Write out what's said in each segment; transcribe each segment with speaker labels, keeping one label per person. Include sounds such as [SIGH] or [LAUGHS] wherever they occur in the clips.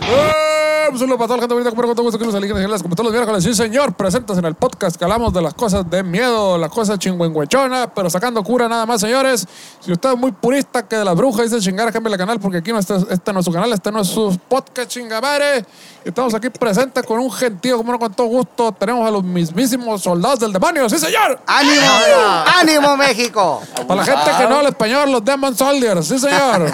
Speaker 1: ¡Eh! Un saludo para toda la gente bonita, como con todo gusto que los alienígenas, geniales, como todos los miércoles. Sí, señor, presentes en el podcast que hablamos de las cosas de miedo, las cosas chingüengüechonas, pero sacando cura nada más, señores. Si usted es muy purista que de las brujas dice chingar, cambia el canal, porque aquí no está, este no es su canal, este no es su podcast, chingamare. Estamos aquí presentes con un gentío, como no, con todo gusto. Tenemos a los mismísimos soldados del demonio, sí, señor.
Speaker 2: ¡Ánimo! ¡Ánimo, México!
Speaker 1: Para la gente que no habla español, los Demon Soldiers,
Speaker 3: [LAUGHS]
Speaker 1: sí, señor.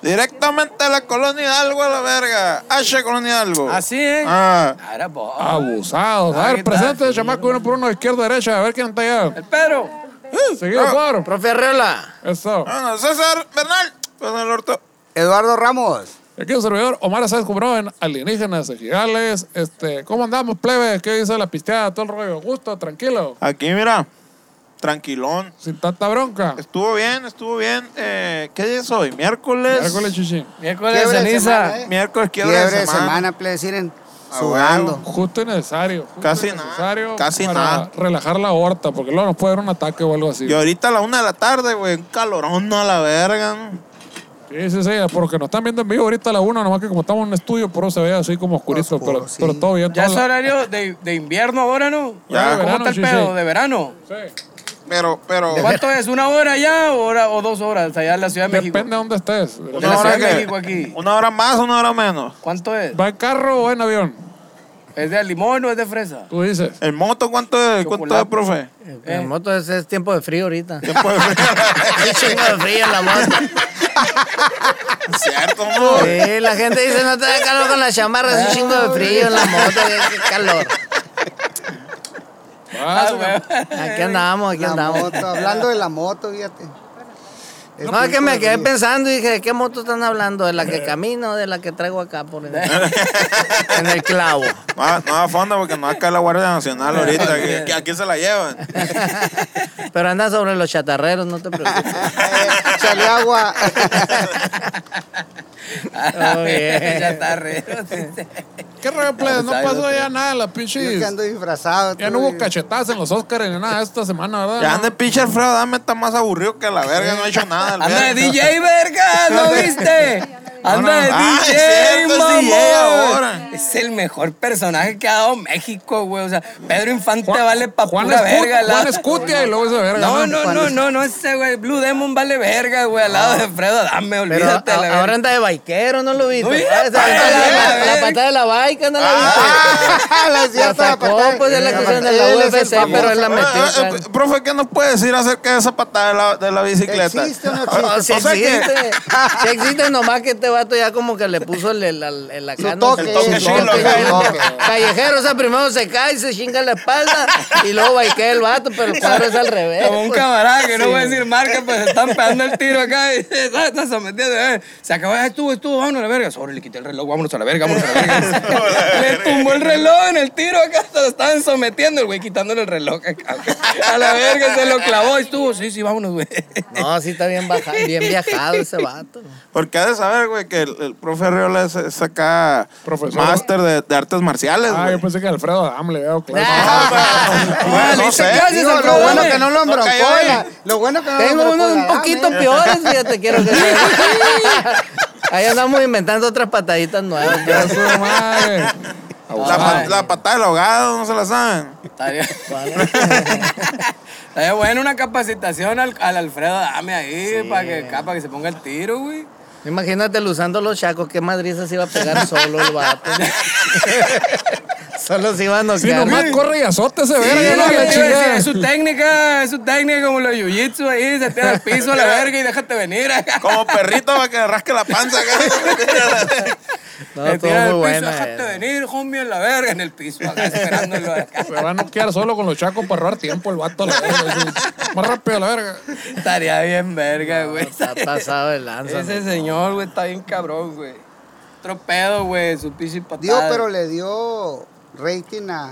Speaker 4: Directamente a la colonia Hidalgo a la verga. H colonia Hidalgo.
Speaker 3: Así, ¿eh?
Speaker 4: Ah.
Speaker 3: Ahora, vos.
Speaker 1: Abusados. A
Speaker 3: Ahí
Speaker 1: ver,
Speaker 3: está.
Speaker 1: presente, chamaco, uno por uno, izquierda, derecha, a ver quién está allá.
Speaker 3: El Pedro.
Speaker 1: Seguido por.
Speaker 2: Profe Arreola.
Speaker 1: pues. Eso.
Speaker 4: Bueno, César Bernal. Pues el orto.
Speaker 2: Eduardo Ramos.
Speaker 1: Aquí el servidor Omar Sáenz Cubrón en Alienígenas Ejigales. Este, ¿Cómo andamos, plebe? ¿Qué dice la pisteada? Todo el rollo. Gusto, tranquilo.
Speaker 4: Aquí, mira. Tranquilón.
Speaker 1: Sin tanta bronca.
Speaker 4: Estuvo bien, estuvo bien. Eh, ¿Qué día es hoy? ¿Miércoles?
Speaker 1: Miércoles, chichi.
Speaker 3: Miércoles
Speaker 2: Quiebre
Speaker 3: de
Speaker 2: de
Speaker 3: ceniza.
Speaker 2: semana, ¿eh?
Speaker 4: Miércoles, quiebre,
Speaker 2: Quiebre
Speaker 4: de semana.
Speaker 5: pues,
Speaker 2: please, miren,
Speaker 4: Ah,
Speaker 2: sudando.
Speaker 1: Justo y necesario. Justo
Speaker 4: Casi
Speaker 1: y
Speaker 4: nada,
Speaker 1: necesario
Speaker 4: casi
Speaker 1: para
Speaker 4: nada.
Speaker 1: relajar la horta, porque luego nos puede dar un ataque o algo así.
Speaker 4: Y ahorita a la una de la tarde, güey. Un calorón a la verga. ¿no?
Speaker 1: Sí, sí, sí, porque nos están viendo en vivo ahorita a la una, nomás que como estamos en un estudio, por eso se ve así como oscurito,
Speaker 2: Oscuro,
Speaker 1: pero,
Speaker 2: sí.
Speaker 1: pero todo bien.
Speaker 3: Ya
Speaker 1: toda
Speaker 3: es
Speaker 1: la-
Speaker 3: horario de, de invierno ahora, ¿no?
Speaker 4: Ya,
Speaker 3: ¿Cómo
Speaker 1: verano,
Speaker 3: está el
Speaker 1: sí,
Speaker 3: pedo?
Speaker 1: sí.
Speaker 3: ¿De verano?
Speaker 1: Sí.
Speaker 4: Pero, pero.
Speaker 3: ¿Cuánto es? ¿Una hora ya o, hora- o dos horas allá en la Ciudad de México?
Speaker 1: Depende de dónde estés.
Speaker 3: De la
Speaker 4: Una hora,
Speaker 3: Ciudad de
Speaker 4: que-
Speaker 3: México aquí.
Speaker 4: una hora más, una hora menos.
Speaker 3: ¿Cuánto es?
Speaker 1: ¿Va en carro o en avión?
Speaker 3: ¿Es de limón o es de fresa?
Speaker 1: Tú dices.
Speaker 4: ¿El moto cuánto es? ¿Cuánto es,
Speaker 3: Chocolate.
Speaker 4: profe?
Speaker 3: [LAUGHS] Eh.
Speaker 5: En moto es, es tiempo de frío ahorita.
Speaker 4: Tiempo de [LAUGHS] frío.
Speaker 5: Es chingo de frío en la moto.
Speaker 4: Cierto, amor.
Speaker 5: Sí, la gente dice no te da calor con la chamarra, es un chingo de frío
Speaker 2: Ah,
Speaker 5: en la moto, qué, qué calor.
Speaker 1: Ah, su-
Speaker 5: Aquí andamos, aquí
Speaker 2: La
Speaker 5: andamos.
Speaker 2: moto, hablando de la moto, fíjate. Es Eh.
Speaker 5: No, es que
Speaker 2: tiempo
Speaker 5: me
Speaker 2: de
Speaker 5: quedé
Speaker 2: frío.
Speaker 5: pensando y dije, ¿de qué moto están hablando? ¿De la que camino o de la que traigo acá por
Speaker 2: [LAUGHS]
Speaker 5: el- en el clavo?
Speaker 4: No, no a fondo porque no va a caer la Guardia Nacional
Speaker 3: [LAUGHS]
Speaker 4: ahorita. que- que ¿A quién se
Speaker 2: [LAUGHS]
Speaker 4: la llevan?
Speaker 5: Pero anda sobre los chatarreros, no te preocupes.
Speaker 2: Eh, Échale
Speaker 5: [LAUGHS]
Speaker 2: agua.
Speaker 3: Ah, [LAUGHS]
Speaker 5: Muy bien.
Speaker 3: ya está re.
Speaker 1: ¿Qué rollo, plebe? No
Speaker 3: Vamos a ver
Speaker 1: pasó
Speaker 3: otro.
Speaker 1: ya nada, la
Speaker 2: Yo
Speaker 1: pinche.
Speaker 2: que ando disfrazado.
Speaker 1: Ya
Speaker 2: tú,
Speaker 1: no
Speaker 2: y-
Speaker 1: hubo cachetadas en los Oscars ni nada esta semana, ¿verdad?
Speaker 4: [LAUGHS] Ya anda el pinche Alfredo, dame está más aburrido que la verga, no ha hecho nada. el
Speaker 3: Anda de
Speaker 4: verga.
Speaker 3: DJ, verga, ¿lo
Speaker 4: [LAUGHS]
Speaker 3: viste? Anda de
Speaker 4: Ah,
Speaker 3: DJ,
Speaker 4: es cierto, es DJ
Speaker 3: mamón.
Speaker 4: ahora.
Speaker 3: Es el mejor personaje que ha dado México, güey. O sea, Pedro Infante
Speaker 1: Juan-
Speaker 3: vale pa'
Speaker 1: Juan
Speaker 3: pura
Speaker 1: Escu-
Speaker 3: verga. al lado-
Speaker 1: Juan Escutia y luego esa verga.
Speaker 3: No, no, no, no, no, ese güey. Blue Demon vale verga, güey. Al lado de Fredo, dame,
Speaker 5: Pero
Speaker 3: olvídate.
Speaker 5: a-
Speaker 3: la verga.
Speaker 5: ahora anda de vaquero, ¿no lo viste?
Speaker 3: Uy,
Speaker 5: Ah, esa-
Speaker 3: ay,
Speaker 5: esa- la,
Speaker 3: ay,
Speaker 5: la
Speaker 3: ay.
Speaker 5: patada de la baica, ¿no la viste?
Speaker 2: Ah, [LAUGHS] la cierta
Speaker 5: La sacó,
Speaker 2: patada.
Speaker 5: pues, es la que se en la
Speaker 2: Él es el
Speaker 5: UFC,
Speaker 2: famoso. Ah,
Speaker 5: pero es la
Speaker 4: Eh, eh,
Speaker 5: metió.
Speaker 4: eh, profe, ¿qué nos puede decir acerca de esa patada de la, de la bicicleta?
Speaker 2: ¿Existe o no
Speaker 4: Ah,
Speaker 2: existe?
Speaker 4: ah,
Speaker 5: Si
Speaker 4: o sea que-
Speaker 2: [LAUGHS]
Speaker 5: existe, si existe nomás que este vato ya como que le puso el, el, el, el acá,
Speaker 2: Su
Speaker 5: ¿no?
Speaker 2: toque,
Speaker 4: El
Speaker 2: su
Speaker 4: toque chilo,
Speaker 2: toque,
Speaker 4: el
Speaker 2: su toque.
Speaker 5: Callejero, o sea, primero se cae, se chinga la espalda y luego baiquea el vato, pero el cuadro es al revés.
Speaker 3: Como un
Speaker 5: pues.
Speaker 3: camarada que no voy a decir marca, pues se están pegando el tiro acá y [LAUGHS] están sometiendo. eh, Se acabó, ah, estuvo, estuvo, vámonos a la verga. Sobre, le quité el reloj, vámonos a la verga, [LAUGHS] vámonos a la verga. le tumbó el reloj en el tiro acá, se lo estaban sometiendo el güey, quitándole el reloj acá. A la verga, se lo clavó y estuvo, sí, sí, vámonos, güey.
Speaker 5: No, sí está bien, baja, bien viajado ese vato.
Speaker 4: Porque has de saber, güey, que el, el profe Riola es, es acá
Speaker 1: Profesor.
Speaker 4: máster de, de artes marciales,
Speaker 1: Ah,
Speaker 4: güey.
Speaker 1: yo pensé que Alfredo Adam le veo
Speaker 3: [LAUGHS]
Speaker 5: Ah,
Speaker 1: claro.
Speaker 3: Ah, le
Speaker 4: no
Speaker 3: hice
Speaker 4: sé.
Speaker 3: clases
Speaker 2: Digo,
Speaker 3: al
Speaker 2: lo
Speaker 3: Fredo,
Speaker 2: bueno
Speaker 3: eh.
Speaker 2: que no lo
Speaker 4: No
Speaker 2: embroncó.
Speaker 4: cayó ahí.
Speaker 2: la- Lo Ah, bueno que no lo
Speaker 5: Tengo
Speaker 2: embroncó
Speaker 5: unos
Speaker 2: la
Speaker 5: un
Speaker 2: dama,
Speaker 5: poquito
Speaker 2: eh.
Speaker 5: peores, fíjate, quiero que Ahí andamos inventando otras pataditas nuevas.
Speaker 1: Ya su madre.
Speaker 4: La,
Speaker 1: Abusado.
Speaker 4: pa- la patada del ahogado, no se la saben.
Speaker 3: [LAUGHS] Estaría Estaría bueno una capacitación al, al Alfredo Dame ahí para, que, acá, para que se ponga el tiro, güey.
Speaker 5: Imagínate usando los chacos, qué madriza se iba a pegar solo el vato. solo se iba a
Speaker 1: Si nomás
Speaker 5: noquear.
Speaker 1: corre y azote ese verga.
Speaker 3: Sí,
Speaker 1: yo
Speaker 3: lo
Speaker 1: no
Speaker 3: que
Speaker 1: la
Speaker 3: te iba a decir,
Speaker 1: chingada.
Speaker 3: es su técnica, es su técnica como los jiu-jitsu ahí, se tira al piso
Speaker 5: [LAUGHS]
Speaker 3: a la verga y déjate venir acá.
Speaker 4: Como perrito para que le rasque la panza.
Speaker 3: [LAUGHS]
Speaker 4: acá.
Speaker 5: No,
Speaker 3: Se
Speaker 5: estuvo
Speaker 3: tira al
Speaker 5: muy
Speaker 3: piso,
Speaker 5: buena.
Speaker 3: déjate
Speaker 5: esa.
Speaker 3: venir, homie, a la verga, en el piso acá, esperándolo acá.
Speaker 5: [LAUGHS]
Speaker 1: Se va a noquear solo con los chacos para ahorrar tiempo el vato. La verga. así. Más rápido la verga.
Speaker 3: Estaría bien verga, güey.
Speaker 5: Está pasado de lanza.
Speaker 3: Ese señor, güey, está bien cabrón, güey. otro pedo, güey, su pinche patada.
Speaker 2: Dio, pero le dio rating a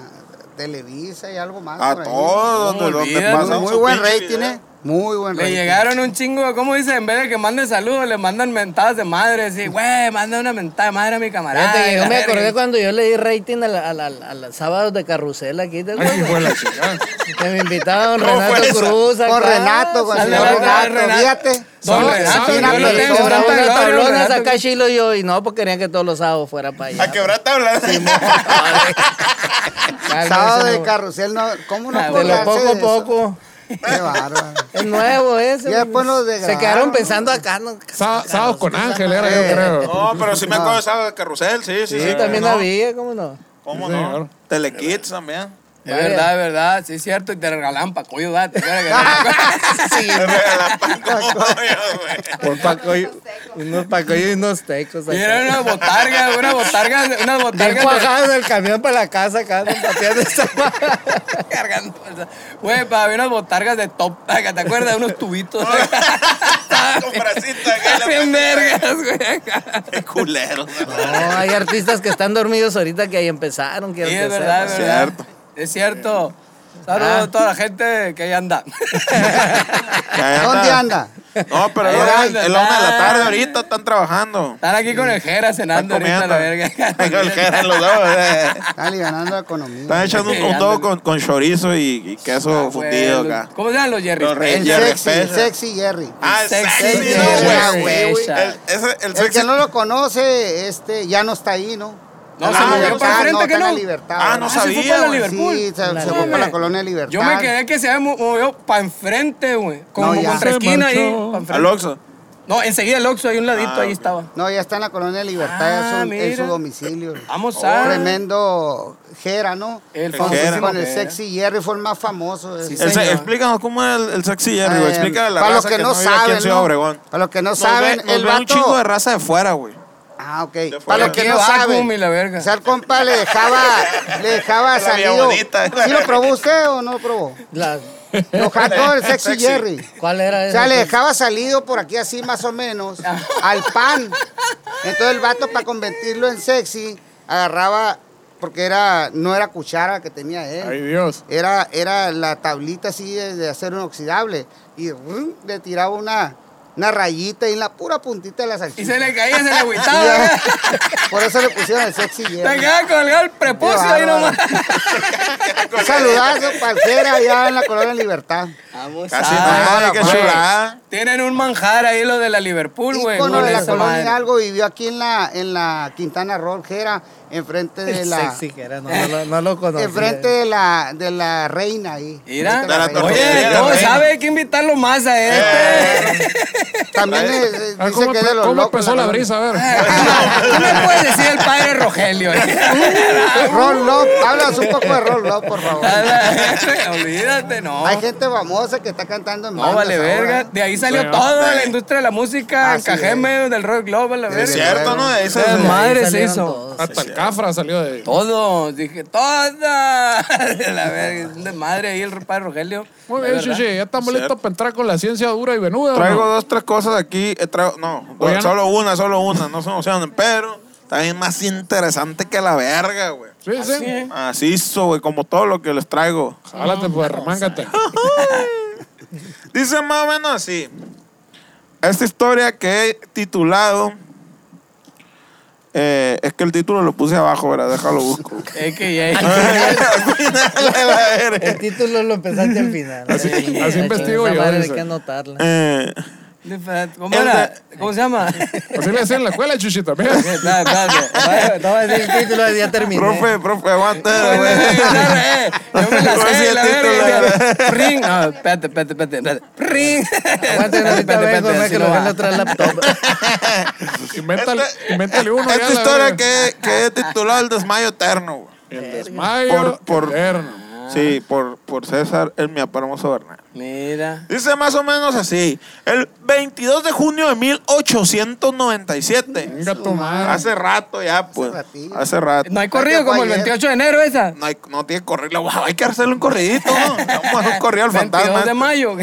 Speaker 2: Televisa y algo más.
Speaker 4: A
Speaker 2: por ahí.
Speaker 4: todos
Speaker 3: No,
Speaker 4: los que
Speaker 3: olvídalo.
Speaker 4: pasan
Speaker 2: Ah, Muy
Speaker 4: su
Speaker 2: buen
Speaker 4: pinche
Speaker 2: rating,
Speaker 4: video.
Speaker 2: ¿eh? Muy buen
Speaker 3: Le
Speaker 2: rating.
Speaker 3: llegaron un chingo, de- ¿cómo dice? En vez de que manden saludos, le mandan mentadas de madre. Así, güey, manda una mentada de madre a mi camarada.
Speaker 5: Fíjate
Speaker 3: y
Speaker 5: que yo
Speaker 3: la
Speaker 5: me
Speaker 3: verga.
Speaker 5: acordé cuando yo le di rating al, al, al, al sábado de carrusel aquí. ¿te acuerdas?
Speaker 1: Ay, hijo de la chingada.
Speaker 5: que me invitaban
Speaker 4: ¿Cómo fue
Speaker 5: Renato
Speaker 4: esa?
Speaker 5: Cruz. acá.
Speaker 2: Con Renato, con
Speaker 3: Al
Speaker 2: el señor
Speaker 3: Renato, al
Speaker 2: Renato,
Speaker 3: Renato.
Speaker 2: fíjate.
Speaker 3: Don
Speaker 1: Sabe-
Speaker 3: Renato, yo
Speaker 1: sabe
Speaker 3: lo
Speaker 1: que
Speaker 3: tengo. está
Speaker 5: Sobre unas
Speaker 3: pegado,
Speaker 5: tablonas
Speaker 3: Renato.
Speaker 5: acá Chilo y yo. Y no, pues querían que todos los sábados fuera para allá.
Speaker 4: A quebrar tablas. [LAUGHS]
Speaker 5: Cálmense,
Speaker 2: Sábado de
Speaker 5: no.
Speaker 2: carrusel, no, ¿cómo
Speaker 3: Ah,
Speaker 2: no
Speaker 5: De
Speaker 2: colgarse
Speaker 5: lo poco a
Speaker 2: de eso?
Speaker 5: poco.
Speaker 2: Qué bárbaro.
Speaker 5: Es nuevo eso.
Speaker 2: Ya después lo
Speaker 5: Se
Speaker 2: degradaron.
Speaker 5: quedaron pensando acá. No,
Speaker 1: Sá- Sábados con Ángel era,
Speaker 2: Eh,
Speaker 1: yo creo.
Speaker 4: No, pero sí me acuerdo de esa de carrusel, sí, sí,
Speaker 5: sí,
Speaker 4: sí.
Speaker 5: también
Speaker 4: ¿no?
Speaker 5: había, ¿cómo no?
Speaker 4: ¿Cómo
Speaker 1: Sí,
Speaker 4: no?
Speaker 1: señor.
Speaker 4: Telekids también. [LAUGHS]
Speaker 3: Es verdad, es verdad, sí es cierto, y te regalaban pacoyo, date.
Speaker 5: [LAUGHS]
Speaker 3: sí,
Speaker 4: Me regalan pan como pollo, güey.
Speaker 5: Por pacoyo, unos pacoyos y unos tecos.
Speaker 3: y era una botarga, una botarga, una
Speaker 5: Bien
Speaker 3: botarga. [LAUGHS]
Speaker 5: cuajados del camión para la casa acá, don Papián de esa
Speaker 3: cargando bolsa. Güey, pa, había unas botargas de top, [LAUGHS] acá, ¿te acuerdas? Unos
Speaker 4: [LAUGHS]
Speaker 3: tubitos. acá.
Speaker 4: [LAUGHS] Con
Speaker 3: [LAUGHS]
Speaker 4: bracita acá y la-
Speaker 3: Bien vergas, güey. acá.
Speaker 4: Qué culero.
Speaker 5: No, hay artistas que están dormidos ahorita que ahí empezaron.
Speaker 3: Sí,
Speaker 5: quiero que
Speaker 3: es verdad, es
Speaker 5: sepas.
Speaker 3: verdad.
Speaker 4: Cierto.
Speaker 3: Es cierto.
Speaker 2: Ah.
Speaker 3: Saludos a toda la gente que ahí
Speaker 2: [LAUGHS]
Speaker 3: anda.
Speaker 2: ¿Dónde anda?
Speaker 4: No, pero
Speaker 3: Ahí
Speaker 4: es la es
Speaker 3: anda,
Speaker 4: la una de la
Speaker 3: está.
Speaker 4: tarde ahorita, están trabajando.
Speaker 3: Están aquí con el Jera cenando
Speaker 4: Están
Speaker 3: ahorita, la
Speaker 4: [LAUGHS]
Speaker 3: verga.
Speaker 4: comiendo.
Speaker 3: [LAUGHS]
Speaker 4: El jera en los dos, eh.
Speaker 2: Está alivianando la economía.
Speaker 4: Están echando un, un todo con, con chorizo y, y queso
Speaker 3: Ah, güey,
Speaker 4: fundido
Speaker 3: los-
Speaker 4: acá.
Speaker 3: ¿Cómo se llaman los Jerry?
Speaker 4: Los Reyes.
Speaker 2: El
Speaker 4: Jerry
Speaker 2: sexy, el
Speaker 4: Pérez.
Speaker 2: sexy Jerry.
Speaker 4: Ah, el
Speaker 3: Sexy,
Speaker 4: sexy,
Speaker 2: sexy,
Speaker 4: no,
Speaker 2: sexy.
Speaker 4: güey. güey.
Speaker 3: Sexy.
Speaker 4: El, ese- el
Speaker 2: El
Speaker 4: sexy.
Speaker 2: que no lo conoce, este, ya no está ahí, ¿no?
Speaker 3: No,
Speaker 2: Está
Speaker 3: se
Speaker 2: en la
Speaker 3: movió
Speaker 2: libertad,
Speaker 3: para enfrente,
Speaker 2: no, está
Speaker 3: ¿que
Speaker 2: en la
Speaker 3: no?
Speaker 2: libertad.
Speaker 4: Ah, no
Speaker 3: Ah, se fue
Speaker 4: sabía,
Speaker 3: para
Speaker 4: güey.
Speaker 3: Liverpool.
Speaker 2: Sí, se, se
Speaker 5: No,
Speaker 2: fue para
Speaker 3: hombre.
Speaker 2: la colonia Libertad.
Speaker 3: Yo me quedé que se había mo- movido para enfrente, güey. Como
Speaker 2: No, ya.
Speaker 3: contra
Speaker 1: Se
Speaker 3: esquina ahí.
Speaker 1: marchó.
Speaker 3: pa' enfrente.
Speaker 4: Al Oxxo.
Speaker 3: No, enseguida el Oxxo, ahí un ladito,
Speaker 4: Ah,
Speaker 3: ahí
Speaker 4: ok.
Speaker 3: estaba.
Speaker 2: No, ya está en la colonia Libertad,
Speaker 3: Ah,
Speaker 2: es un- en
Speaker 3: mira.
Speaker 2: su domicilio. Oh,
Speaker 3: Vamos a...
Speaker 2: Tremendo Jera, ¿no?
Speaker 3: El
Speaker 2: Con-
Speaker 4: famosísimo
Speaker 2: Con el
Speaker 3: Jera.
Speaker 2: sexy Jerry fue el más famoso.
Speaker 3: Sí,
Speaker 2: ese.
Speaker 4: El se-
Speaker 3: Señor.
Speaker 4: explícanos cómo es el, el sexy Jerry, güey.
Speaker 2: Eh,
Speaker 4: Explícale a la
Speaker 2: para los
Speaker 4: raza
Speaker 2: que, no
Speaker 4: vive aquí en
Speaker 2: saben,
Speaker 4: Ciudad
Speaker 2: ¿no?
Speaker 4: Obregón.
Speaker 2: para los que no
Speaker 4: Nos
Speaker 2: saben,
Speaker 4: ve- nos
Speaker 2: el
Speaker 4: ve un chingo de
Speaker 2: vato...
Speaker 4: raza de fuera, güey.
Speaker 2: Ah, ok.
Speaker 4: fuera.
Speaker 2: Para los que
Speaker 3: Qué
Speaker 2: no
Speaker 3: vacuum
Speaker 2: saben,
Speaker 3: y la verga.
Speaker 2: o sea, el
Speaker 3: [LAUGHS]
Speaker 2: compa le dejaba, le dejaba
Speaker 4: La vía
Speaker 2: salido.
Speaker 4: bonita.
Speaker 2: ¿Sí lo probó usted o no lo probó?
Speaker 5: La-
Speaker 2: Lo jacó
Speaker 4: [LAUGHS]
Speaker 2: el sexy
Speaker 4: Sexy.
Speaker 2: Jerry.
Speaker 5: ¿Cuál era
Speaker 2: O sea,
Speaker 5: esa?
Speaker 2: le dejaba salido por aquí así más
Speaker 3: [LAUGHS]
Speaker 2: o menos al pan. Entonces el vato para convertirlo en sexy agarraba porque era no era cuchara que tenía
Speaker 1: Ay,
Speaker 2: él.
Speaker 1: Dios.
Speaker 2: Era era la tablita así de, de acero inoxidable y ¡rum! le tiraba una una rayita y en la pura puntita de la salchicha.
Speaker 3: Y se le caía, se le
Speaker 2: Y
Speaker 3: agüitaba.
Speaker 2: ya-
Speaker 3: acá.
Speaker 2: [LAUGHS] Por eso le pusieron el sexy
Speaker 3: Te
Speaker 2: Jerry.
Speaker 3: quedaba colgado el prepucio ahí
Speaker 2: bárbaro.
Speaker 3: nomás.
Speaker 2: Un saludazo cualquiera allá en la colonia Libertad.
Speaker 3: Vamos
Speaker 4: Casi
Speaker 3: a...
Speaker 4: nada, qué
Speaker 2: güey.
Speaker 4: chulada.
Speaker 3: Tienen un manjar ahí lo de la Liverpool, güey.
Speaker 2: Ícono
Speaker 3: con
Speaker 2: de la
Speaker 3: esa madre.
Speaker 2: colonia algo vivió aquí en la en la Quintana Roo, Jera, enfrente
Speaker 1: [LAUGHS]
Speaker 2: de
Speaker 5: El
Speaker 2: la
Speaker 5: sexy que era, no, no lo- no lo conocía.
Speaker 2: Enfrente de la, de la reina ahí.
Speaker 3: Mira,
Speaker 2: Enfrente de la
Speaker 4: De la
Speaker 2: reina.
Speaker 4: tortilla.
Speaker 3: oye,
Speaker 4: Reina. Eh.
Speaker 3: no, sabe, hay que invitarlo más a este.
Speaker 2: También es- es-
Speaker 1: Ah,
Speaker 2: dice
Speaker 1: ¿Cómo,
Speaker 2: que es de los
Speaker 1: cómo
Speaker 2: locos.
Speaker 1: empezó la brisa? A ver.
Speaker 3: [LAUGHS] ¿Qué me puedes decir el padre Rogelio? ¿eh?
Speaker 2: [LAUGHS] Ah,
Speaker 1: Ah,
Speaker 2: Ron Lop,
Speaker 1: uh.
Speaker 2: háblanos un poco de Ron Lop, por favor.
Speaker 3: [LAUGHS] Olvídate, no.
Speaker 2: Hay gente famosa que está cantando en
Speaker 3: No
Speaker 2: bandas
Speaker 3: vale
Speaker 2: ahora.
Speaker 3: verga. De ahí salió
Speaker 1: Sí.
Speaker 3: toda la industria de la música,
Speaker 2: Así
Speaker 3: Cajeme, del rock global, la
Speaker 4: Es
Speaker 2: Sí,
Speaker 3: verga.
Speaker 4: cierto,
Speaker 2: güey.
Speaker 4: ¿no? De
Speaker 3: Esa
Speaker 4: esas-
Speaker 3: madre se
Speaker 5: salieron
Speaker 3: hizo.
Speaker 5: todos.
Speaker 1: Hasta el Cafra salió de...
Speaker 3: Todos, dije, [LAUGHS] todas. La verga, es un desmadre ahí el padre Rogelio.
Speaker 1: Muy
Speaker 3: La
Speaker 1: bien,
Speaker 3: verdad.
Speaker 1: Chichi, ya estamos
Speaker 4: Cierto.
Speaker 1: listos para entrar con la ciencia dura y venuda. ¿o
Speaker 4: Traigo
Speaker 1: no?
Speaker 4: dos, tres cosas aquí. eh, traigo- no,
Speaker 1: Oigan.
Speaker 4: solo una, solo una. No se emocionen, pero también más interesante que la verga, güey.
Speaker 1: Sí,
Speaker 3: Así
Speaker 1: sí.
Speaker 3: es.
Speaker 4: Así hizo, güey, como todo lo que les traigo.
Speaker 1: Jálate, pues, remángate.
Speaker 4: Dice más o menos así. Esta historia que he titulado. eh, es que el título lo puse abajo, ¿verdad? Déjalo busco. [LAUGHS]
Speaker 3: Es que ya.
Speaker 4: Ah. Al final de la verga.
Speaker 5: El título lo empezaste al final.
Speaker 1: Así- así
Speaker 5: Ay, la chingada
Speaker 1: investigo yo,
Speaker 5: madre, Hay
Speaker 1: dice.
Speaker 5: que anotarla.
Speaker 4: Eh,
Speaker 3: Espérate, ¿Cómo
Speaker 4: El
Speaker 3: era?
Speaker 4: de-
Speaker 3: ¿Cómo se llama?
Speaker 1: Así le hacían en la escuela, Chichi, también.
Speaker 4: [LAUGHS]
Speaker 3: Espérate, espérate.
Speaker 5: [LAUGHS] No, es el título ya terminé.
Speaker 4: profe, profe, aguanta, güey. [LAUGHS]
Speaker 3: Eh, Yo me la
Speaker 4: Voy
Speaker 3: sé,
Speaker 4: a decir
Speaker 3: la
Speaker 4: el título,
Speaker 3: verga. Ring. No, espérate, espérate, espérate. espérate. Ring. [LAUGHS]
Speaker 5: Aguanten, ahorita vengo, me
Speaker 3: así
Speaker 5: que
Speaker 3: no
Speaker 5: lo
Speaker 3: va.
Speaker 5: ven otra laptop.
Speaker 1: Invéntale, invéntale uno. ya,
Speaker 4: Esta
Speaker 1: la
Speaker 4: historia
Speaker 1: verga.
Speaker 4: que, que he titulado El desmayo eterno, güey.
Speaker 1: El desmayo
Speaker 4: Por- por-
Speaker 1: eterno.
Speaker 4: Sí, por, por César, el mi hermoso Bernal.
Speaker 3: Mira.
Speaker 4: Dice más o menos así. El 22 de junio de 1897.
Speaker 1: Venga tu madre.
Speaker 4: Hace rato ya, pues.
Speaker 2: ratillo.
Speaker 4: Hace rato.
Speaker 3: No hay
Speaker 2: Ay,
Speaker 3: corrido
Speaker 2: qué
Speaker 3: como el
Speaker 2: guay, eh.
Speaker 3: 28 de enero esa.
Speaker 4: No, hay- no tiene corrido.
Speaker 3: [LAUGHS]
Speaker 1: [LAUGHS]
Speaker 4: Guau, hay que hacerle un corridito, ¿no? Vamos a hacer un corrido al
Speaker 3: 22 de
Speaker 4: fantasma.
Speaker 3: mayo.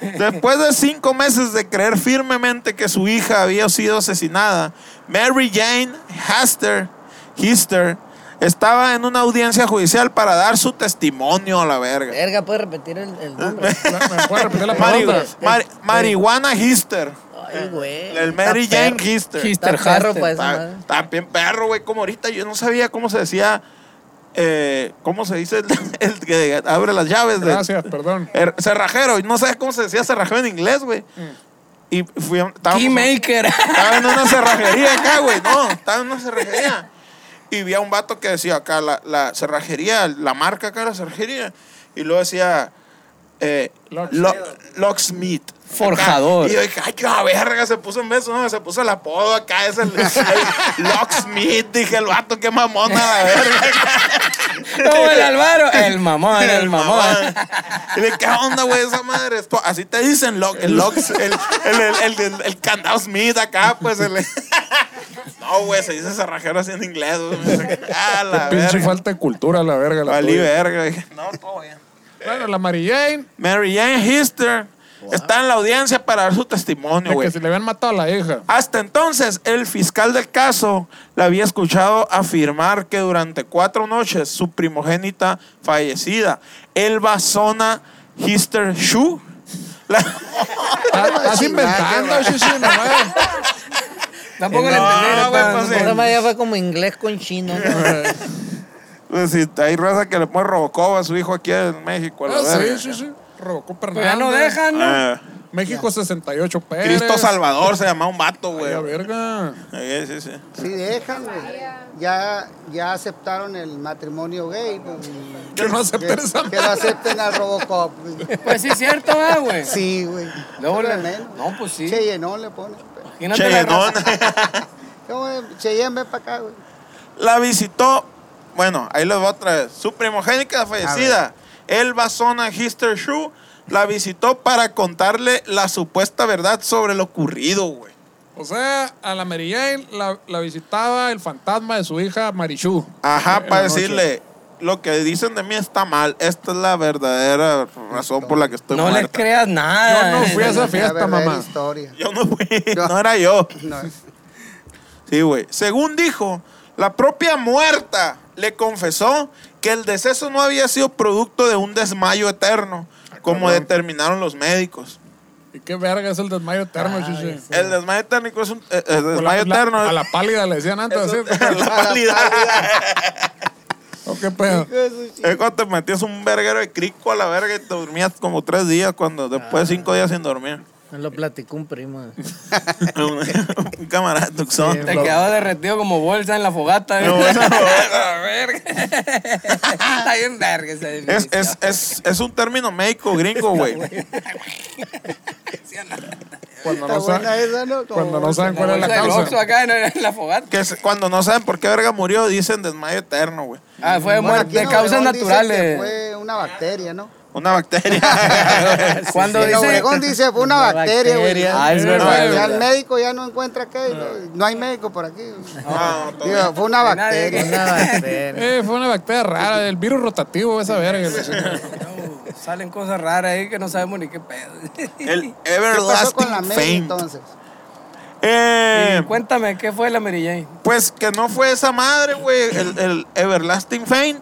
Speaker 4: Después de cinco meses de creer firmemente que su hija había sido asesinada, Mary Jane Haster, Hister estaba en una audiencia judicial para dar su testimonio a la verga.
Speaker 5: Verga, puedes repetir el, el [LAUGHS] nombre.
Speaker 1: ¿Me puedes repetir la
Speaker 4: Mari-
Speaker 1: pregunta?
Speaker 4: Mari- marihuana Hister.
Speaker 5: Ay, güey.
Speaker 4: El Mary
Speaker 5: Está
Speaker 4: Jane
Speaker 5: perro.
Speaker 4: Hister.
Speaker 3: Hister.
Speaker 5: Está perro pues,
Speaker 3: Haster.
Speaker 5: para esa
Speaker 4: Ta-
Speaker 5: madre.
Speaker 4: También perro, güey, como ahorita yo no sabía cómo se decía, eh, cómo se dice el, [LAUGHS] el que abre las llaves. de-
Speaker 1: Gracias, perdón.
Speaker 4: Er- cerrajero, y no sabes cómo se decía cerrajero en inglés, güey.
Speaker 5: Mm.
Speaker 4: Y fui a- estábamos-
Speaker 3: Keymaker.
Speaker 4: estaba en una cerrajería acá, güey. No, estaba en una cerrajería. Y vi a un vato que decía acá, la, la cerrajería, la marca acá, la cerrajería. Y luego decía, eh, lo- Locksmith.
Speaker 3: Forjador.
Speaker 4: Acá. Y yo dije, ay, qué verga, se puso en vez, no, se puso el apodo acá, es el, el Locksmith. Dije, el vato, qué mamona, la verga.
Speaker 3: Como el Álvaro. El
Speaker 1: [LAUGHS]
Speaker 3: mamón, el mamón.
Speaker 4: Y de qué onda, güey, esa madre. Esto, así te dicen lock, el locks, el, el, el, el, el- el candado Smith acá, pues el. [LAUGHS] No, güey, se dice cerrajero así en inglés, güey.
Speaker 1: [LAUGHS]
Speaker 4: Ah, la
Speaker 1: Pinche
Speaker 4: verga.
Speaker 1: falta de cultura, la verga. La
Speaker 4: Valí
Speaker 1: tuya.
Speaker 4: verga. Dije, No, todo bien.
Speaker 1: Bueno, la Mary Jane,
Speaker 4: Mary Jane Hister está en la audiencia para dar su testimonio,
Speaker 1: de
Speaker 4: güey.
Speaker 1: que si le habían matado a la hija.
Speaker 4: Hasta entonces, el fiscal del caso la había escuchado afirmar que durante cuatro noches su primogénita fallecida, Elba Zona Hister Shu, la-
Speaker 1: [LAUGHS] Ah, Estás
Speaker 2: Chingada,
Speaker 1: inventando,
Speaker 2: güey.
Speaker 1: chichi, nomás.
Speaker 4: [LAUGHS]
Speaker 3: Tampoco le
Speaker 4: No,
Speaker 3: entendí.
Speaker 4: güey,
Speaker 3: pa-
Speaker 4: pues,
Speaker 3: no-
Speaker 4: eh.
Speaker 5: Esa madre ya fue como inglés con chino.
Speaker 3: [LAUGHS]
Speaker 5: ¿no?
Speaker 4: Pues si hay raza que le pone Robocop a su hijo aquí en México. a la
Speaker 1: Ah,
Speaker 4: verga.
Speaker 1: sí, sí, sí. Robocó
Speaker 3: Pues ya no
Speaker 1: Fernández.
Speaker 3: dejan, ¿no?
Speaker 4: Ah,
Speaker 1: México 68 Pérez.
Speaker 4: Cristo Salvador se llamaba un vato,
Speaker 1: [LAUGHS]
Speaker 4: güey.
Speaker 1: La verga.
Speaker 4: Sí, sí, sí.
Speaker 2: Sí, dejan, güey. Ya, ya aceptaron el matrimonio gay. pues, y-
Speaker 1: Que no acepten
Speaker 2: que-
Speaker 1: esa
Speaker 2: Que no acepten al Robocop. güey.
Speaker 3: Pues sí, es cierto, va, güey.
Speaker 2: Sí, güey.
Speaker 3: Luego
Speaker 2: Por
Speaker 3: le-
Speaker 2: lo menos.
Speaker 3: no, pues sí.
Speaker 2: Cheyenne, no le pone.
Speaker 3: Imagínate la
Speaker 4: Cheyenón.
Speaker 3: raza.
Speaker 2: ¿Cómo es? Cheyenne, ven para acá, güey.
Speaker 4: La visitó, bueno, ahí les va otra vez. Su primogénica fallecida, Elba Zona Hister Shu, la visitó para contarle la supuesta verdad sobre lo ocurrido, güey.
Speaker 1: O sea, a la Mary Jane la, la visitaba el fantasma de su hija Marichu.
Speaker 4: Ajá,
Speaker 1: En
Speaker 4: para
Speaker 1: la noche.
Speaker 4: decirle, lo que dicen de mí está mal. Esta es la verdadera razón por la que estoy
Speaker 3: No les
Speaker 4: muerta.
Speaker 3: creas nada.
Speaker 1: Yo no fui a esa
Speaker 2: La
Speaker 1: fiesta,
Speaker 2: verdadera
Speaker 1: mamá.
Speaker 2: historia.
Speaker 4: Yo no fui,
Speaker 2: [LAUGHS] No.
Speaker 4: no era yo.
Speaker 2: No,
Speaker 4: Sí, güey. Según dijo, la propia muerta le confesó que el deceso no había sido producto de un desmayo eterno, como determinaron los médicos.
Speaker 1: ¿Y qué verga es el desmayo eterno, chichi?
Speaker 4: El desmayo eterno es un eh, el
Speaker 1: Pues
Speaker 4: desmayo
Speaker 1: la-
Speaker 4: eterno.
Speaker 1: la- a la pálida le decían antes.
Speaker 4: es un-
Speaker 1: así.
Speaker 4: [LAUGHS]
Speaker 2: [LAUGHS]
Speaker 4: la
Speaker 2: Ah,
Speaker 4: pálida.
Speaker 1: [LAUGHS] ¿O qué
Speaker 4: [LAUGHS]
Speaker 1: pedo?
Speaker 4: Es cuando te metías un verguero de crico a la verga y te dormías como tres días cuando
Speaker 1: Ah.
Speaker 4: después de cinco días
Speaker 2: [LAUGHS]
Speaker 4: sin dormir. [LAUGHS]
Speaker 5: Me lo platicó un primo.
Speaker 4: un, un camarada tuxón.
Speaker 3: Te quedaba derretido como bolsa en la fogata.
Speaker 4: No,
Speaker 3: ¿eh?
Speaker 4: bolsa,
Speaker 3: [LAUGHS] A ver. [LAUGHS] Está bien verga ese
Speaker 4: Es,
Speaker 3: edificio.
Speaker 4: es, es, es un término médico
Speaker 2: [LAUGHS]
Speaker 4: gringo, güey.
Speaker 1: Cuando
Speaker 2: Está
Speaker 1: no
Speaker 2: buena
Speaker 1: saben,
Speaker 2: esa, ¿no? Como
Speaker 1: cuando no saben
Speaker 3: La
Speaker 1: cuál es
Speaker 3: bolsa
Speaker 1: la
Speaker 3: del Oxxo
Speaker 1: causa.
Speaker 3: acá en, en la fogata.
Speaker 4: Que se- cuando no saben por qué verga murió, dicen desmayo eterno, güey.
Speaker 3: Ah, fue
Speaker 2: Bueno,
Speaker 3: muerte
Speaker 2: aquí en
Speaker 3: de causas
Speaker 2: Obregón dicen que
Speaker 3: naturales. [LAUGHS]
Speaker 2: Fue una bacteria, ¿no? [LAUGHS]
Speaker 4: Una bacteria.
Speaker 3: Cuando
Speaker 2: En
Speaker 3: dice...
Speaker 2: Obregón dice fue una
Speaker 5: Una
Speaker 2: bacteria, güey.
Speaker 5: bacteria.
Speaker 3: Ah, es
Speaker 2: Ya
Speaker 3: verdad.
Speaker 2: el
Speaker 3: es verdad.
Speaker 2: médico ya no encuentra qué. No, No hay médico por aquí. güey.
Speaker 4: No, todo bien.
Speaker 2: Digo, fue una
Speaker 3: Nadie que-
Speaker 2: bacteria.
Speaker 5: Una bacteria.
Speaker 1: Eh, fue una bacteria rara, el virus rotativo, esa verga. la chingada.
Speaker 3: [LAUGHS] No, Salen cosas raras ahí que no sabemos ni qué pedo.
Speaker 4: el
Speaker 2: ¿Qué pasó con
Speaker 4: everlasting
Speaker 2: la
Speaker 4: fame.
Speaker 2: media entonces?
Speaker 4: Eh,
Speaker 3: Y [LAUGHS] Cuéntame, ¿qué fue la Mary Jane?
Speaker 4: pues que no fue esa madre, güey, el, el everlasting fame,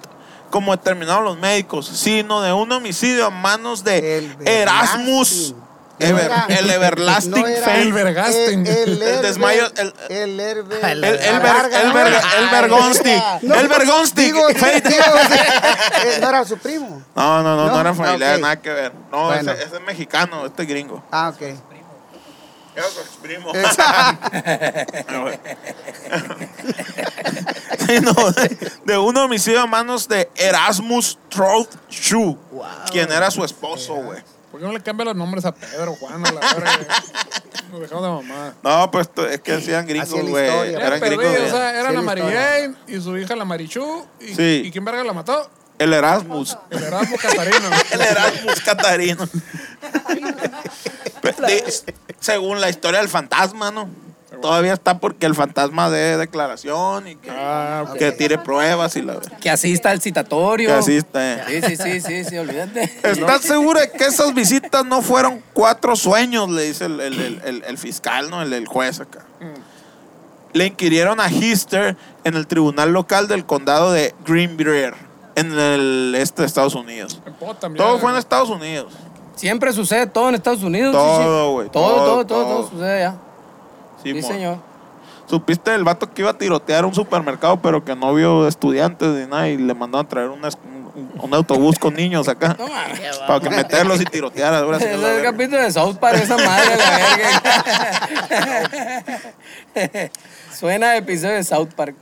Speaker 4: como determinaron los médicos, sino de un homicidio a manos de
Speaker 2: El
Speaker 4: Erasmus.
Speaker 2: Everlasting.
Speaker 4: Ever-
Speaker 2: No era-
Speaker 4: el everlasting
Speaker 2: no era-
Speaker 4: fame.
Speaker 1: El vergasting.
Speaker 4: El desmayo, el-
Speaker 2: El herbe.
Speaker 4: El,
Speaker 5: El-
Speaker 4: el,
Speaker 2: la
Speaker 4: ver,
Speaker 2: larga,
Speaker 4: el,
Speaker 2: ¿no?
Speaker 4: ver,
Speaker 2: Ay,
Speaker 4: el vergonsti.
Speaker 2: no,
Speaker 4: el
Speaker 2: [LAUGHS]
Speaker 4: vergonsti.
Speaker 2: Digo,
Speaker 4: Fate.
Speaker 2: digo, eh, no era su primo.
Speaker 4: No, no, no, no,
Speaker 2: No,
Speaker 4: eran
Speaker 2: ah,
Speaker 4: familiares,
Speaker 2: ok.
Speaker 4: nada que ver. No,
Speaker 2: Bueno.
Speaker 4: ese, ese es mexicano, este es gringo.
Speaker 2: Ah, ok.
Speaker 4: Era
Speaker 2: [LAUGHS]
Speaker 4: su exprimo. Sino de, de un homicidio a manos de Erasmus Trout Shu, quien era su esposo, güey.
Speaker 1: ¿Por qué no le cambian los nombres a Pedro, Juan, a la verga? Nos dejamos de mamada.
Speaker 4: No, pues t- es que hacían gringos,
Speaker 2: Así es la
Speaker 4: güey.
Speaker 2: historia.
Speaker 1: Era
Speaker 4: Eran
Speaker 1: perdido,
Speaker 4: gringos.
Speaker 1: o
Speaker 4: güey.
Speaker 1: sea, era
Speaker 2: Sí,
Speaker 1: la
Speaker 2: la
Speaker 1: Mary
Speaker 2: historia.
Speaker 1: Jane y su hija la Marichu. ¿Y,
Speaker 4: Sí.
Speaker 1: ¿y quién verga la mató?
Speaker 4: El Erasmus.
Speaker 1: El Erasmo Catarino.
Speaker 4: [LAUGHS] El Erasmus Catarino. Pe- de- según la historia del fantasma, ¿no? todavía está porque el fantasma dé declaración y que,
Speaker 1: Ah, ok.
Speaker 4: que tire pruebas y la verdad.
Speaker 3: Que asista al citatorio.
Speaker 4: Que asista.
Speaker 3: Sí, sí, sí, sí, sí, olvídate.
Speaker 4: ¿Estás segura de que esas visitas no fueron cuatro sueños? Le dice el, el- el- el- el fiscal, ¿no? El, el juez acá. Le inquirieron a Hister en el tribunal local del condado de Greenbrier, en el este de Estados Unidos. Todo fue en Estados Unidos.
Speaker 3: Siempre sucede todo en Estados Unidos.
Speaker 4: Todo,
Speaker 3: sí, sí.
Speaker 4: güey,
Speaker 3: Todo, todo, todo,
Speaker 4: todo,
Speaker 3: todo,
Speaker 4: todo.
Speaker 3: sucede ya. Sí,
Speaker 4: Simón.
Speaker 3: señor.
Speaker 4: ¿Supiste del vato que iba a tirotear un supermercado, pero que no vio estudiantes ni nada y le mandaron a traer unas- un, un autobús con niños acá?
Speaker 3: No mames.
Speaker 4: para que meterlos y tirotear. ahora sí,
Speaker 3: [LAUGHS] Ese es
Speaker 4: la
Speaker 3: el
Speaker 4: verga.
Speaker 3: capítulo de South Park, esa madre, la verga. [LAUGHS] Suena a episodio de South Park.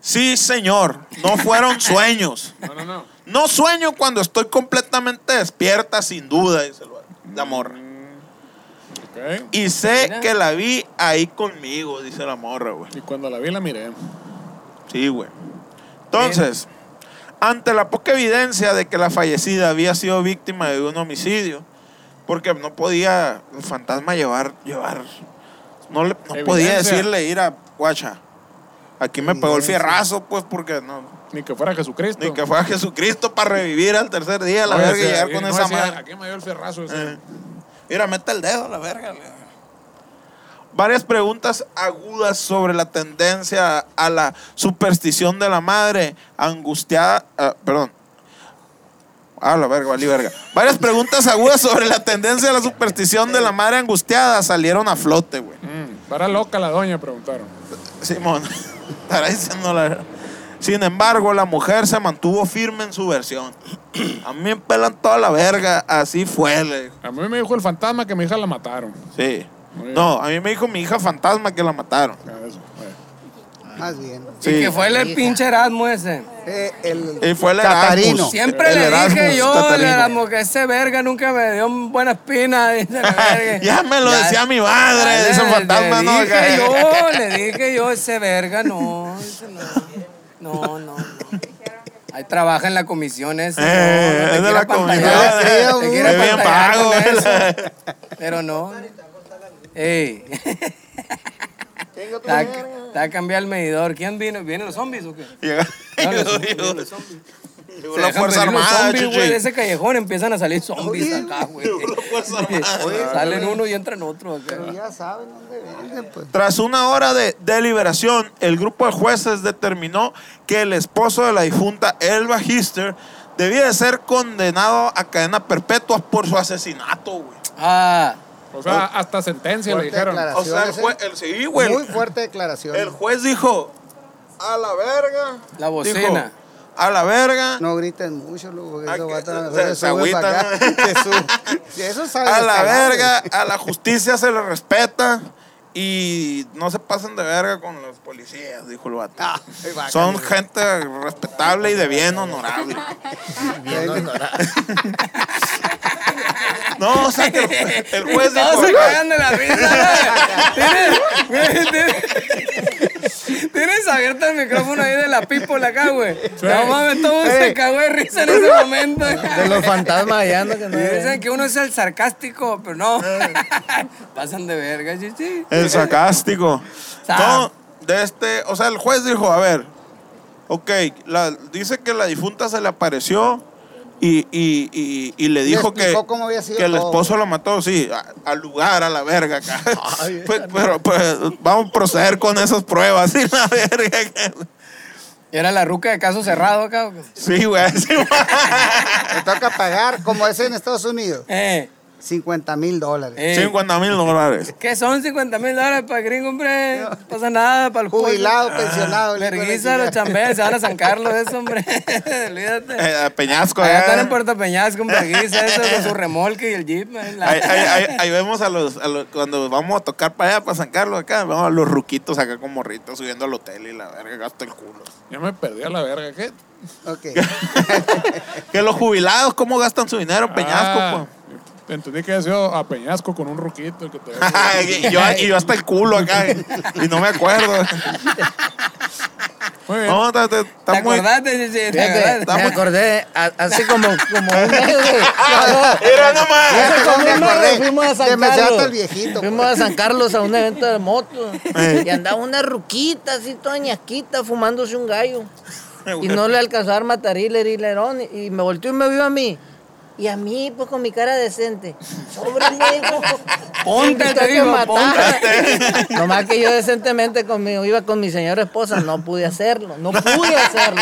Speaker 4: Sí, señor, no fueron sueños.
Speaker 1: No, no, no.
Speaker 4: No sueño cuando estoy completamente despierta, sin duda, dice el vato, la morra.
Speaker 1: Ok.
Speaker 4: Y sé
Speaker 3: Mira.
Speaker 4: que la vi ahí conmigo, dice la morra, güey.
Speaker 1: Y cuando la vi, la miré.
Speaker 4: Sí, güey. Entonces, ante la poca evidencia de que la fallecida había sido víctima de un homicidio, porque no podía el fantasma llevar, llevar, no le, no podía
Speaker 1: Evidencia.
Speaker 4: decirle ir a guacha. Aquí me pegó el fierrazo, pues, porque no,
Speaker 1: Ni que fuera Jesucristo.
Speaker 4: ni que fuera Jesucristo para revivir al tercer día, la
Speaker 1: Oye,
Speaker 4: verga, y
Speaker 1: sí,
Speaker 4: llegar
Speaker 1: y
Speaker 4: con
Speaker 1: no
Speaker 4: esa
Speaker 1: decía,
Speaker 4: madre.
Speaker 1: Aquí me dio el ferrazo ese.
Speaker 4: Eh, Mira, mete el dedo, la verga. le- Varias preguntas agudas sobre la tendencia a la superstición de la madre angustiada. ah, perdón. Ah, la verga, valí verga. Varias preguntas agudas sobre la tendencia a la superstición de la madre angustiada salieron a flote, güey.
Speaker 1: Mm, Para loca la doña, preguntaron.
Speaker 4: Simón, [LAUGHS] estará diciendo la verdad. Sin embargo, la mujer se mantuvo firme en su versión. A mí me pelan toda la verga, así fue, le dijo.
Speaker 1: A mí me dijo el fantasma que mi hija la mataron.
Speaker 4: Sí.
Speaker 1: Muy bien.
Speaker 4: No, a mí me dijo mi hija fantasma que la mataron.
Speaker 1: Ah, eso, eh.
Speaker 2: Más bien.
Speaker 4: Sí.
Speaker 3: Y que fue el pinche Erasmo ese.
Speaker 2: Eh, el
Speaker 4: Y fue el
Speaker 2: Catarino.
Speaker 4: Erasmus.
Speaker 3: Siempre
Speaker 4: El
Speaker 3: le
Speaker 4: Erasmus
Speaker 3: dije yo, el
Speaker 4: Catarino.
Speaker 3: Erasmo, que ese verga nunca me dio buena espina. [LAUGHS] dice la verga.
Speaker 4: [LAUGHS] Ya me lo decía mi madre,
Speaker 3: Ya
Speaker 4: dice el
Speaker 3: le-
Speaker 4: fantasma, ¿no?
Speaker 3: Le dije yo, le dije yo, ese verga no. ese no. No, no, no. Ahí trabaja en la comisión ese.
Speaker 4: [LAUGHS] Eh,
Speaker 3: no, no te
Speaker 4: es de
Speaker 3: quiere
Speaker 4: la comisión.
Speaker 3: apantallar,
Speaker 2: Sí,
Speaker 3: te
Speaker 2: uh,
Speaker 3: quiere
Speaker 4: es bien
Speaker 3: apantallar
Speaker 4: pago,
Speaker 3: con eso.
Speaker 4: ¿verdad?
Speaker 3: Pero no. Ey. [LAUGHS] Te va a- te va a cambiar el medidor. ¿Quién vino? ¿Vienen los zombies o qué?
Speaker 4: [LAUGHS] Llega-
Speaker 3: No, los
Speaker 4: llegó-
Speaker 3: zombies,
Speaker 4: llegó-
Speaker 3: los zombies.
Speaker 4: llegó
Speaker 3: Se
Speaker 4: la
Speaker 3: dejan
Speaker 4: Fuerza
Speaker 3: venir los
Speaker 4: Armada,
Speaker 3: zombies, güey,
Speaker 4: chichi.
Speaker 3: de ese callejón empiezan a salir
Speaker 4: [LAUGHS]
Speaker 3: zombies
Speaker 2: [LAUGHS]
Speaker 3: acá, güey.
Speaker 4: la Fuerza Armada.
Speaker 3: Oye, Salen uno y entran otro acá.
Speaker 2: Pero ya saben dónde venden, pues.
Speaker 4: Tras una hora de deliberación, el grupo de jueces determinó que el esposo de la difunta Elba Hister debía de ser condenado a cadena perpetua por su asesinato, güey.
Speaker 3: Ah,
Speaker 1: O sea, hasta sentencia le
Speaker 2: Fuerte
Speaker 1: dijeron.
Speaker 2: declaración.
Speaker 4: O sea, el juez, el, sí, güey.
Speaker 2: Muy fuerte declaración.
Speaker 4: El juez dijo, a la verga.
Speaker 3: La bocina.
Speaker 4: Dijo, a la verga.
Speaker 2: No griten mucho, luego, porque
Speaker 4: Ah,
Speaker 2: eso
Speaker 4: que
Speaker 2: va a tener
Speaker 4: se- se agüitan, ¿no?
Speaker 2: [LAUGHS] Eso eh, sabe
Speaker 4: A la
Speaker 2: escalar,
Speaker 4: verga, a la justicia se le respeta y no se pasen de verga con los policías, dijo el vato.
Speaker 2: Ah, ahí va,
Speaker 4: Son
Speaker 2: cariño.
Speaker 4: gente respetable y de bien
Speaker 2: [LAUGHS]
Speaker 4: honorable.
Speaker 2: Bien, no, no.
Speaker 4: No, o sea que el, el juez
Speaker 3: Todos se
Speaker 4: dijo,
Speaker 3: cagan de la
Speaker 2: [LAUGHS]
Speaker 3: risa. güey. Tienes, tienes- tienes abierto el micrófono ahí de la pipola acá, güey. No mames, todo se
Speaker 2: Ey.
Speaker 3: cagó de risa en ese momento.
Speaker 5: De los fantasmas allá, ¿no? Que no
Speaker 3: Dicen que uno es el sarcástico, pero no. [LAUGHS] Pasan de verga, chichi.
Speaker 4: el sarcástico.
Speaker 3: Sa-
Speaker 4: No, de este, o sea, el juez dijo, a ver, ok, la- dice que la difunta se le apareció y, y- y- y le dijo que,
Speaker 2: explicó cómo había sido
Speaker 4: que el
Speaker 2: todo.
Speaker 4: esposo lo mató, sí, a- al lugar, a la verga acá. [LAUGHS] Pues, pero pues vamos a proceder con esas pruebas, sí, la verga.
Speaker 3: Y era la ruca de caso cerrado acá. güey.
Speaker 4: Sí, güey. sí, güey.
Speaker 2: Te toca pagar, como es en Estados Unidos,
Speaker 3: Eh,
Speaker 2: 50 mil dólares.
Speaker 3: eh.
Speaker 4: 50 mil dólares.
Speaker 3: ¿Qué son 50 mil dólares para gringo, hombre? No pasa nada para el
Speaker 2: Jubilado, pensionado. el hijo de la
Speaker 3: Verguiza los
Speaker 2: chingada.
Speaker 3: chambeas, se van a zancarlo de eso,
Speaker 2: [LAUGHS]
Speaker 3: hombre. [LAUGHS] Olvídate.
Speaker 4: Eh, a Peñasco,
Speaker 3: Allá
Speaker 4: eh.
Speaker 3: están en Puerto Peñasco, con vergüenza, eso, con su remolque y el jeep. man, la-
Speaker 4: Ahí, ahí- ahí- ahí vemos a los, a los- cuando vamos a tocar para allá, para San Carlos acá, vemos a los ruquitos acá con morritos subiendo al hotel y la verga, gasto el culo.
Speaker 1: Ya me perdí a la verga. ¿Qué?
Speaker 4: [LAUGHS]
Speaker 2: Ok.
Speaker 4: Que los jubilados, ¿cómo gastan su
Speaker 1: Ah.
Speaker 4: dinero, Peñasco?
Speaker 1: pues. Entendí que había sido a Peñasco con un ruquito. Que
Speaker 4: [LAUGHS]
Speaker 1: te...
Speaker 4: pues? y, yo, y yo hasta el culo acá, y no me acuerdo.
Speaker 1: Muy bien.
Speaker 4: No, está, está-
Speaker 3: [LAUGHS]
Speaker 4: está
Speaker 3: ¿Te
Speaker 4: muy.
Speaker 3: acordaste? Sí, sí, ¿te [LAUGHS]
Speaker 5: Fíjate,
Speaker 3: acordaste?
Speaker 5: me acordé, a- así como,
Speaker 4: [LAUGHS]
Speaker 5: como un mes, güey.
Speaker 4: Era nomás.
Speaker 2: Fíjate
Speaker 5: Como
Speaker 2: cómo me
Speaker 5: un mes, güey,
Speaker 2: acordé.
Speaker 5: Fuimos a San
Speaker 2: Demasiado
Speaker 5: Carlos.
Speaker 2: hasta el viejito. pues. Eh.
Speaker 5: Fuimos a San Carlos a un evento de moto. Y andaba una ruquita así toda ñasquita fumándose
Speaker 2: [LAUGHS]
Speaker 5: un gallo. Y no le alcanzó a dar matarile, herilerón. Y me volteó y me vio a mí. Y a mí, pues con mi cara decente.
Speaker 2: [LAUGHS]
Speaker 5: Sobre negro.
Speaker 3: Ponte, te digo,
Speaker 5: [LAUGHS] Nomás que yo decentemente conmigo, iba con mi señora esposa. No pude hacerlo. No pude hacerlo.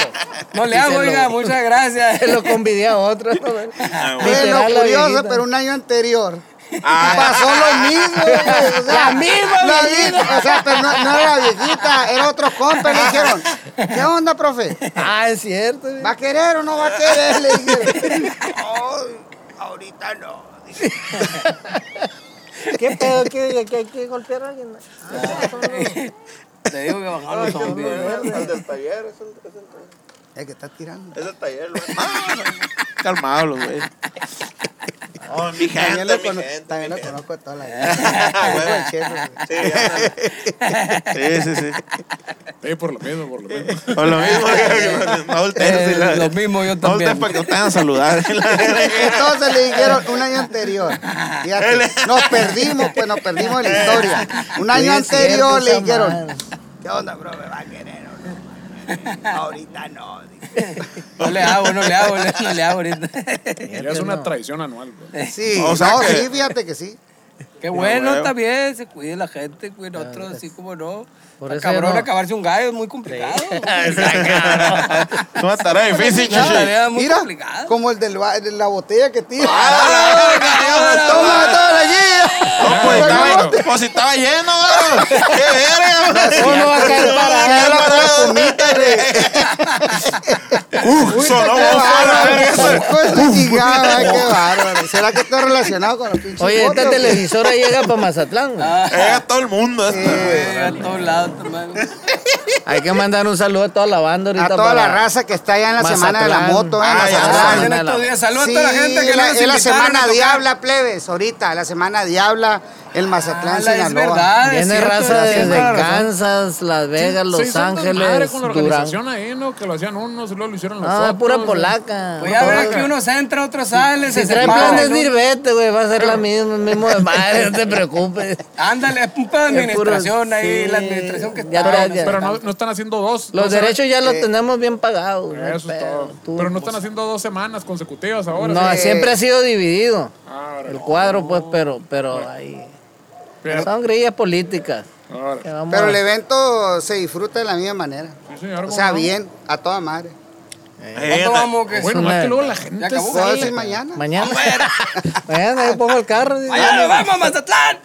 Speaker 3: No le
Speaker 5: Y se
Speaker 3: hago,
Speaker 5: lo-
Speaker 3: oiga, muchas gracias.
Speaker 5: [LAUGHS] se lo convidé a otro.
Speaker 2: Oye, lo
Speaker 5: Literal, la
Speaker 2: Ah, curioso,
Speaker 5: viejita.
Speaker 2: pero un año anterior.
Speaker 4: Ah.
Speaker 2: [LAUGHS] Pasó lo mismo, güey, o sea,
Speaker 5: La misma
Speaker 2: la
Speaker 5: viejita.
Speaker 2: vi- O sea, pero no, no era la viejita, era otro compa. Le dijeron, ¿qué onda, profe?
Speaker 5: Ah, es cierto. güey.
Speaker 2: ¿Va a querer o no va a querer? Le dijeron. ahorita no.
Speaker 5: ¿Qué pedo? ¿Qué, qué, qué golpear a alguien?
Speaker 3: Te digo que bajaron los zombies.
Speaker 4: El del taller, es el- es el taller.
Speaker 2: Es que está tirando.
Speaker 4: Es el taller, güey. No, no, no. Calmado, los güey. Oh, mi gente,
Speaker 2: También lo,
Speaker 4: mi
Speaker 2: cono-
Speaker 4: gente,
Speaker 2: también lo
Speaker 4: mi gente.
Speaker 2: conozco de toda
Speaker 4: [LAUGHS]
Speaker 2: la vida. Huevo de chef, güey.
Speaker 4: Sí, ándale. sí, sí, sí.
Speaker 1: Sí, por lo mismo, por lo
Speaker 5: [LAUGHS]
Speaker 1: mismo.
Speaker 4: O lo mismo [LAUGHS] que no voltees.
Speaker 3: Eh,
Speaker 4: y la-
Speaker 3: lo mismo yo
Speaker 4: No voltees
Speaker 3: también.
Speaker 4: para que no te hagan saludar. [LAUGHS]
Speaker 2: Entonces le dijeron un año anterior. Fíjate, nos perdimos, pues nos perdimos de la historia.
Speaker 4: [LAUGHS]
Speaker 2: Un año
Speaker 5: Sí, es cierto,
Speaker 2: anterior le
Speaker 5: esa
Speaker 2: dijeron,
Speaker 5: madre.
Speaker 2: ¿qué onda, bro? ¿Me va a querer o no? me va a querer? Ahorita no. dice.
Speaker 3: No le hago, no le hago, no le hago ahorita.
Speaker 1: Ya es una traición anual, pues. güey.
Speaker 2: Sí,
Speaker 4: O sea
Speaker 2: no,
Speaker 4: que-
Speaker 2: sí, fíjate que sí.
Speaker 3: Qué bueno,
Speaker 4: huevo.
Speaker 3: está bien, se cuide la gente, cuiden otros, así como no.
Speaker 5: Por
Speaker 3: Está
Speaker 5: eso
Speaker 3: cabrón,
Speaker 5: yo no-
Speaker 3: acabarse un gallo es muy complicado.
Speaker 4: Es una tarea difícil,
Speaker 3: Una
Speaker 4: chichi.
Speaker 3: tarea muy Ah,
Speaker 2: Mira,
Speaker 3: complicada.
Speaker 2: como el del ba- de la botella que tira.
Speaker 4: Ah,
Speaker 2: Ah,
Speaker 3: Toma,
Speaker 2: ¡Toma toda la guía!
Speaker 4: No, pues estaba, pues, si estaba lleno, güey. ¡Qué verga! güey.
Speaker 5: Uno va a caer para
Speaker 2: Ya la perfumita, güey.
Speaker 4: ¡Uh!
Speaker 2: Uy,
Speaker 4: Sonó
Speaker 2: qué
Speaker 4: voz a la verga.
Speaker 2: bárbaro. Hijo de chingada, qué bárbaro. ¿Será que está relacionado con los pinches
Speaker 5: Oye, esta
Speaker 2: motos?
Speaker 5: televisora llega para Mazatlán. güey.
Speaker 4: Llega todo el mundo esta, güey.
Speaker 3: Eh, a todos lados, hermano.
Speaker 5: Hay que mandar un saludo a toda la banda ahorita.
Speaker 2: A toda
Speaker 5: para-
Speaker 2: la raza que está allá en la Semana de la
Speaker 5: Mazatlán.
Speaker 2: Moto, ¿eh?
Speaker 4: Ah, ya,
Speaker 2: Mazatlán.
Speaker 5: ya,
Speaker 3: En estos días, saludos a toda la
Speaker 2: Sí,
Speaker 3: gente que
Speaker 2: la-
Speaker 3: nos
Speaker 2: es la
Speaker 3: invitaron a
Speaker 2: Semana
Speaker 3: tocar.
Speaker 2: Diabla, plebes, ahorita, la Semana Diabla, el Mazatlán,
Speaker 3: Ah, la-
Speaker 2: Sinaloa.
Speaker 3: es verdad. es
Speaker 5: Viene
Speaker 3: cierto,
Speaker 5: raza
Speaker 3: tienes
Speaker 5: desde
Speaker 3: toda la razón.
Speaker 5: Kansas, Las Vegas,
Speaker 1: Se hizo
Speaker 5: Los
Speaker 1: un desmadre
Speaker 5: Ángeles,
Speaker 1: con la
Speaker 5: Durán.
Speaker 1: organización ahí, ¿no? Que lo hacían unos y luego lo hicieron los
Speaker 5: Ah,
Speaker 1: otros.
Speaker 5: pura polaca.
Speaker 3: Voy a ver Pues que unos entran, otros salen, se
Speaker 5: Si traen
Speaker 3: separan,
Speaker 5: planes
Speaker 3: ¿no?
Speaker 5: de ir, vete, güey. Va a ser la misma, el mismo de madre, no te preocupes.
Speaker 3: [LAUGHS] Ándale, es un pedo de
Speaker 5: Es puro-
Speaker 3: administración ahí,
Speaker 5: sí.
Speaker 3: la administración que
Speaker 5: Ya
Speaker 3: está.
Speaker 5: trae-
Speaker 3: no sé.
Speaker 5: ya-
Speaker 1: Pero no, no están haciendo dos.
Speaker 5: Los
Speaker 1: no será-
Speaker 5: derechos ya los tenemos bien pagados. güey, no hay
Speaker 1: Pues, Eso es
Speaker 5: pedo,
Speaker 1: todo.
Speaker 5: tú- pues.
Speaker 1: Pero no están haciendo dos semanas consecutivas ahora.
Speaker 5: No,
Speaker 1: ¿sí? Ah,
Speaker 5: siempre ha sido dividido.
Speaker 1: Ahora,
Speaker 5: El cuadro, pues, pero, pero ahí.
Speaker 1: Pero-
Speaker 5: Son grillas políticas.
Speaker 1: ahora.
Speaker 5: que vamos
Speaker 2: Pero
Speaker 5: a-
Speaker 2: el evento se disfruta de la misma manera.
Speaker 1: Sí, señor,
Speaker 2: O sea,
Speaker 1: ¿cómo no?
Speaker 2: bien, a toda madre.
Speaker 3: ¿Cuándo vamos? Que
Speaker 1: Bueno,
Speaker 5: Es
Speaker 1: más
Speaker 5: una-
Speaker 1: que luego la
Speaker 3: ¿Ya
Speaker 1: gente
Speaker 3: acabó?
Speaker 2: ¿Puedo
Speaker 1: sale,
Speaker 2: decir mañana?
Speaker 5: Mañana.
Speaker 2: Ah,
Speaker 5: [LAUGHS] Mañana yo pongo el carro. digo.
Speaker 3: ¡Allá nos vamos, Mazatlán!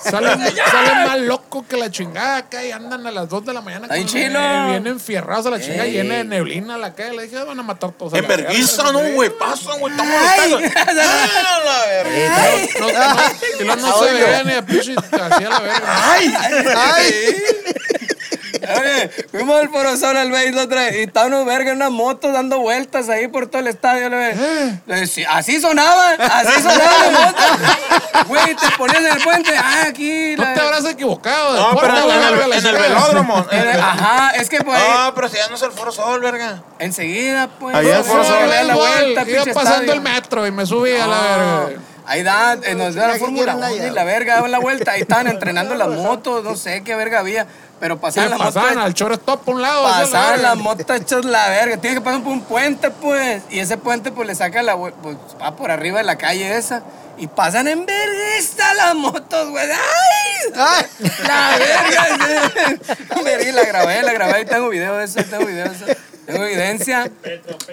Speaker 1: sale, sale más loco que la chingada acá y andan a las 2 de la mañana.
Speaker 3: Ay,
Speaker 1: con-
Speaker 3: chilo.
Speaker 1: eh, Vienen fierrados a la chingada, llena de neblina la calle. Le dije, van a matar todos. a la
Speaker 4: En vergüenza,
Speaker 1: verga.
Speaker 4: no, güey. Pasan, güey. Estamos molestando. ¡Ah, la verga!
Speaker 1: Y luego No, no, y luego no se veían ni a pinche así a la verga.
Speaker 4: ¡Ay!
Speaker 2: ¡Ay!
Speaker 3: Oye, fuimos al Forozón al béisbol otra vez y estaba uno verga en una moto dando vueltas ahí por todo el estadio. Le, le decía, así sonaba, así sonaba la moto. Güey, te ponías en el puente, ah, aquí.
Speaker 1: No
Speaker 3: la-
Speaker 1: te habrás equivocado. de
Speaker 4: No,
Speaker 1: puerta
Speaker 4: pero
Speaker 1: a la
Speaker 4: en el,
Speaker 1: verga, la
Speaker 4: en el
Speaker 1: chingada.
Speaker 4: velódromo.
Speaker 3: Eh, Ajá, es que pues ahí,
Speaker 4: No, pero si ya no es el Foro Sol, verga.
Speaker 3: enseguida, pues.
Speaker 4: Ahí al
Speaker 3: no,
Speaker 4: Foro
Speaker 1: Fui a
Speaker 4: Sol.
Speaker 3: le da la
Speaker 1: béisbol,
Speaker 3: vuelta,
Speaker 1: Iba
Speaker 3: pinche
Speaker 1: pasando
Speaker 3: estadio.
Speaker 1: el metro y me subí a la verga.
Speaker 3: Ahí da, eh, nos dio la
Speaker 2: ¿Qué
Speaker 3: Fórmula
Speaker 2: quieren
Speaker 3: 1
Speaker 2: allá?
Speaker 3: y la verga, daban la vuelta. Ahí
Speaker 2: [LAUGHS]
Speaker 3: estaban entrenando las motos, no sé qué verga había, pero
Speaker 1: Se
Speaker 3: pasaban
Speaker 1: le
Speaker 3: las motos.
Speaker 1: pasaban al chorro top por un lado. así a
Speaker 3: Pasaban
Speaker 1: verga.
Speaker 3: las motos hechas la verga. Tiene que pasar por un puente, pues. Y ese puente, pues, le saca la... vue- Pues, va por arriba de la calle esa. Y pasan en vergüenza las motos, güey. ¡Ay!
Speaker 2: ¡Ay!
Speaker 3: La
Speaker 2: [LAUGHS]
Speaker 3: verga. La verga, y la grabé, la grabé. Y tengo video de eso, tengo video de eso. Tengo evidencia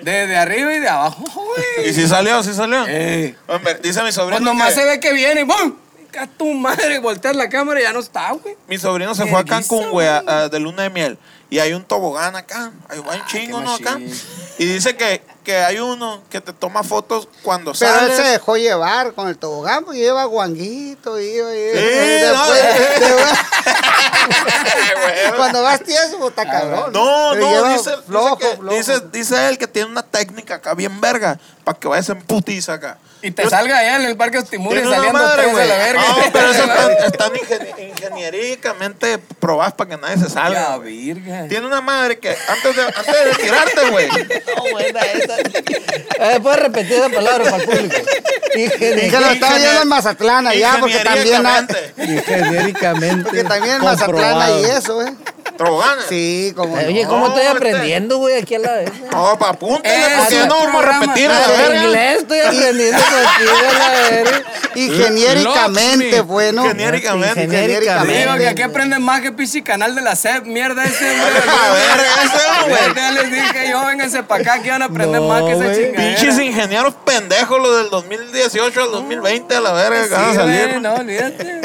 Speaker 3: de, de arriba y de abajo, güey.
Speaker 4: Y si salió, si salió.
Speaker 3: Eh.
Speaker 4: Hombre, dice mi sobrino.
Speaker 3: Pues nomás
Speaker 4: que
Speaker 3: se ve que viene y ¡bum! ¡A tu madre! Volteas la cámara y ya no está, güey.
Speaker 4: Mi sobrino se fue a
Speaker 3: Vergüenza,
Speaker 4: Cancún, güey, a-
Speaker 3: güey.
Speaker 4: a- de luna de miel. Y hay un tobogán acá. Hay un chingo,
Speaker 3: qué
Speaker 4: ¿no? Acá.
Speaker 3: machín.
Speaker 4: Y dice que, que hay uno que te toma fotos cuando
Speaker 2: Pero él
Speaker 4: sales.
Speaker 2: se dejó llevar con el tobogán, pues lleva guanguito, iba, iba.
Speaker 4: Sí,
Speaker 2: y después
Speaker 4: [LAUGHS] no, eh.
Speaker 2: se fue. Cuando vas tieso, puta cabrón.
Speaker 4: No,
Speaker 2: Te
Speaker 4: no,
Speaker 2: lleva
Speaker 4: dice, dice
Speaker 2: flojo,
Speaker 4: que-
Speaker 2: flojo.
Speaker 4: dice- dice él que tiene una técnica acá bien verga para que vayas en putiza acá.
Speaker 3: Y te salga allá en el parque Ostimuri
Speaker 4: Tiene una
Speaker 3: saliendo
Speaker 4: madre,
Speaker 3: tres a
Speaker 4: güey.
Speaker 3: la verga.
Speaker 4: No,
Speaker 3: [LAUGHS]
Speaker 4: pero eso está- están ingenie- ingeniericamente probadas para que nadie se
Speaker 3: La
Speaker 4: salga. güey.
Speaker 3: virga.
Speaker 4: Tiene una madre que antes de, antes de tirarte,
Speaker 3: [LAUGHS]
Speaker 4: güey.
Speaker 5: No, buena esa. Eh, ¿Puedes repetir esa palabra para el público?
Speaker 2: Y que lo
Speaker 5: Ingenier-
Speaker 2: está viendo en Mazatlán allá, porque también, hay-
Speaker 4: Ingeniericamente.
Speaker 5: Ingeniericamente.
Speaker 2: porque también en Mazatlán
Speaker 5: comprobado.
Speaker 2: hay eso, ¿eh.
Speaker 4: Troganes.
Speaker 2: Sí, como
Speaker 5: Eh,
Speaker 2: no.
Speaker 5: Oye, ¿cómo
Speaker 4: No,
Speaker 5: estoy
Speaker 4: este-
Speaker 5: aprendiendo, güey, aquí a la vez? eh?
Speaker 4: No, pa, apúntale,
Speaker 3: Ese
Speaker 4: porque ya no vamos a
Speaker 3: programa-
Speaker 4: repetir. a la
Speaker 5: Hasta
Speaker 4: verga.
Speaker 5: inglés estoy aprendiendo contigo, a la verga.
Speaker 2: Ingeniéricamente,
Speaker 1: Locksmith.
Speaker 2: bueno.
Speaker 4: Ingeniericamente.
Speaker 3: Digo que aquí
Speaker 5: Ingeniéricamente.
Speaker 3: aprendes más que pinche canal de la SEP. Mierda
Speaker 4: [LAUGHS]
Speaker 3: ese, güey.
Speaker 4: A ver, ese, güey.
Speaker 3: Ya les dije yo, vénganse para acá que van a aprender
Speaker 5: No,
Speaker 3: más que esa
Speaker 5: güey.
Speaker 3: chingadera.
Speaker 4: Pinches ingenieros pendejos los del 2018 al 2020 a la verga que van a
Speaker 3: Sí,
Speaker 4: salir.
Speaker 3: güey, no, olvídate.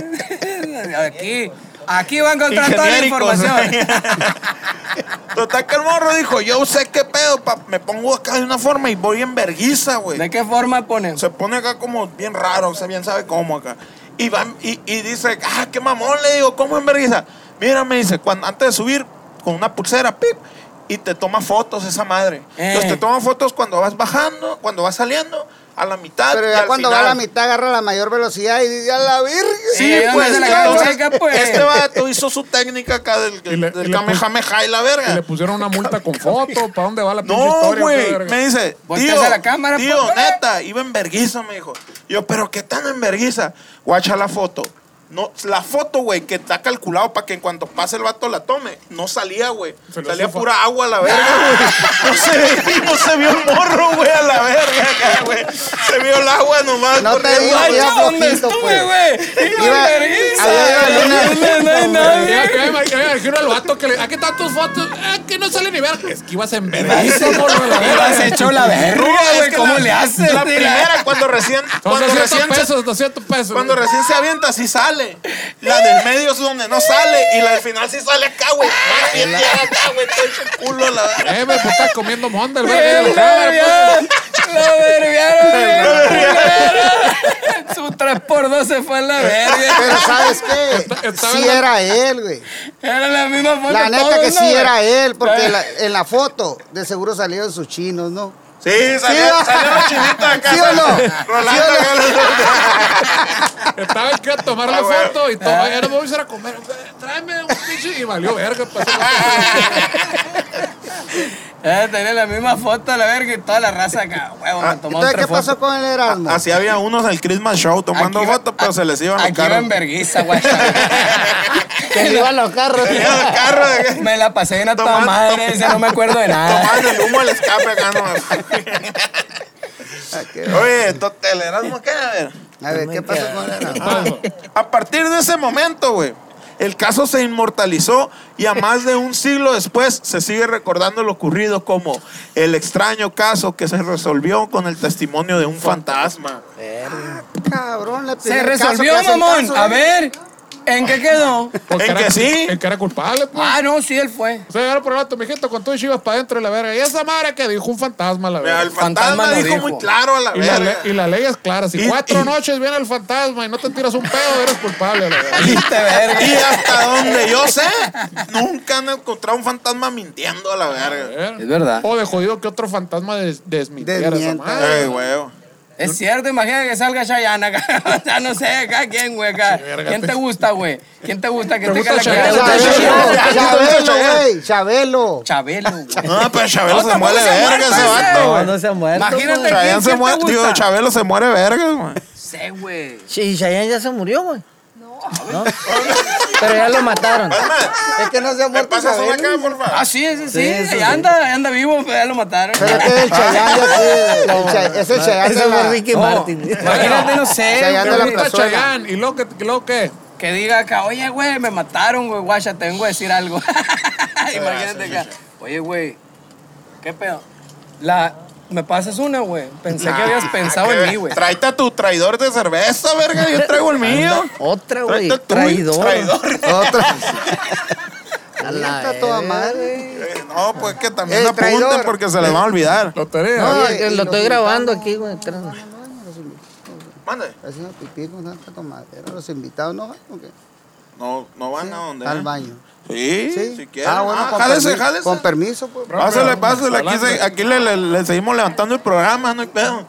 Speaker 3: [LAUGHS] Aquí, aquí va a encontrar toda la
Speaker 4: Ingeniericos,
Speaker 3: información.
Speaker 4: güey. [LAUGHS] Total que el morro dijo, yo sé qué pedo, pa, me pongo acá de una forma y voy en verguiza, güey.
Speaker 3: ¿De qué forma ponen?
Speaker 4: Se pone acá como bien raro, o sea, bien sabe cómo acá. Y, va, y, y dice, ah, qué mamón, le digo, ¿cómo en verguiza? Mira, me dice, cuando, antes de subir, con una pulsera, pip, y te toma fotos esa madre.
Speaker 3: Eh.
Speaker 4: Entonces te toma fotos cuando vas bajando, cuando vas saliendo, a la mitad.
Speaker 2: Pero
Speaker 4: y
Speaker 2: ya
Speaker 4: al
Speaker 2: cuando va a
Speaker 4: final.
Speaker 2: la mitad agarra la mayor velocidad y dice a la virgen.
Speaker 3: Sí,
Speaker 4: Sí,
Speaker 3: ¿dónde
Speaker 4: pues,
Speaker 3: se Eh, la agarra
Speaker 4: entonces,
Speaker 3: chueca, pues?
Speaker 4: este vato hizo su técnica acá del,
Speaker 1: Y le-
Speaker 4: del
Speaker 1: y le
Speaker 4: Kamehameha y la verga.
Speaker 1: Y le pusieron una multa con foto. ¿Para dónde va la pinche
Speaker 4: No,
Speaker 1: historia?
Speaker 4: güey.
Speaker 1: qué verga?
Speaker 4: Me dice,
Speaker 3: Volteas
Speaker 4: tío,
Speaker 3: a la cámara,
Speaker 4: tío,
Speaker 3: pues, güey.
Speaker 4: neta, iba en verguiza, me dijo. Yo, pero ¿qué tan en verguiza? Guacha la foto. No, la foto, güey, que está calculado para que en cuanto pase el vato la tome, no salía, güey.
Speaker 1: Se lo
Speaker 4: Salía
Speaker 1: supo.
Speaker 4: pura agua a la verga,
Speaker 1: [LAUGHS]
Speaker 4: güey. No se, ve- no se vio el morro, güey, a la verga, acá, güey. Se vio el agua nomás.
Speaker 2: No te
Speaker 4: corriendo.
Speaker 2: digo,
Speaker 4: Guacha,
Speaker 2: ya-
Speaker 3: ¡Guacha, dónde
Speaker 2: flojito,
Speaker 3: estuve,
Speaker 2: pues.
Speaker 3: güey! ¡Iba
Speaker 2: Iba-
Speaker 3: en vergüenza!
Speaker 2: había ido a la luna.
Speaker 3: No hay nadie.
Speaker 1: Ya, que me- que me imagino al vato que le. Aquí están tus fotos. Ah, que no sale ni ver. Es que ibas en vergüenza, morro, la
Speaker 3: Iba, se
Speaker 1: verga.
Speaker 3: echó
Speaker 4: [LAUGHS]
Speaker 3: la verga,
Speaker 4: Rudo, es
Speaker 3: güey.
Speaker 4: que
Speaker 3: ¿Cómo
Speaker 4: la-
Speaker 3: le haces?
Speaker 4: La
Speaker 3: Mira.
Speaker 4: primera, cuando recién,
Speaker 1: Son
Speaker 4: cuando
Speaker 1: 200
Speaker 4: recién, se,
Speaker 1: pesos, 200 pesos.
Speaker 4: [LAUGHS] cuando recién se avienta, sí sale. La del medio es donde no sale. Y la del final sí sale acá, güey. Más bien llega acá, güey. Todo hecho culo a la verga.
Speaker 1: Eh, me pues, está comiendo monda el
Speaker 3: ¡La
Speaker 1: verga.
Speaker 3: verbiaron! ¡La verbiaron! güey. [LAUGHS] Su 3x2 se fue a la verga.
Speaker 2: Pero ¿sabes qué?
Speaker 1: estaba
Speaker 2: Sí
Speaker 1: en la-
Speaker 2: era él, güey.
Speaker 3: Era la misma foto.
Speaker 2: La neta
Speaker 3: todos,
Speaker 2: que
Speaker 3: ¿no,
Speaker 2: sí
Speaker 3: güey?
Speaker 2: era él,
Speaker 3: Eh.
Speaker 2: porque la- en la foto de seguro salieron sus chinos, ¿no?
Speaker 4: Sí, ah, salió,
Speaker 2: ¿Sí?
Speaker 4: salió la chinita acá.
Speaker 2: ¿Sí o no?
Speaker 4: Rolando
Speaker 2: ¿Sí
Speaker 4: acá.
Speaker 1: Estaba el que a tomarle
Speaker 4: güey.
Speaker 1: foto y todo.
Speaker 4: Ah.
Speaker 1: Ya no me voy a ir a comer. Tráeme un pinche. Y valió verga. pues. pasó
Speaker 3: Eh, tenía la misma foto, la verga, y toda la raza acá, huevo, me tomó
Speaker 2: Entonces,
Speaker 3: otra
Speaker 2: ¿qué
Speaker 3: foto.
Speaker 2: pasó con el Erasmo?
Speaker 4: Así había unos al Christmas Show tomando
Speaker 3: Aquí va-
Speaker 4: fotos, pero se les iban los
Speaker 3: Aquí iba en
Speaker 4: [LAUGHS] carros.
Speaker 3: verguiza, güey.
Speaker 5: Que
Speaker 3: [LAUGHS]
Speaker 5: se [LAUGHS] iban los carros.
Speaker 4: Se iban los carros. de que-
Speaker 3: me la pasé en a toda
Speaker 4: Tomando-
Speaker 3: madre, ese no me acuerdo de nada.
Speaker 4: Tomando el humo al escape acá
Speaker 3: [LAUGHS]
Speaker 4: nomás. [LAUGHS] Oye, entonces, ¿el Erasmo qué? A ver.
Speaker 2: A ver, ¿qué pasó con el Erasmo? Ah,
Speaker 1: todo.
Speaker 4: A partir de ese momento, güey, el caso se inmortalizó y a más de un siglo después se sigue recordando lo ocurrido como el extraño caso que se resolvió con el testimonio de un fantasma.
Speaker 2: Cabrón, le
Speaker 3: Se resolvió, mamón.
Speaker 1: ¿eh?
Speaker 2: ¿eh?
Speaker 3: A ver, ¿en qué
Speaker 1: [LAUGHS]
Speaker 3: quedó?
Speaker 1: Porque
Speaker 4: ¿En
Speaker 1: era-
Speaker 4: que sí?
Speaker 1: El que era culpable, pues.
Speaker 3: Ah, no, sí, él fue.
Speaker 1: Se llegaron por el vato, mijito, con todo y chivas para adentro de la verga. Y esa madre que dijo un fantasma, la
Speaker 4: El
Speaker 1: verga.
Speaker 4: fantasma,
Speaker 3: Fantasma lo
Speaker 4: dijo,
Speaker 3: dijo.
Speaker 4: muy claro a la
Speaker 1: Y la, le-
Speaker 4: verga.
Speaker 1: y la ley es clara. Si
Speaker 4: Y-
Speaker 1: cuatro
Speaker 4: y-
Speaker 1: noches viene el fantasma y no te tiras un pedo, eres culpable, la verga.
Speaker 3: Este verga.
Speaker 4: [LAUGHS] Y hasta donde yo sé, nunca han encontrado un fantasma mintiendo a la verga.
Speaker 1: Ver.
Speaker 3: Es verdad.
Speaker 1: O de jodido que otro fantasma des desmintiera esa
Speaker 2: Desmienta.
Speaker 4: Ay,
Speaker 1: madre.
Speaker 4: huevo.
Speaker 3: Es cierto, imagínate que salga Chayanne acá. [LAUGHS] O sea, no sé, acá quién, güey, acá.
Speaker 1: verga,
Speaker 3: ¿Quién
Speaker 1: te-
Speaker 3: te gusta, güey? ¿Quién te gusta que
Speaker 1: ¿Te
Speaker 3: te
Speaker 1: gusta
Speaker 3: la
Speaker 1: Chayanne?
Speaker 3: cara?
Speaker 1: ¿Te gusta
Speaker 4: Chabelo,
Speaker 2: Chabelo,
Speaker 4: Chabelo.
Speaker 3: [LAUGHS]
Speaker 2: güey. Chabelo.
Speaker 3: Chabelo, güey.
Speaker 4: No, pero Chabelo
Speaker 3: No,
Speaker 4: se muere
Speaker 3: tampoco se
Speaker 4: verga
Speaker 3: muere,
Speaker 4: ese
Speaker 3: pues.
Speaker 4: vato.
Speaker 5: No,
Speaker 4: güey.
Speaker 5: no se ha muerto.
Speaker 3: Imagínate
Speaker 5: güey.
Speaker 3: ¿quién-
Speaker 4: Chayanne se
Speaker 3: quién te
Speaker 4: muere,
Speaker 3: gusta?
Speaker 4: digo, Chabelo se muere verga, güey.
Speaker 3: Sí, güey.
Speaker 5: Sí, Chayanne ya se murió, güey. No. Pero ya lo mataron.
Speaker 2: Es que no se ha
Speaker 4: ¿Me
Speaker 2: muerto
Speaker 4: pasas una acá,
Speaker 2: Chabelo.
Speaker 4: por favor?
Speaker 3: Ah, sí, ese sí.
Speaker 5: Sí, ese
Speaker 3: ahí
Speaker 5: sí.
Speaker 3: Anda, ahí anda vivo, pero ya lo mataron. [LAUGHS]
Speaker 2: Pero es que el Chayán ya
Speaker 5: [LAUGHS]
Speaker 2: sí. el Chay- Ese Chayán
Speaker 5: Ese
Speaker 2: de
Speaker 5: fue
Speaker 2: la...
Speaker 5: Ricky
Speaker 3: No,
Speaker 5: Martin.
Speaker 3: Imagínate, no sé.
Speaker 2: Chayanne
Speaker 3: pero
Speaker 2: de la
Speaker 3: que-
Speaker 1: Está
Speaker 2: plazuela.
Speaker 1: Chayanne. ¿Y luego qué? y luego qué?
Speaker 3: Que diga acá, oye, güey, me mataron, güey, guacha, te vengo a decir algo. [LAUGHS] Imagínate acá. Oye, güey, ¿qué pedo? La... ¿Me pasas una, güey? Pensé que habías pensado en mí, güey.
Speaker 4: Ah, Tráete a tu traidor de cerveza, verga. Yo traigo el mío.
Speaker 5: Otra, güey.
Speaker 4: Tráete tú,
Speaker 5: Traidor.
Speaker 4: traidor.
Speaker 2: Otra. [LAUGHS]
Speaker 5: A
Speaker 2: Ahí
Speaker 5: la
Speaker 2: está toda
Speaker 5: verga.
Speaker 2: madre.
Speaker 4: Eh, No, pues que también
Speaker 2: El
Speaker 4: lo apunten
Speaker 2: traidor.
Speaker 4: porque se les va a olvidar.
Speaker 1: Lotería.
Speaker 5: No,
Speaker 2: Oye,
Speaker 5: que
Speaker 2: y
Speaker 5: lo
Speaker 2: los
Speaker 5: estoy grabando aquí, güey.
Speaker 4: Mande.
Speaker 2: Haciendo pipí con tanta tomadera. Los invitados no van, ¿o qué?
Speaker 4: No, no van a donde.
Speaker 2: Al baño.
Speaker 4: Sí,
Speaker 2: Sí.
Speaker 4: si quieren.
Speaker 2: Ah, bueno,
Speaker 4: Ah,
Speaker 2: con,
Speaker 4: jálese,
Speaker 2: permi-
Speaker 4: jálese.
Speaker 2: con permiso, pues.
Speaker 4: Pásale, pásale. Aquí, se-
Speaker 1: Adelante.
Speaker 4: aquí le, le- le seguimos levantando el programa, no
Speaker 2: [LAUGHS]
Speaker 4: hay pedo.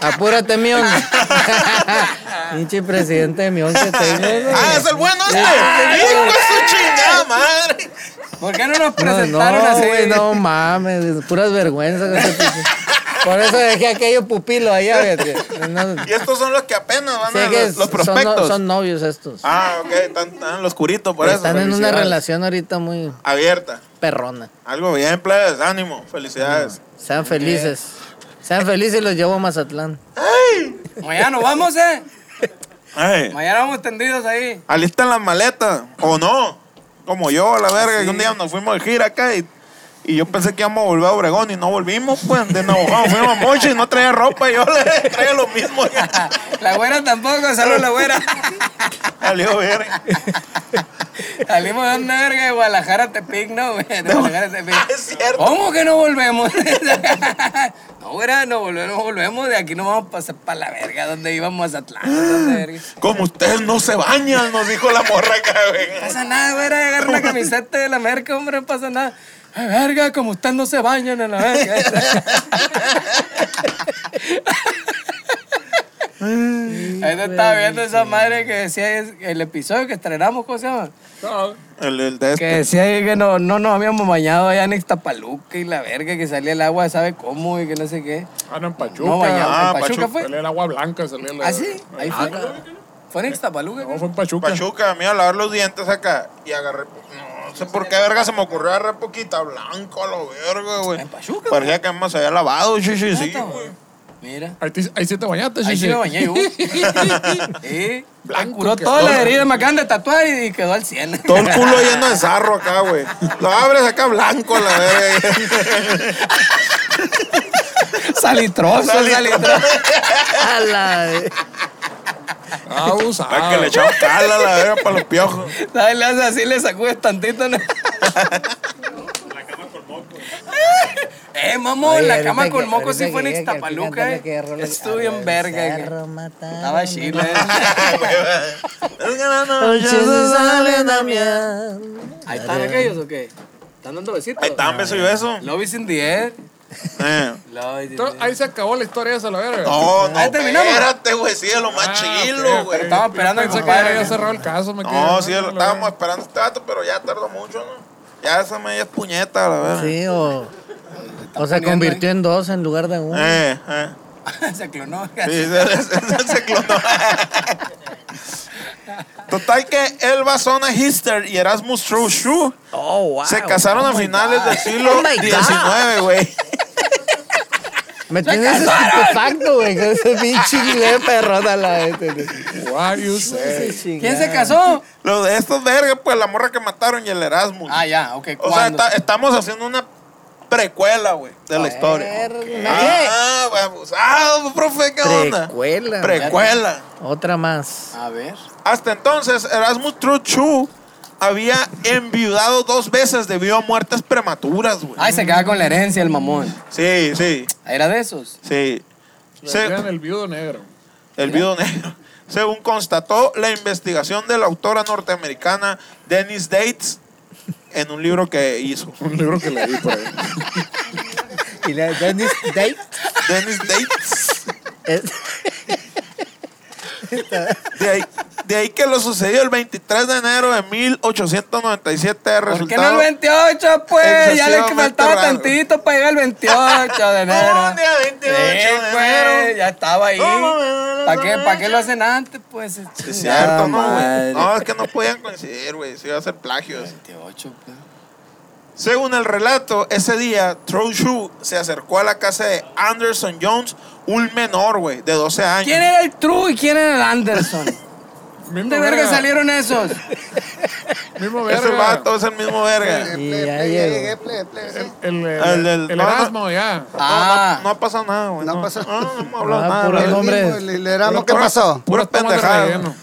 Speaker 5: Apúrate, mión. [LAUGHS] Pinche presidente de mión
Speaker 4: [LAUGHS]
Speaker 5: que tengo.
Speaker 4: ah, es el bueno este. Hijo de su chingada madre.
Speaker 3: ¿Por qué no nos
Speaker 5: No,
Speaker 3: presentaron
Speaker 5: no,
Speaker 3: así?
Speaker 5: güey, no mames, puras vergüenzas. con ese pinche- Por eso dejé aquello pupilo allá, fíjate. No,
Speaker 4: Y estos son los que apenas van
Speaker 5: sé
Speaker 4: a los,
Speaker 5: que
Speaker 4: los
Speaker 5: son, no-
Speaker 4: prospectos.
Speaker 5: son novios estos.
Speaker 4: Ah, ok, están, están los curitos por eso.
Speaker 5: Pues Están en una
Speaker 4: Felicidades.
Speaker 5: relación ahorita muy
Speaker 4: Abierta.
Speaker 5: perrona.
Speaker 4: Algo bien, plebes. Ánimo. Felicidades.
Speaker 5: Sean felices. Sean felices y los llevo a Mazatlán.
Speaker 3: Mañana nos vamos, ¿eh?
Speaker 4: Ay,
Speaker 3: Mañana vamos tendidos ahí.
Speaker 4: alistan las maletas. O no. Como yo, a la verga, que un día nos fuimos de gira acá y, y yo pensé que íbamos a volver a Obregón y no volvimos, pues. De Navajo fuimos a Mochi y no traía ropa. Y yo le traía lo mismo.
Speaker 3: La güera tampoco, salud la güera.
Speaker 4: Salió verga.
Speaker 3: Salimos de una verga de Guadalajara a Tepic, ¿no? güey? De Guadalajara a Tepic.
Speaker 4: Ah, es cierto.
Speaker 3: ¿Cómo que no volvemos? [LAUGHS] no, güera, no volvemos, no volvemos. De aquí no vamos a pasar para la verga. ¿Dónde íbamos a Atlanta? ¿Dónde verga?
Speaker 4: Como ustedes no se bañan, nos dijo la morra acá,
Speaker 3: No
Speaker 4: güey.
Speaker 3: pasa nada, güera. Agarra una camiseta de la merca, hombre, no pasa nada. Ay, verga, como ustedes no se bañan en la verga. Ahí te estaba viendo esa madre que decía es- el episodio que estrenamos, ¿cómo se llama?
Speaker 4: El, el de
Speaker 3: Que
Speaker 4: este.
Speaker 3: decía ahí que no, no nos habíamos bañado allá en Ixtapaluca y la verga, que salía el agua, ¿sabe cómo? Y que no sé qué.
Speaker 1: Ah, no, en Pachuca.
Speaker 3: No,
Speaker 4: Ah,
Speaker 3: bañado. ¿En
Speaker 4: Pachuca.
Speaker 3: Pachuca
Speaker 1: Salía
Speaker 3: fue?
Speaker 1: el agua blanca, salía la...
Speaker 3: ¿Ah, sí? Ahí fue.
Speaker 1: Ah,
Speaker 3: ¿Fue en Ixtapaluca?
Speaker 1: no,
Speaker 3: creo?
Speaker 1: fue en Pachuca.
Speaker 4: Pachuca, me iba a lavar los dientes acá y agarré. No sé por qué verga se me ocurrió agarrar poquita blanco a lo verga, güey.
Speaker 3: En Pachuca, güey.
Speaker 4: Parecía que más se había lavado, sí, sí, sí,
Speaker 3: Neta,
Speaker 4: güey.
Speaker 3: Mira.
Speaker 1: Ahí, te- ahí sí te bañaste,
Speaker 3: Ahí sí
Speaker 1: Shishi.
Speaker 3: me bañé
Speaker 5: [LAUGHS]
Speaker 3: uh, yo.
Speaker 1: [LAUGHS]
Speaker 3: sí.
Speaker 1: Blanco
Speaker 3: curó
Speaker 1: que
Speaker 3: todas las
Speaker 1: todo.
Speaker 3: heridas, me acaban de tatuar y, y quedó al 100.
Speaker 4: Todo el culo lleno de sarro acá, güey. Lo abres acá blanco a la verga.
Speaker 3: [LAUGHS] salitroso, salitroso.
Speaker 5: A la de-
Speaker 3: Ah,
Speaker 1: Abusado.
Speaker 4: Para que le echamos cala a la verga para los piojos.
Speaker 3: ¿Sabes? Le haces así, le sacudes tantito.
Speaker 5: [LAUGHS]
Speaker 3: ¿no? Eh, mamón,
Speaker 5: Oye,
Speaker 3: la
Speaker 5: ahorita
Speaker 3: cama [LAUGHS]
Speaker 5: que-
Speaker 3: con moco sí
Speaker 5: ahorita
Speaker 3: fue en
Speaker 5: que llegue, que al
Speaker 3: Ixtapaluca.
Speaker 5: final
Speaker 3: eh.
Speaker 5: tenía que rola-
Speaker 3: Estuvo
Speaker 5: a
Speaker 3: bien
Speaker 5: los
Speaker 3: verga. que-
Speaker 5: cerros mataron
Speaker 3: Estaba
Speaker 5: a-
Speaker 3: chila.
Speaker 5: [LAUGHS] Los chuzos salen a miel.
Speaker 3: Ahí están aquellos o qué? ¿Están dando besitos?
Speaker 4: Ahí estaban beso y beso.
Speaker 3: Love is in the air.
Speaker 4: Eh.
Speaker 3: Love is in the
Speaker 1: Entonces,
Speaker 3: air.
Speaker 1: ahí se acabó la historia esa, la verga.
Speaker 4: No, no.
Speaker 3: Ahí terminamos.
Speaker 4: Espérate, güey. Sí, de lo más
Speaker 1: Ah,
Speaker 4: chilo,
Speaker 1: ok,
Speaker 4: güey.
Speaker 1: ok.
Speaker 3: Estaba esperando
Speaker 1: Yo
Speaker 3: que
Speaker 1: pensé
Speaker 3: se
Speaker 1: que ya
Speaker 3: acabara.
Speaker 1: había cerrado el caso. Me quedé, "Ah,
Speaker 4: No, sí,
Speaker 1: la
Speaker 4: lo estábamos
Speaker 1: verga.
Speaker 4: esperando este dato, pero ya tardó mucho, ¿no? Ya esa media es puñeta, la verdad.
Speaker 5: Sí, o, o se convirtió en dos en lugar de uno.
Speaker 1: Ah.
Speaker 4: Eh, eh.
Speaker 3: [LAUGHS] Se clonó.
Speaker 4: Sí, [LAUGHS] se, se- se clonó. Total que el Zona Hister y Erasmus True Shoe
Speaker 5: Oh, wow.
Speaker 4: se casaron a finales del siglo
Speaker 5: Oh my God.
Speaker 4: XIX, güey.
Speaker 5: Me tienes estupefacto, güey,
Speaker 3: [LAUGHS]
Speaker 5: con ese pinche video de perrota la de.
Speaker 1: What you say.
Speaker 3: ¿Quién se casó?
Speaker 4: Los de estos vergas, pues la morra que mataron y el Erasmus.
Speaker 3: Ah, ya, ok.
Speaker 4: o sea,
Speaker 3: ¿Cuándo?
Speaker 4: esta- estamos haciendo una precuela, güey, de la historia. Ah, güey, abusado, profe, ¿qué onda?
Speaker 5: Precuela.
Speaker 4: Precuela.
Speaker 5: Otra más.
Speaker 3: A ver.
Speaker 4: Hasta entonces, Erasmus Truchu había enviudado dos veces debido a muertes prematuras, güey.
Speaker 3: Ay, se queda con la herencia el mamón.
Speaker 4: Sí, sí,
Speaker 3: Ah, Era de esos.
Speaker 4: sí.
Speaker 1: Le
Speaker 4: Se-
Speaker 1: decían el viudo negro.
Speaker 4: el viudo negro. [LAUGHS] Según constató la investigación de la autora norteamericana Dennis Dates en un libro que
Speaker 3: [LAUGHS]
Speaker 4: hizo.
Speaker 1: Un libro que le di por ahí.
Speaker 5: [LAUGHS] Y la Dennis Date.
Speaker 4: Dennis Dates.
Speaker 5: es-
Speaker 4: De ahí, de ahí que lo sucedió el 23 de enero de 1897.
Speaker 3: ¿Por qué no el
Speaker 4: Resultado.
Speaker 3: 28, pues? Ya le faltaba
Speaker 4: Excesivamente raro.
Speaker 3: tantito para llegar al 28 [LAUGHS] de enero.
Speaker 4: Un día 28 de
Speaker 3: Sí,
Speaker 4: enero.
Speaker 3: pues, ya estaba ahí.
Speaker 4: ¿Cómo me-
Speaker 3: ¿Para qué, pa' qué lo hacen antes, pues?
Speaker 4: Sí, es
Speaker 3: Chingada
Speaker 4: cierto, no, Ah. güey.
Speaker 3: madre.
Speaker 4: No, es que no podían coincidir, güey. Se iba a hacer plagios.
Speaker 3: 28, pues.
Speaker 4: Según el relato, ese día, Troy Shu se acercó a la casa de Anderson Jones, un menor, güey, de 12 años.
Speaker 3: ¿Quién era el True y quién era el Anderson?
Speaker 1: Mismo
Speaker 3: ¿De verga salieron esos?
Speaker 1: Mismo
Speaker 4: Ese
Speaker 1: verga.
Speaker 4: vato es el mismo verga.
Speaker 5: Y
Speaker 2: Ple, ple,
Speaker 5: ya
Speaker 2: ya
Speaker 5: llegó.
Speaker 2: llegué, ple, ple, sí.
Speaker 1: El, el,
Speaker 4: El- el-
Speaker 1: el
Speaker 4: no, no.
Speaker 1: Erasmo, ya.
Speaker 4: No,
Speaker 3: Ah,
Speaker 4: no, no ha pasado nada, güey.
Speaker 2: No
Speaker 4: No,
Speaker 2: ha pasado.
Speaker 4: no, no hemos hablado
Speaker 5: Ah,
Speaker 4: nada.
Speaker 5: puro
Speaker 4: güey.
Speaker 2: El
Speaker 5: no, hombre.
Speaker 2: mismo, el- el Erasmo, ¿qué
Speaker 1: Pura-
Speaker 2: pasó?
Speaker 4: Pura
Speaker 1: tomas de
Speaker 4: pendejada.
Speaker 1: relleno.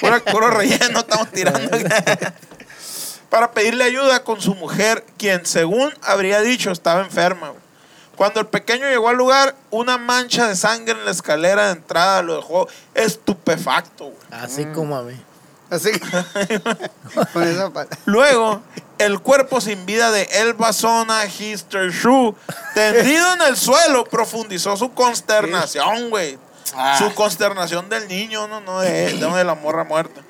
Speaker 4: Pura- puro relleno estamos tirando. [LAUGHS] Para pedirle ayuda con su mujer, quien según habría dicho estaba enferma. güey. Cuando el pequeño llegó al lugar, una mancha de sangre en la escalera de entrada lo dejó estupefacto. güey.
Speaker 5: [LAUGHS] Así como a mí.
Speaker 2: Así que- con esa pa-
Speaker 4: Luego, el cuerpo sin vida de Elba Zona Hister Shu, tendido en el suelo, profundizó su consternación, güey.
Speaker 3: Ah.
Speaker 4: Su consternación del niño, no, no, de, no de la morra [LAUGHS] muerta.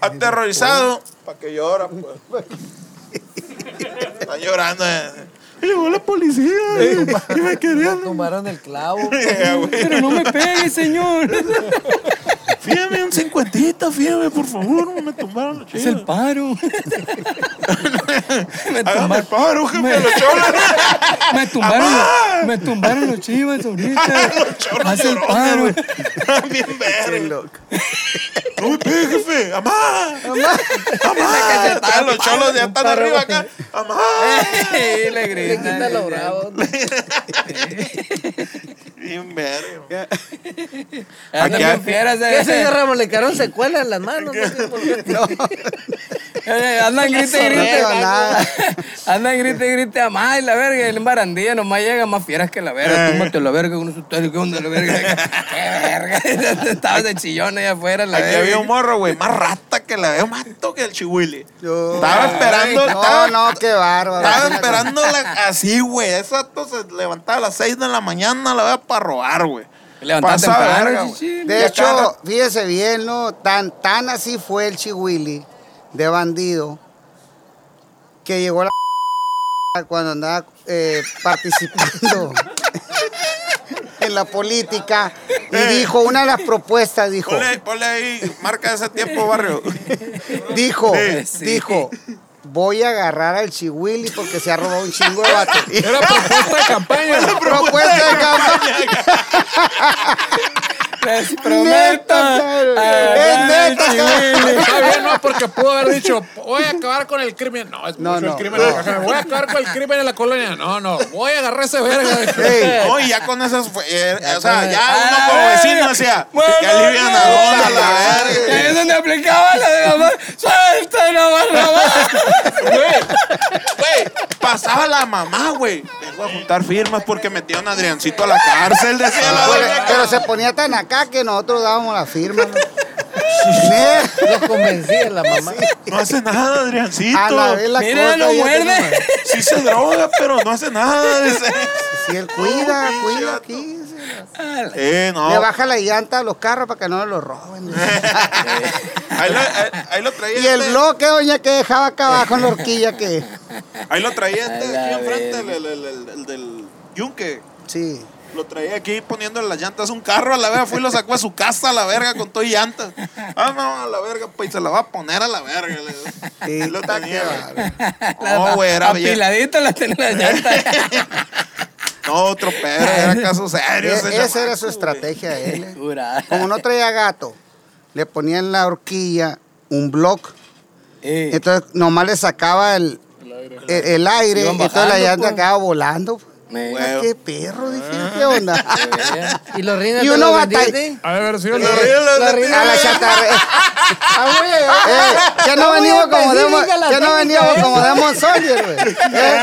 Speaker 4: Aterrorizado. ¿Para que llora, pues? Está llorando. [LAUGHS] eh. Llegó la policía. eh, y me querían.
Speaker 5: Tumbaron el [LAUGHS] clavo.
Speaker 4: eh, güey.
Speaker 3: Pero no me pegue, señor.
Speaker 4: Fíjame un cincuentita, fíjame, por favor. Me tumbaron la
Speaker 3: Es el
Speaker 4: chica.
Speaker 3: paro.
Speaker 4: [LAUGHS]
Speaker 3: me,
Speaker 4: Hágame
Speaker 3: tumba-
Speaker 4: el paro,
Speaker 3: [LAUGHS]
Speaker 4: jefe,
Speaker 3: Me-
Speaker 4: los cholas.
Speaker 3: me tumbaron, los, me tumbaron los chivas ahorita.
Speaker 4: [LAUGHS] Los cholas
Speaker 3: Haz el
Speaker 4: llorones,
Speaker 3: paro.
Speaker 4: güey. [LAUGHS] Bien verga. No me pegue, jefe. ¡Amá! ¡Amá! ¡Amá! Están los cholos ya están arriba acá. ¡Amá!
Speaker 3: [LAUGHS] Y le
Speaker 5: Le quita lo
Speaker 3: gritan.
Speaker 5: bravo. [LAUGHS]
Speaker 4: Bien verga.
Speaker 3: Andan
Speaker 4: Aquí
Speaker 3: bien
Speaker 4: hay-
Speaker 3: fieras, eh.
Speaker 5: ¿Qué, señor Ramos? ¿Le quedaron secuelas en las manos? [LAUGHS] No sé por qué.
Speaker 3: Eh, Andan grite y grite.
Speaker 2: Sorreo, nada.
Speaker 3: Andan grite y grite a más y la verga. Y el barandilla nomás llega más fieras que la
Speaker 4: Eh.
Speaker 3: verga. Túmbate la verga con unos ¿Qué onda la verga? ¿Qué verga? [LAUGHS] Estabas de chillón allá afuera. La
Speaker 4: Aquí
Speaker 3: verga. [LAUGHS]
Speaker 4: había un morro, güey, más rata que la veo, más alto que el chihuile.
Speaker 2: Yo-
Speaker 4: Estaba esperando,
Speaker 2: No,
Speaker 4: estaba-
Speaker 2: no, qué bárbaro.
Speaker 4: Estaba esperando la- así, güey. Ese acto se levantaba a las 6 de la mañana, la vea para robar, güey.
Speaker 3: Levantaba
Speaker 4: Pasaba
Speaker 3: temprano,
Speaker 4: verga, güey.
Speaker 3: chichi.
Speaker 4: Ya
Speaker 2: De
Speaker 4: cada-
Speaker 2: hecho, fíjese bien, ¿no? Tan, tan así fue el Chihuili de bandido que llegó la [LAUGHS] cuando andaba eh, [LAUGHS] participando en la política y dijo, una de las propuestas dijo,
Speaker 4: Ponle, ponle ahí, marca ese tiempo, barrio.
Speaker 2: dijo,
Speaker 3: Sí.
Speaker 2: dijo, voy a agarrar al Chihuili porque se ha robado un chingo de vato.
Speaker 1: Era propuesta de
Speaker 4: [LAUGHS]
Speaker 1: campaña.
Speaker 2: Propuesta de campaña.
Speaker 3: Les prometo.
Speaker 2: Neta, cabrón.
Speaker 3: agarrar
Speaker 2: Es
Speaker 3: eh, el
Speaker 2: neta,
Speaker 3: chihuile.
Speaker 1: Está bien, no, porque pudo haber dicho, voy a acabar con el crimen. No, es
Speaker 2: No,
Speaker 1: mucho el
Speaker 2: no,
Speaker 1: crimen. en la caja. Voy a acabar con el crimen en la colonia. No, no, voy a agarrar ese verga.
Speaker 2: Ey,
Speaker 4: No, y ya con esas. fue- eh, o sea, ya uno
Speaker 3: Ah,
Speaker 4: como vecino decía,
Speaker 3: bueno,
Speaker 4: que alivian a dona, la
Speaker 2: bueno.
Speaker 4: verga.
Speaker 3: Y ahí es donde aplicaba la de mamá. Suelta, no más, no más.
Speaker 4: Güey, pasaba la mamá, güey. Vengo a juntar firmas porque metieron a Adriancito a la cárcel, decía la
Speaker 2: Pero,
Speaker 4: doña.
Speaker 2: Ah, pero se ponía tan acá que nosotros dábamos la firma. ¿no? Neta.
Speaker 5: Lo convencí de la mamá.
Speaker 4: No hace nada,
Speaker 2: A la
Speaker 4: Adriancito.
Speaker 2: vez la
Speaker 3: Mira,
Speaker 2: cosa
Speaker 3: no
Speaker 2: ya
Speaker 3: muerde.
Speaker 2: tenía-
Speaker 4: Sí se droga, pero no hace nada.
Speaker 2: [LAUGHS]
Speaker 4: dice.
Speaker 2: Si él cuida,
Speaker 4: Oh, pinche
Speaker 2: cuida
Speaker 4: vato.
Speaker 2: aquí. dice.
Speaker 4: Eh, no.
Speaker 2: Le baja la llanta a los carros para que no los roben. dice.
Speaker 4: [LAUGHS] Ahí lo, ahí, ahí lo traía.
Speaker 2: y el
Speaker 4: este-
Speaker 2: bloque, doña, que dejaba acá abajo en la horquilla que.
Speaker 4: Ahí lo traía este
Speaker 3: A
Speaker 4: aquí
Speaker 3: la
Speaker 4: enfrente, el, el- el- el- el del yunque.
Speaker 2: Sí.
Speaker 4: Lo traía aquí poniéndole las llantas a un carro a la verga. Fui y lo sacó a su casa a la verga con todo y llantas. Ah, no, a la verga, pues y se la va a poner a la verga. le digo. Ahí lo
Speaker 2: Está que
Speaker 4: tenía.
Speaker 2: bárbaro.
Speaker 1: [LAUGHS]
Speaker 4: No, güey, era bien.
Speaker 3: Apiladita la tenía
Speaker 4: [LAUGHS]
Speaker 3: la llanta.
Speaker 4: No, otro pedo, era caso serio.
Speaker 2: E- Esa era
Speaker 4: [LAUGHS] chamaco,
Speaker 2: su
Speaker 4: güey.
Speaker 2: estrategia de él.
Speaker 3: [LAUGHS]
Speaker 2: eh.
Speaker 3: Pura.
Speaker 2: Como no traía gato, le ponía en la horquilla un bloque.
Speaker 3: Eh.
Speaker 2: Entonces nomás le sacaba el, el, el aire y
Speaker 3: Iban
Speaker 2: toda la
Speaker 3: bajando,
Speaker 2: llanta
Speaker 3: pues.
Speaker 2: quedaba volando.
Speaker 3: Me-
Speaker 2: Mira, qué perro, dije, ¿qué onda?
Speaker 5: Y los rines
Speaker 2: Y
Speaker 5: te
Speaker 2: uno
Speaker 5: los
Speaker 2: batalla-
Speaker 5: vendiste.
Speaker 1: A ver, si yo
Speaker 4: Lo ríe,
Speaker 1: le
Speaker 4: lo-
Speaker 5: La
Speaker 4: lo-
Speaker 5: reina-
Speaker 2: A [LAUGHS] la [LAUGHS] chatarra. Eh, ya no
Speaker 5: Está muy
Speaker 2: venimos como de Mo-
Speaker 5: específica la
Speaker 2: ya no
Speaker 5: técnica
Speaker 2: venimos
Speaker 5: esa.
Speaker 2: como Demon Soldier, güey. Eh,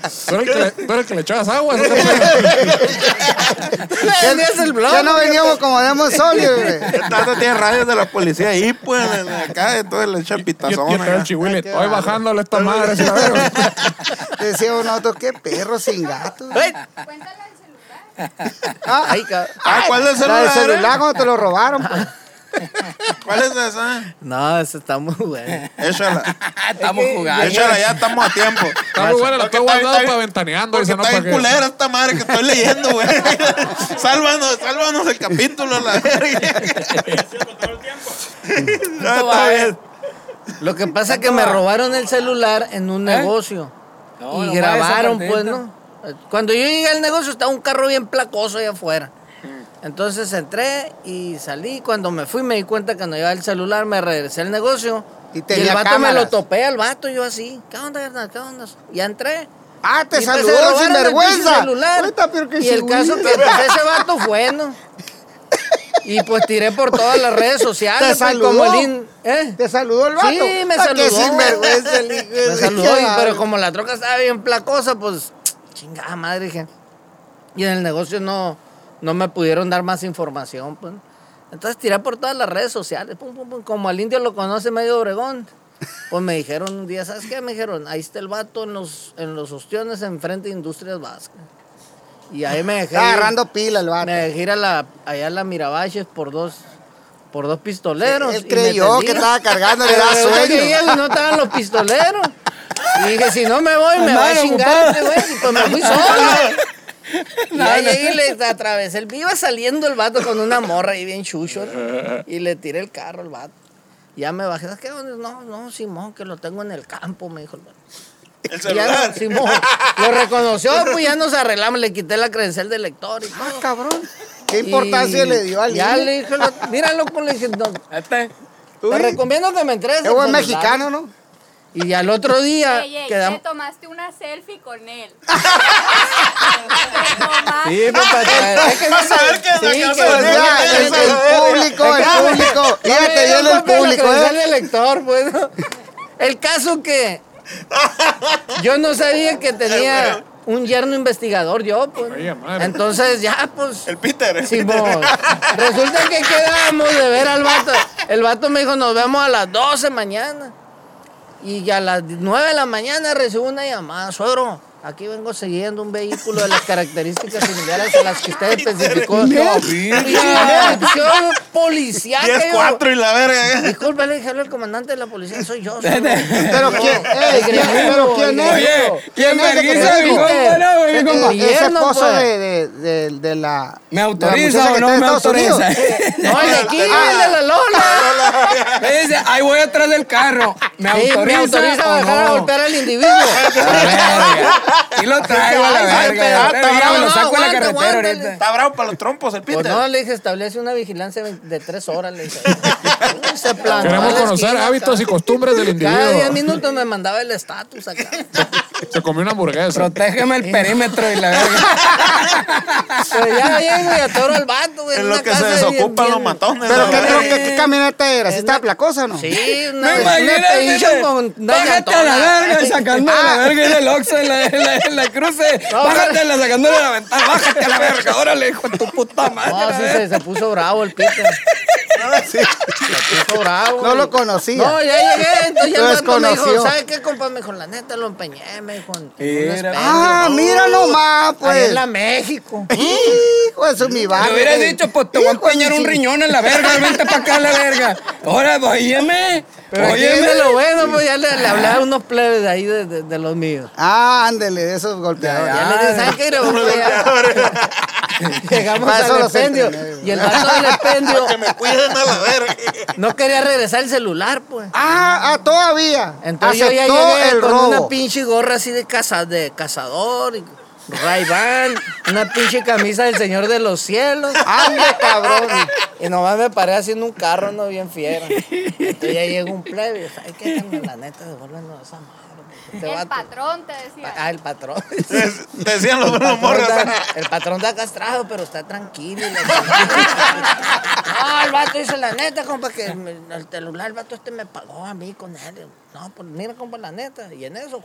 Speaker 1: Tú eres el que le- tú eres el que le echabas agua.
Speaker 2: [LAUGHS]
Speaker 5: Le vendías el blog.
Speaker 2: Ya no veníamos como Demon Soldier, güey.
Speaker 4: Ya tanto Este tiene radios de la policía ahí, pues, en la- acá, entonces le echan
Speaker 1: Yo
Speaker 4: pitazón.
Speaker 1: yo traía el
Speaker 4: acá.
Speaker 1: chihuile.
Speaker 2: Ay, qué
Speaker 1: Estoy
Speaker 2: bárbaro.
Speaker 1: bajándole esta madre. si la verga.
Speaker 2: Decíamos nosotros, qué perro sin gato. güey.
Speaker 6: Cuéntala del celular.
Speaker 2: Ah,
Speaker 5: Ay, cabrón.
Speaker 4: Ah, ¿cuál es el
Speaker 2: la
Speaker 4: celular?
Speaker 2: del celular cuando te lo robaron, pues.
Speaker 4: ¿Cuál es esa?
Speaker 5: No, eso está muy bueno.
Speaker 2: [LAUGHS]
Speaker 4: Échala.
Speaker 3: Ah, Estamos jugando.
Speaker 4: Échala, ya estamos a tiempo.
Speaker 1: Está muy buena, la
Speaker 4: Porque
Speaker 1: estoy
Speaker 4: está-
Speaker 1: guardando
Speaker 4: está-
Speaker 1: para ventaneando.
Speaker 4: Porque
Speaker 1: Dice, no,
Speaker 4: está
Speaker 1: para
Speaker 4: bien
Speaker 1: que.
Speaker 4: culera esta madre que estoy leyendo, güey. [LAUGHS] sálvanos, sálvanos el capítulo, la verga. No, está bien.
Speaker 5: Lo que pasa es que me robaron el celular en un
Speaker 3: ¿Eh?
Speaker 5: negocio.
Speaker 3: No,
Speaker 5: y
Speaker 3: nomás
Speaker 5: grabaron,
Speaker 3: esa
Speaker 5: pues,
Speaker 3: partita.
Speaker 5: ¿no? Cuando yo llegué al negocio estaba un carro bien placoso allá afuera.
Speaker 2: Mm.
Speaker 5: Entonces entré y salí. Cuando me fui me di cuenta que no llevaba el celular, me regresé al negocio.
Speaker 2: Y
Speaker 5: Y, el
Speaker 2: tenía
Speaker 5: vato
Speaker 2: cámaras.
Speaker 5: me lo topé al vato, yo así. ¿Qué onda, carnal? ¿Qué onda? Ya entré.
Speaker 2: Ah, te
Speaker 5: Y pues, se
Speaker 2: saludó
Speaker 5: robaron
Speaker 2: sin
Speaker 5: el pinche
Speaker 2: vergüenza.
Speaker 5: celular.
Speaker 2: Ahorita, pero que
Speaker 5: y el pues,
Speaker 2: sí,
Speaker 5: caso
Speaker 2: güey. [LAUGHS]
Speaker 5: que pues, ese vato fue, ¿no? Y pues tiré por todas las redes sociales.
Speaker 2: Te
Speaker 5: pues,
Speaker 2: saludó.
Speaker 5: como el in- ¿Eh?
Speaker 2: ¿Te saludó el vato?
Speaker 5: Sí, me
Speaker 2: Ah, qué
Speaker 5: saludó.
Speaker 2: sinvergüenza el hijo de-
Speaker 5: Me saludó, y-
Speaker 2: Ah,
Speaker 5: pero como la troca estaba bien placosa, pues chingada madre, dije. Y en el negocio no, no me pudieron dar más información, pues. Entonces tiré por todas las redes sociales, pum, pum, pum. como al indio lo conoce medio Obregón. Pues me dijeron un día, ¿sabes qué? Me dijeron, ahí está el vato en los, en los ostiones enfrente de Industrias Vascas. Y ahí me dejé.
Speaker 2: Está
Speaker 5: ir.
Speaker 2: agarrando pila el vato.
Speaker 5: Me dejé ir a la, allá a la Miravalles por dos, por dos pistoleros.
Speaker 2: Él
Speaker 5: y me
Speaker 2: creyó
Speaker 5: tendí.
Speaker 2: que estaba cargando,
Speaker 5: [LAUGHS]
Speaker 2: le daba
Speaker 5: Pero yo llegué
Speaker 2: sueño.
Speaker 5: y no estaban los pistoleros. Y dije, si no me voy, me va a
Speaker 3: Hermano,
Speaker 5: chingar este güey. Y pues me fui solo. Y
Speaker 3: No,
Speaker 5: ahí
Speaker 3: no.
Speaker 5: llegué y le atravesé el... Iba saliendo el vato con una morra ahí bien chucho. ¿no? Y le tiré el carro al vato. Ya me bajé. ¿Sabes qué? No, no, Simón, que lo tengo en el campo, me dijo el vato.
Speaker 4: El
Speaker 5: Y Ya
Speaker 4: celular.
Speaker 5: no, Simón, lo reconoció, pues ya nos arreglamos, le quité la credencial de lector y todo.
Speaker 2: Ah, Cabrón. ¿Qué importancia
Speaker 5: Y
Speaker 2: le dio al
Speaker 5: Ya
Speaker 2: niño?
Speaker 5: le dije, lo- mira loco, le dije, no,
Speaker 3: Este.
Speaker 5: te recomiendo que me entregues.
Speaker 2: Es
Speaker 5: el
Speaker 2: buen
Speaker 5: celular.
Speaker 2: mexicano, ¿no?
Speaker 5: Y al otro día
Speaker 6: Ey, ey,
Speaker 5: quedamos.
Speaker 6: te tomaste una selfie con [LAUGHS] él. Te tomaste-
Speaker 5: Sí,
Speaker 3: Ah, este
Speaker 5: pues, para saber- es que
Speaker 4: Para
Speaker 5: no
Speaker 4: saber que en la casa
Speaker 5: sí, que
Speaker 4: de
Speaker 5: no
Speaker 4: Dios
Speaker 5: sabe-
Speaker 4: ya
Speaker 2: Ya, el, el
Speaker 4: es el-
Speaker 2: público, el público.
Speaker 5: No me
Speaker 2: Fíjate,
Speaker 5: dio
Speaker 2: yo el
Speaker 5: copia de la
Speaker 2: público,
Speaker 5: credencial
Speaker 2: ¿eh?
Speaker 5: de lector, pues. ¿no? El caso que yo no sabía
Speaker 2: [LAUGHS]
Speaker 5: que tenía un yerno investigador yo, pues.
Speaker 1: Oye, madre.
Speaker 5: Entonces ya, pues.
Speaker 4: El Peter. el [LAUGHS]
Speaker 5: Sí,
Speaker 4: Peter.
Speaker 5: pues, resulta que quedamos de ver al vato. El vato me dijo, nos vemos a las 12 mañana. Y a las 9 de la mañana recibo una llamada, suegro. Aquí vengo siguiendo un vehículo de las características similares a las que usted especificó. Inspección policial.
Speaker 4: 10-4 y la
Speaker 5: [LAUGHS]
Speaker 4: verga.
Speaker 5: Disculpa, le dije "Habla el comandante de la policía, soy yo. suegro".
Speaker 2: Pero
Speaker 5: No,
Speaker 2: quién, ey,
Speaker 5: el
Speaker 2: ¿quién-
Speaker 5: gremio,
Speaker 2: pero quién
Speaker 5: el
Speaker 2: es?
Speaker 5: gremio.
Speaker 3: Oye, ¿quién
Speaker 2: ¿Quién es el que
Speaker 3: vergüenza,
Speaker 2: te
Speaker 5: mi
Speaker 2: dijo?
Speaker 5: compa, no, mi
Speaker 2: Eh,
Speaker 5: compa.
Speaker 2: eh, Es
Speaker 5: Yerno,
Speaker 2: esposo
Speaker 5: pues.
Speaker 2: de, de, de, de la.
Speaker 3: ¿Me
Speaker 2: de la
Speaker 3: autoriza
Speaker 2: muchacha
Speaker 3: o
Speaker 2: que
Speaker 3: no
Speaker 2: está en
Speaker 3: me
Speaker 2: Estados Unidos. Ah,
Speaker 3: autoriza?
Speaker 5: No, el de aquí, el de
Speaker 2: [LAUGHS]
Speaker 5: la lona.
Speaker 3: Me dice, ahí voy atrás del carro. ¿Me
Speaker 5: Sí,
Speaker 3: autoriza?
Speaker 5: me autoriza
Speaker 3: o
Speaker 5: a dejar a
Speaker 3: no?
Speaker 5: golpear
Speaker 2: [LAUGHS]
Speaker 5: al individuo.
Speaker 3: Y lo traigo a la
Speaker 5: Ay,
Speaker 3: verga.
Speaker 5: pero-
Speaker 3: Mira, me
Speaker 5: no,
Speaker 3: lo saco a la
Speaker 5: aguanta,
Speaker 3: carretera
Speaker 5: aguántale.
Speaker 3: ahorita.
Speaker 4: Está bravo para los trompos el
Speaker 5: Pues
Speaker 4: Peter.
Speaker 5: no, le dije, establece una vigilancia de- de tres horas, le
Speaker 2: [LAUGHS]
Speaker 5: dije. Se plantó
Speaker 1: Queremos
Speaker 5: en la
Speaker 1: conocer
Speaker 5: esquina,
Speaker 1: hábitos y
Speaker 5: cada-
Speaker 1: costumbres del
Speaker 5: Cada 10
Speaker 1: individuo.
Speaker 5: minutos me mandaba el estatus acá. Pues
Speaker 1: Se comió una hamburguesa.
Speaker 3: Protégeme el perímetro y la verga.
Speaker 5: [LAUGHS] Pues ya llego y atoro al vato, güey.
Speaker 4: Es
Speaker 5: en
Speaker 4: lo
Speaker 5: una
Speaker 4: que se
Speaker 5: casa de
Speaker 4: desocupan
Speaker 5: 10
Speaker 4: los matones.
Speaker 2: Pero
Speaker 4: la
Speaker 2: qué,
Speaker 4: verga.
Speaker 2: tro- qué- qué camioneta era, si estaba placosa o no.
Speaker 5: Sí, una,
Speaker 3: Me
Speaker 5: una Expedition
Speaker 3: imagino.
Speaker 5: con Ah. una
Speaker 3: Bájate a la
Speaker 5: llantona.
Speaker 3: verga y sacándole la verga y el oxo en la, en la, en la cruce.
Speaker 5: No,
Speaker 3: Bájate la sacándole la ventana. Bájate a la verga. Órale, hijo de tu puta madre.
Speaker 5: No,
Speaker 3: la
Speaker 5: sí
Speaker 3: verga.
Speaker 5: se, se puso bravo el Peter. Se puso bravo.
Speaker 2: Ah, No lo
Speaker 5: güey.
Speaker 2: conocía.
Speaker 5: No, ya llegué. Entonces ya
Speaker 2: Lo
Speaker 5: el vato me dijo,
Speaker 2: desconoció.
Speaker 5: ¿sabes qué, compa? Me dijo, la neta lo empeñé, me dijo. en- en un
Speaker 3: Mira.
Speaker 5: expendio,
Speaker 2: Ah,
Speaker 5: ¿no?
Speaker 2: mira nomás,
Speaker 5: Ahí en
Speaker 2: pues.
Speaker 5: la México.
Speaker 2: [LAUGHS] Hijo, eso es mi barrio.
Speaker 3: Le hubieras
Speaker 2: güey.
Speaker 3: dicho, pues te voy a
Speaker 2: Hijo de
Speaker 3: empeñar un
Speaker 2: su-
Speaker 3: riñón en la verga, vente para acá a la verga. Ahora, óyeme,
Speaker 5: Pero aquí
Speaker 3: óyeme.
Speaker 5: viene lo bueno, pues ya le, le hablaba a unos plebes de ahí, de, de- de los míos.
Speaker 2: Ah, ándele, de esos Ah, golpeadores.
Speaker 5: Ya le dije, ¿sabes qué? Mira, vamos allá". [LAUGHS] Llegamos
Speaker 2: Para eso
Speaker 5: al
Speaker 2: los
Speaker 5: expendio.
Speaker 2: entrené,
Speaker 5: Y el vato del expendio
Speaker 4: Que me cuiden a la verga.
Speaker 5: no quería regresar el celular, pues.
Speaker 2: Ah, ah, todavía.
Speaker 5: Entonces yo ya
Speaker 2: Aceptó
Speaker 5: llegué
Speaker 2: el
Speaker 5: con
Speaker 2: robo.
Speaker 5: una pinche gorra así de, caza, de cazador, y ray una pinche camisa del Señor de los Cielos.
Speaker 2: Ande, cabrón.
Speaker 5: Y nomás me paré haciendo un carro, no bien fiero. Entonces ya llega un plebe, ¿sabes qué? carnal? La neta, devuélvenos esa madre. porque este
Speaker 6: El
Speaker 5: vato-
Speaker 6: patrón te decía.
Speaker 5: Ah, el patrón.
Speaker 4: Te Decían los, los
Speaker 5: patrón
Speaker 4: morros. [LAUGHS]
Speaker 5: está- el patrón está castrado, pero está tranquilo. y la- no, el vato dice, la neta, compa, que me- el celular, el vato este me pagó a mí con él. No, pues mira, compa, la neta. Y en eso,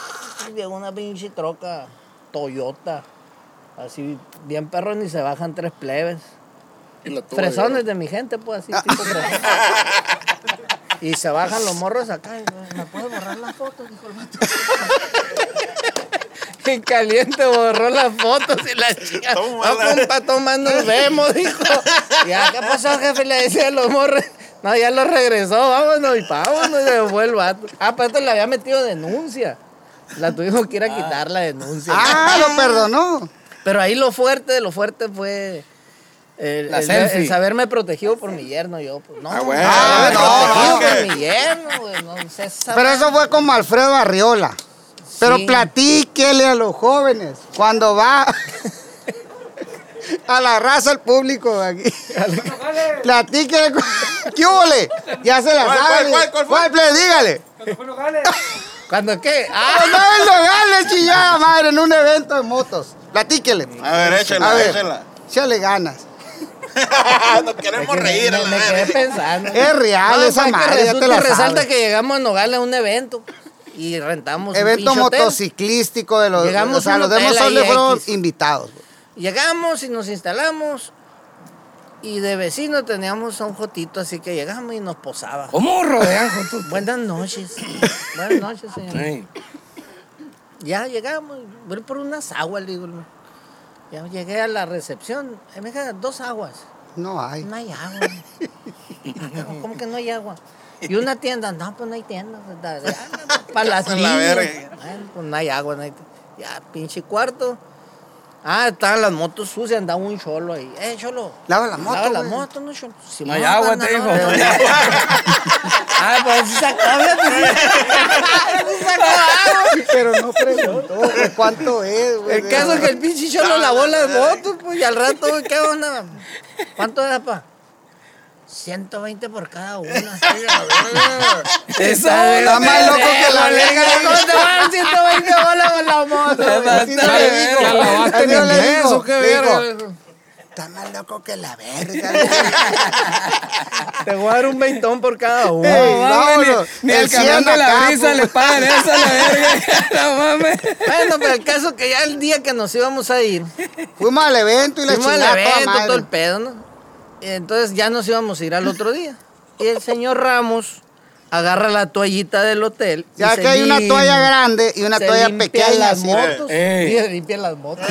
Speaker 5: [LAUGHS] llegó una pinche troca Toyota. Así, bien perrón, y se bajan tres plebes. Fresones de mi gente, pues, así, tipo fresones. Y se bajan los morros acá. y, ¿Me puedes borrar la foto? Dijo el vato. En caliente borró las fotos y la chica.
Speaker 4: Tómala.
Speaker 5: No, compa, toma, nos vemos, dijo. Ya, ¿qué pasó, jefe? Le decía a los morros. No, ya lo regresó, vámonos, y pa, vámonos, y se fue el vato. Ah, pero esto le había metido denuncia. La tuvimos que ir a quitar la denuncia.
Speaker 2: Ah, lo perdonó.
Speaker 5: Pero ahí lo fuerte, lo fuerte fue el,
Speaker 3: La
Speaker 5: el-
Speaker 3: selfie.
Speaker 5: el saberme protegido por mi yerno. Yo, pues, no,
Speaker 4: bueno.
Speaker 5: no,
Speaker 4: Ah,
Speaker 5: no,
Speaker 4: no, no,
Speaker 5: protegido por mi yerno, güey, no sé, esa
Speaker 2: Pero eso fue como Alfredo Arriola. Pero
Speaker 5: Sí.
Speaker 2: platíquele a los jóvenes cuando
Speaker 5: [LAUGHS]
Speaker 2: va a la raza, al público
Speaker 5: [LAUGHS]
Speaker 2: de aquí. platíquele. cu- ¿Qué húbole? Ya se la
Speaker 4: ¿Cuál,
Speaker 2: sabe.
Speaker 4: cuál, cuál, cuál fue?
Speaker 2: play? Dígale. Pues
Speaker 5: ¿Cuando qué? Ah,
Speaker 2: Cuando en Nogales, chillada madre, en un evento de motos. Platíquele.
Speaker 4: A ver, échela,
Speaker 2: A ver,
Speaker 4: échela.
Speaker 2: échale ganas.
Speaker 4: Nos
Speaker 5: Es
Speaker 4: queremos
Speaker 5: que
Speaker 4: reír a
Speaker 5: me,
Speaker 4: la
Speaker 5: me
Speaker 4: verga.
Speaker 5: quedé pensando.
Speaker 2: Es real esa
Speaker 5: es que
Speaker 2: madre, ya te
Speaker 5: resulta
Speaker 2: la
Speaker 5: y resalta
Speaker 2: sabes.
Speaker 5: que llegamos a Nogales a un evento Pues, y rentamos un
Speaker 2: Evento
Speaker 5: pinche hotel.
Speaker 2: motociclístico de los.
Speaker 5: Llegamos
Speaker 2: o sea,
Speaker 5: a un
Speaker 2: los demos
Speaker 5: hotel
Speaker 2: son
Speaker 5: ahí,
Speaker 2: fueron
Speaker 5: X.
Speaker 2: invitados. güey.
Speaker 5: Llegamos y nos instalamos y de vecino teníamos a un jotito, así que llegamos y nos posaba.
Speaker 4: Oh.
Speaker 3: ¿Cómo rodean con tu-
Speaker 4: [LAUGHS]
Speaker 5: Buenas noches. Buenas noches, señor.
Speaker 3: Ey,
Speaker 5: Ya llegamos, voy por unas aguas, le digo. hermano. Ya llegué a la recepción, "Eh, mija, dos aguas.
Speaker 2: No hay.
Speaker 5: No hay agua. [LAUGHS] No, ¿Cómo que no hay agua? Y una tienda, no, pues no hay tienda. Para las
Speaker 4: Pues la
Speaker 5: niñas.
Speaker 4: verga.
Speaker 5: Bueno, Pues no hay agua, no hay tienda. Ya, pinche cuarto. Ah, estaban las motos sucias, andaba un cholo ahí. Eh, cholo.
Speaker 2: Lava la moto,
Speaker 5: Lava la
Speaker 2: güey.
Speaker 5: moto, no, cholo. Si
Speaker 3: No hay agua,
Speaker 5: no,
Speaker 3: te dijo.
Speaker 5: no, no [LAUGHS] hay agua. Ah, pues así se acaba. Así se acaba.
Speaker 2: Pero no preguntó güey, cuánto es, güey.
Speaker 5: El caso es que el pinche cholo lavó las motos, pues, y al rato, güey, ¿qué onda? ¿Cuánto era, pa? 120 por cada una.
Speaker 3: Esa
Speaker 2: Está más loco que la verga.
Speaker 5: ¿Cómo te van 120 bolas por la moto? güey?
Speaker 2: Así no le digo.
Speaker 1: ¿La lavaste en
Speaker 2: Así no le
Speaker 1: inglés
Speaker 2: digo.
Speaker 1: o qué
Speaker 2: Le digo,
Speaker 1: verga?
Speaker 2: Está más loco que la verga. güey.
Speaker 5: Te voy a dar un veintón por cada uno.
Speaker 2: Ey,
Speaker 3: No mames,
Speaker 2: vámonos.
Speaker 3: ni, ni
Speaker 2: El
Speaker 3: el camión
Speaker 2: cien
Speaker 3: de la
Speaker 2: acá,
Speaker 3: brisa
Speaker 2: pues.
Speaker 3: le pagan esa a la
Speaker 2: [LAUGHS]
Speaker 3: verga. No mames.
Speaker 5: Bueno, pero el caso que ya el día que nos íbamos a ir,
Speaker 2: [LAUGHS] Fuimos al evento y la
Speaker 5: fuimos al
Speaker 2: chingada toda
Speaker 5: evento, todo el
Speaker 2: madre.
Speaker 5: pedo, ¿no? Entonces ya nos íbamos a ir al otro día. Y el señor Ramos agarra la toallita del hotel. y
Speaker 2: Ya
Speaker 5: se
Speaker 2: que hay una
Speaker 5: lim-
Speaker 2: toalla grande y una
Speaker 5: se
Speaker 2: toalla
Speaker 5: limpia
Speaker 2: pequeña.
Speaker 5: las
Speaker 2: así,
Speaker 5: motos.
Speaker 1: Eh.
Speaker 3: Ey.
Speaker 5: Sí, se limpia las motos.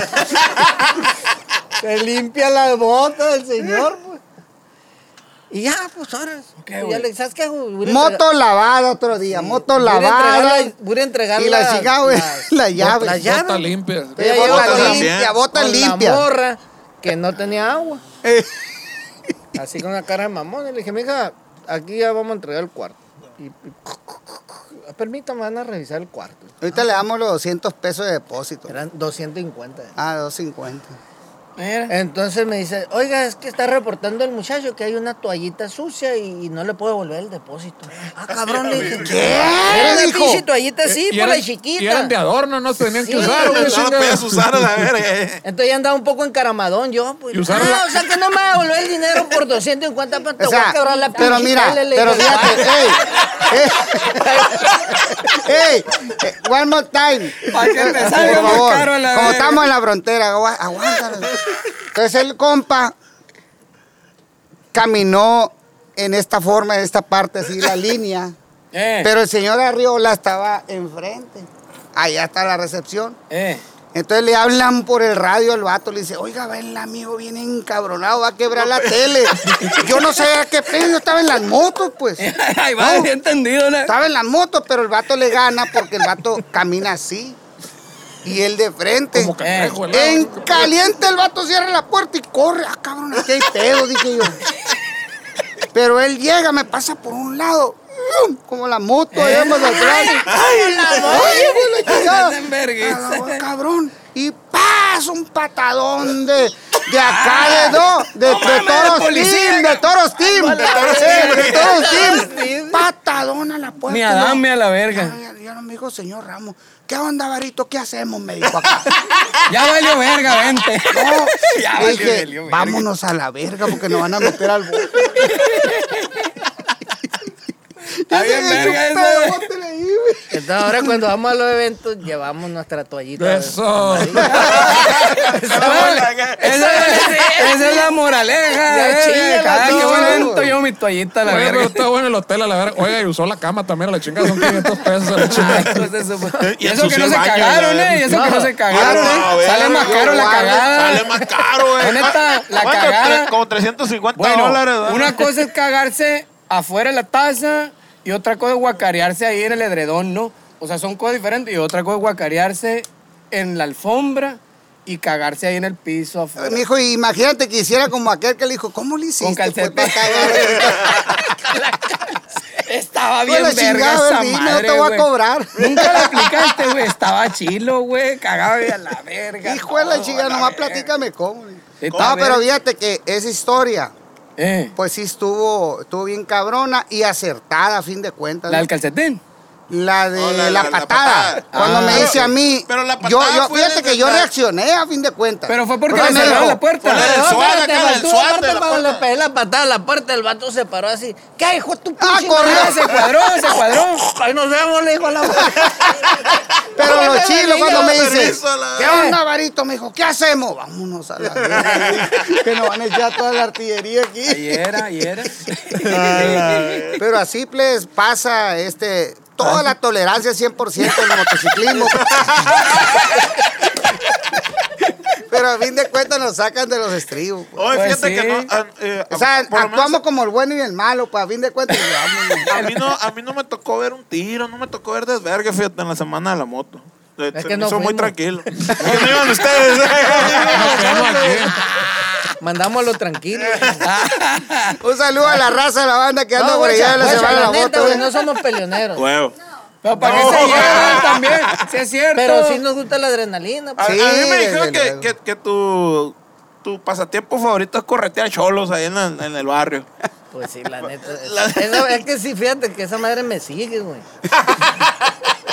Speaker 5: [LAUGHS] se limpia las botas el señor, pues. Y ya, pues ahora.
Speaker 3: qué,
Speaker 5: y ya
Speaker 3: güey?
Speaker 5: le ¿sabes qué? güey? Voy a
Speaker 2: Moto lavada otro día, moto
Speaker 5: entregar- voy a entregar
Speaker 2: lavada.
Speaker 5: la- Voy a entregar
Speaker 2: y la
Speaker 5: las-
Speaker 2: chica, güey, [LAUGHS]
Speaker 5: las-
Speaker 2: la llave.
Speaker 5: Las llaves.
Speaker 1: Bota limpia.
Speaker 5: Voy a
Speaker 2: Eh,
Speaker 5: llevar
Speaker 2: bota
Speaker 5: ahí
Speaker 2: limpia, bota
Speaker 5: con
Speaker 2: limpia.
Speaker 5: La morra que no
Speaker 2: [LAUGHS]
Speaker 5: tenía agua.
Speaker 2: Eh.
Speaker 5: Así con una cara de mamón. Y le dije, mija, aquí ya vamos a entregar el cuarto. Y, [LAUGHS] y- permítame, van a revisar el cuarto.
Speaker 2: Ahorita le damos los 200 pesos de depósito.
Speaker 5: Eran 250.
Speaker 2: Ah, 250.
Speaker 3: Mira.
Speaker 5: Entonces me dice, oiga, es que está reportando el muchacho que hay una toallita sucia y, y no le puedo devolver el depósito. Ah, cabrón, le dije, ¿qué? Era una
Speaker 2: dijo?
Speaker 5: pinche toallita así,
Speaker 1: Eh, Y
Speaker 5: por
Speaker 1: eran-
Speaker 5: la chiquita.
Speaker 1: Y eran de adorno, no se tenían
Speaker 5: Sí,
Speaker 1: que usar. güey,
Speaker 4: No la
Speaker 1: chinga.
Speaker 4: puedes usar a la verga.
Speaker 5: Entonces ya andaba un poco encaramadón yo. Pues,
Speaker 1: Y usaron
Speaker 5: ah,
Speaker 1: la-
Speaker 5: o sea que no me va a devolver el dinero por 250 pesos. Te
Speaker 2: O
Speaker 5: voy a
Speaker 2: sea,
Speaker 5: quebrar la
Speaker 2: pero
Speaker 5: pinche
Speaker 2: mira,
Speaker 5: tele, le
Speaker 2: pero
Speaker 5: dije, [LAUGHS]
Speaker 2: fíjate, eh.
Speaker 5: "Ah".
Speaker 2: ey, ey, ey, eh, one more time. Eh,
Speaker 3: Pa' que te salga
Speaker 2: Por
Speaker 3: más
Speaker 2: favor,
Speaker 3: caro a la
Speaker 2: como
Speaker 3: verga.
Speaker 2: estamos en la frontera, agua- aguántalo. Entonces el compa caminó en esta forma, en esta parte, así la línea,
Speaker 3: Eh,
Speaker 2: pero el señor Arriola estaba enfrente. Allá está la recepción.
Speaker 3: eh. [LAUGHS]
Speaker 2: Entonces le hablan por el radio al vato, le dice, oiga, va el amigo bien encabronado, va a quebrar
Speaker 3: pues.
Speaker 2: la tele. Yo no sé a qué pedo, yo estaba en las motos, pues.
Speaker 3: [LAUGHS] Ahí va,
Speaker 2: No.
Speaker 3: bien entendido. ¿no?
Speaker 2: Estaba en las motos, pero el vato le gana porque el vato camina así. Y él de frente.
Speaker 1: Como cangrejo, el
Speaker 2: en
Speaker 1: lado.
Speaker 2: caliente el vato cierra la puerta y corre. Ah, cabrón, aquí hay pedo, dije yo. Pero él llega, me pasa por un lado. ¡um! Como la moto, allá más atrás. ¡Ay, la
Speaker 3: Andan vergüenza.
Speaker 2: Ah, la- cabrón. Y pasa un patadón de, de acá, de dos, de, de
Speaker 3: mames,
Speaker 2: toros
Speaker 3: de policía,
Speaker 2: team, de toros team.
Speaker 5: de Toros
Speaker 2: Eh,
Speaker 5: Team.
Speaker 2: De toros
Speaker 5: Toros Team.
Speaker 2: team. Patadón a la puerta.
Speaker 3: Ni Adán, ni a la verga.
Speaker 2: Ya, ya no me dijo, señor Ramos, ¿qué onda, Barito? ¿Qué hacemos? Me
Speaker 3: [LAUGHS]
Speaker 2: dijo acá.
Speaker 3: Ya valió verga, vente.
Speaker 2: No,
Speaker 3: [LAUGHS] Ya
Speaker 2: le
Speaker 3: valió,
Speaker 2: dije,
Speaker 3: valió verga.
Speaker 2: vámonos a la verga porque nos van a meter al bote.
Speaker 3: [LAUGHS] Está bien
Speaker 2: Yo
Speaker 3: verga
Speaker 2: un
Speaker 3: esa, güey.
Speaker 2: pedote le di, güey.
Speaker 5: [LAUGHS] Entonces ahora cuando vamos a los eventos llevamos nuestra toallita.
Speaker 1: Eso.
Speaker 3: Esa esa es la moraleja.
Speaker 5: Ya
Speaker 3: eh.
Speaker 5: chilla,
Speaker 3: Cada
Speaker 5: vato.
Speaker 3: que voy al evento
Speaker 5: [LAUGHS]
Speaker 3: llevo mi toallita a la
Speaker 1: Oye, pero
Speaker 3: verga.
Speaker 1: está bueno el hotel a la verga. Oiga, y usó la cama también a la chingada. Son 500 pesos a la chingada.
Speaker 3: Hijos de su-
Speaker 4: Y
Speaker 3: Y eso que
Speaker 4: ensució
Speaker 3: no
Speaker 4: el
Speaker 3: se
Speaker 4: baño,
Speaker 3: cagaron,
Speaker 4: ya.
Speaker 3: ¿eh? Y eso que no se cagaron,
Speaker 4: Ah, no,
Speaker 3: ¿eh? Sale
Speaker 4: verga,
Speaker 3: más
Speaker 4: yo
Speaker 3: caro la
Speaker 2: guardo,
Speaker 3: cagada.
Speaker 4: Sale más caro, güey.
Speaker 3: La neta, la
Speaker 4: ¿Cuánto?
Speaker 3: cagada-
Speaker 4: Tre- Como 350
Speaker 3: Bueno,
Speaker 4: dólares, ¿verdad?
Speaker 3: una cosa es cagarse afuera de la taza y otra cosa es guacarearse ahí en el edredón, ¿no? O sea, son cosas diferentes. Y otra cosa es guacarearse en la alfombra y cagarse ahí en el piso afuera.
Speaker 2: Me dijo, imagínate que hiciera como aquel que le dijo, ¿cómo le hiciste?
Speaker 3: Con calcetas.
Speaker 2: Fue pa' cagar.
Speaker 3: [LAUGHS] Estaba
Speaker 2: Con
Speaker 3: bien
Speaker 2: la
Speaker 3: verga
Speaker 2: chingada,
Speaker 3: esa
Speaker 2: Berlín, no
Speaker 3: madre,
Speaker 2: te voy a
Speaker 3: güey.
Speaker 2: cobrar.
Speaker 3: Nunca la aplicaste, güey. Estaba chilo, güey. Cagaba a la verga.
Speaker 2: Hijo de la
Speaker 3: todo, a
Speaker 2: chica,
Speaker 3: la
Speaker 2: nomás
Speaker 3: verga.
Speaker 2: platícame cómo. No,
Speaker 3: Está
Speaker 2: pero
Speaker 3: verga.
Speaker 2: fíjate que esa historia,
Speaker 3: Eh,
Speaker 2: pues sí estuvo, estuvo bien cabrona y acertada a fin de cuentas.
Speaker 3: la
Speaker 2: ¿no?
Speaker 3: del calcetín.
Speaker 2: La de
Speaker 4: Oh,
Speaker 2: la,
Speaker 4: la- la- la
Speaker 2: patada.
Speaker 4: patada.
Speaker 2: Cuando
Speaker 3: Ah.
Speaker 2: me
Speaker 4: Pero-
Speaker 2: dice a mí.
Speaker 4: pero la
Speaker 2: yo,
Speaker 4: patada
Speaker 2: yo,
Speaker 4: fue
Speaker 2: fíjate
Speaker 4: desde
Speaker 2: que yo
Speaker 4: atrás.
Speaker 2: reaccioné a fin de cuentas.
Speaker 3: Pero fue porque
Speaker 2: Pero
Speaker 3: le
Speaker 2: me
Speaker 3: cerraron
Speaker 2: dijo,
Speaker 3: la puerta.
Speaker 4: fue la del
Speaker 5: Pero,
Speaker 4: SWAT,
Speaker 5: espérate,
Speaker 4: acá, del
Speaker 5: faltó
Speaker 4: SWAT,
Speaker 5: aparte
Speaker 4: de la
Speaker 5: cuando
Speaker 4: puerta.
Speaker 5: le pegué la patada a la puerta, el vato se paró así. ¿Qué, hijo de tu
Speaker 2: Ah,
Speaker 5: pinche
Speaker 2: corrió,
Speaker 5: madre?
Speaker 3: Se cuadró, se
Speaker 2: [LAUGHS]
Speaker 3: cuadró.
Speaker 5: Ahí nos vemos, le dijo a la
Speaker 2: Pero los chilos cuando me dicen,
Speaker 4: permiso, la-
Speaker 2: ¿qué onda, Barito? Me dijo, ¿qué hacemos? Vámonos
Speaker 4: [LAUGHS]
Speaker 2: a la verga, que nos van a echar toda la artillería aquí.
Speaker 3: Ayer,
Speaker 5: [LAUGHS]
Speaker 3: ayer.
Speaker 2: [LAUGHS] Pero así, les pasa este, toda la tolerancia 100% del
Speaker 4: [LAUGHS]
Speaker 2: motociclismo. Pero a fin de cuentas nos sacan de los estribos. pues.
Speaker 4: Oye,
Speaker 3: Pues
Speaker 4: fíjate que
Speaker 3: sí.
Speaker 4: no. ah, eh,
Speaker 2: O sea,
Speaker 4: por lo menos
Speaker 2: actuamos como el bueno y el malo, pues a fin de cuentas. vámonos.
Speaker 4: a mí, no, a mí no me tocó ver un tiro, no me tocó ver desvergue, fíjate, en la semana de la moto. Eh,
Speaker 5: Es
Speaker 4: se
Speaker 5: que
Speaker 4: me
Speaker 5: no
Speaker 4: hizo muy
Speaker 5: fuimos.
Speaker 4: tranquilo. Es que no iban ustedes.
Speaker 1: Quedamos aquí.
Speaker 5: Mandámoslo tranquilo. Ah,
Speaker 2: [LAUGHS] Un saludo a la raza de la banda que anda
Speaker 5: No,
Speaker 2: por allá
Speaker 5: guacha,
Speaker 2: en la
Speaker 5: guacha,
Speaker 2: semana de la
Speaker 5: la neta,
Speaker 2: moto.
Speaker 5: güey,
Speaker 2: ¿eh?
Speaker 5: no somos peleoneros.
Speaker 4: Huevo.
Speaker 3: Pero para que se lleven también. Sí, es cierto.
Speaker 5: Pero sí nos gusta la adrenalina.
Speaker 4: A,
Speaker 5: pues.
Speaker 4: a
Speaker 2: Sí,
Speaker 4: mí me
Speaker 2: desde
Speaker 4: dijeron que,
Speaker 2: luego.
Speaker 4: que, que tu, tu pasatiempo favorito es corretear cholos ahí en, la- en el barrio.
Speaker 5: Pues sí,
Speaker 2: [LAUGHS]
Speaker 5: la neta. Eso, es que sí, fíjate que esa madre me sigue, güey.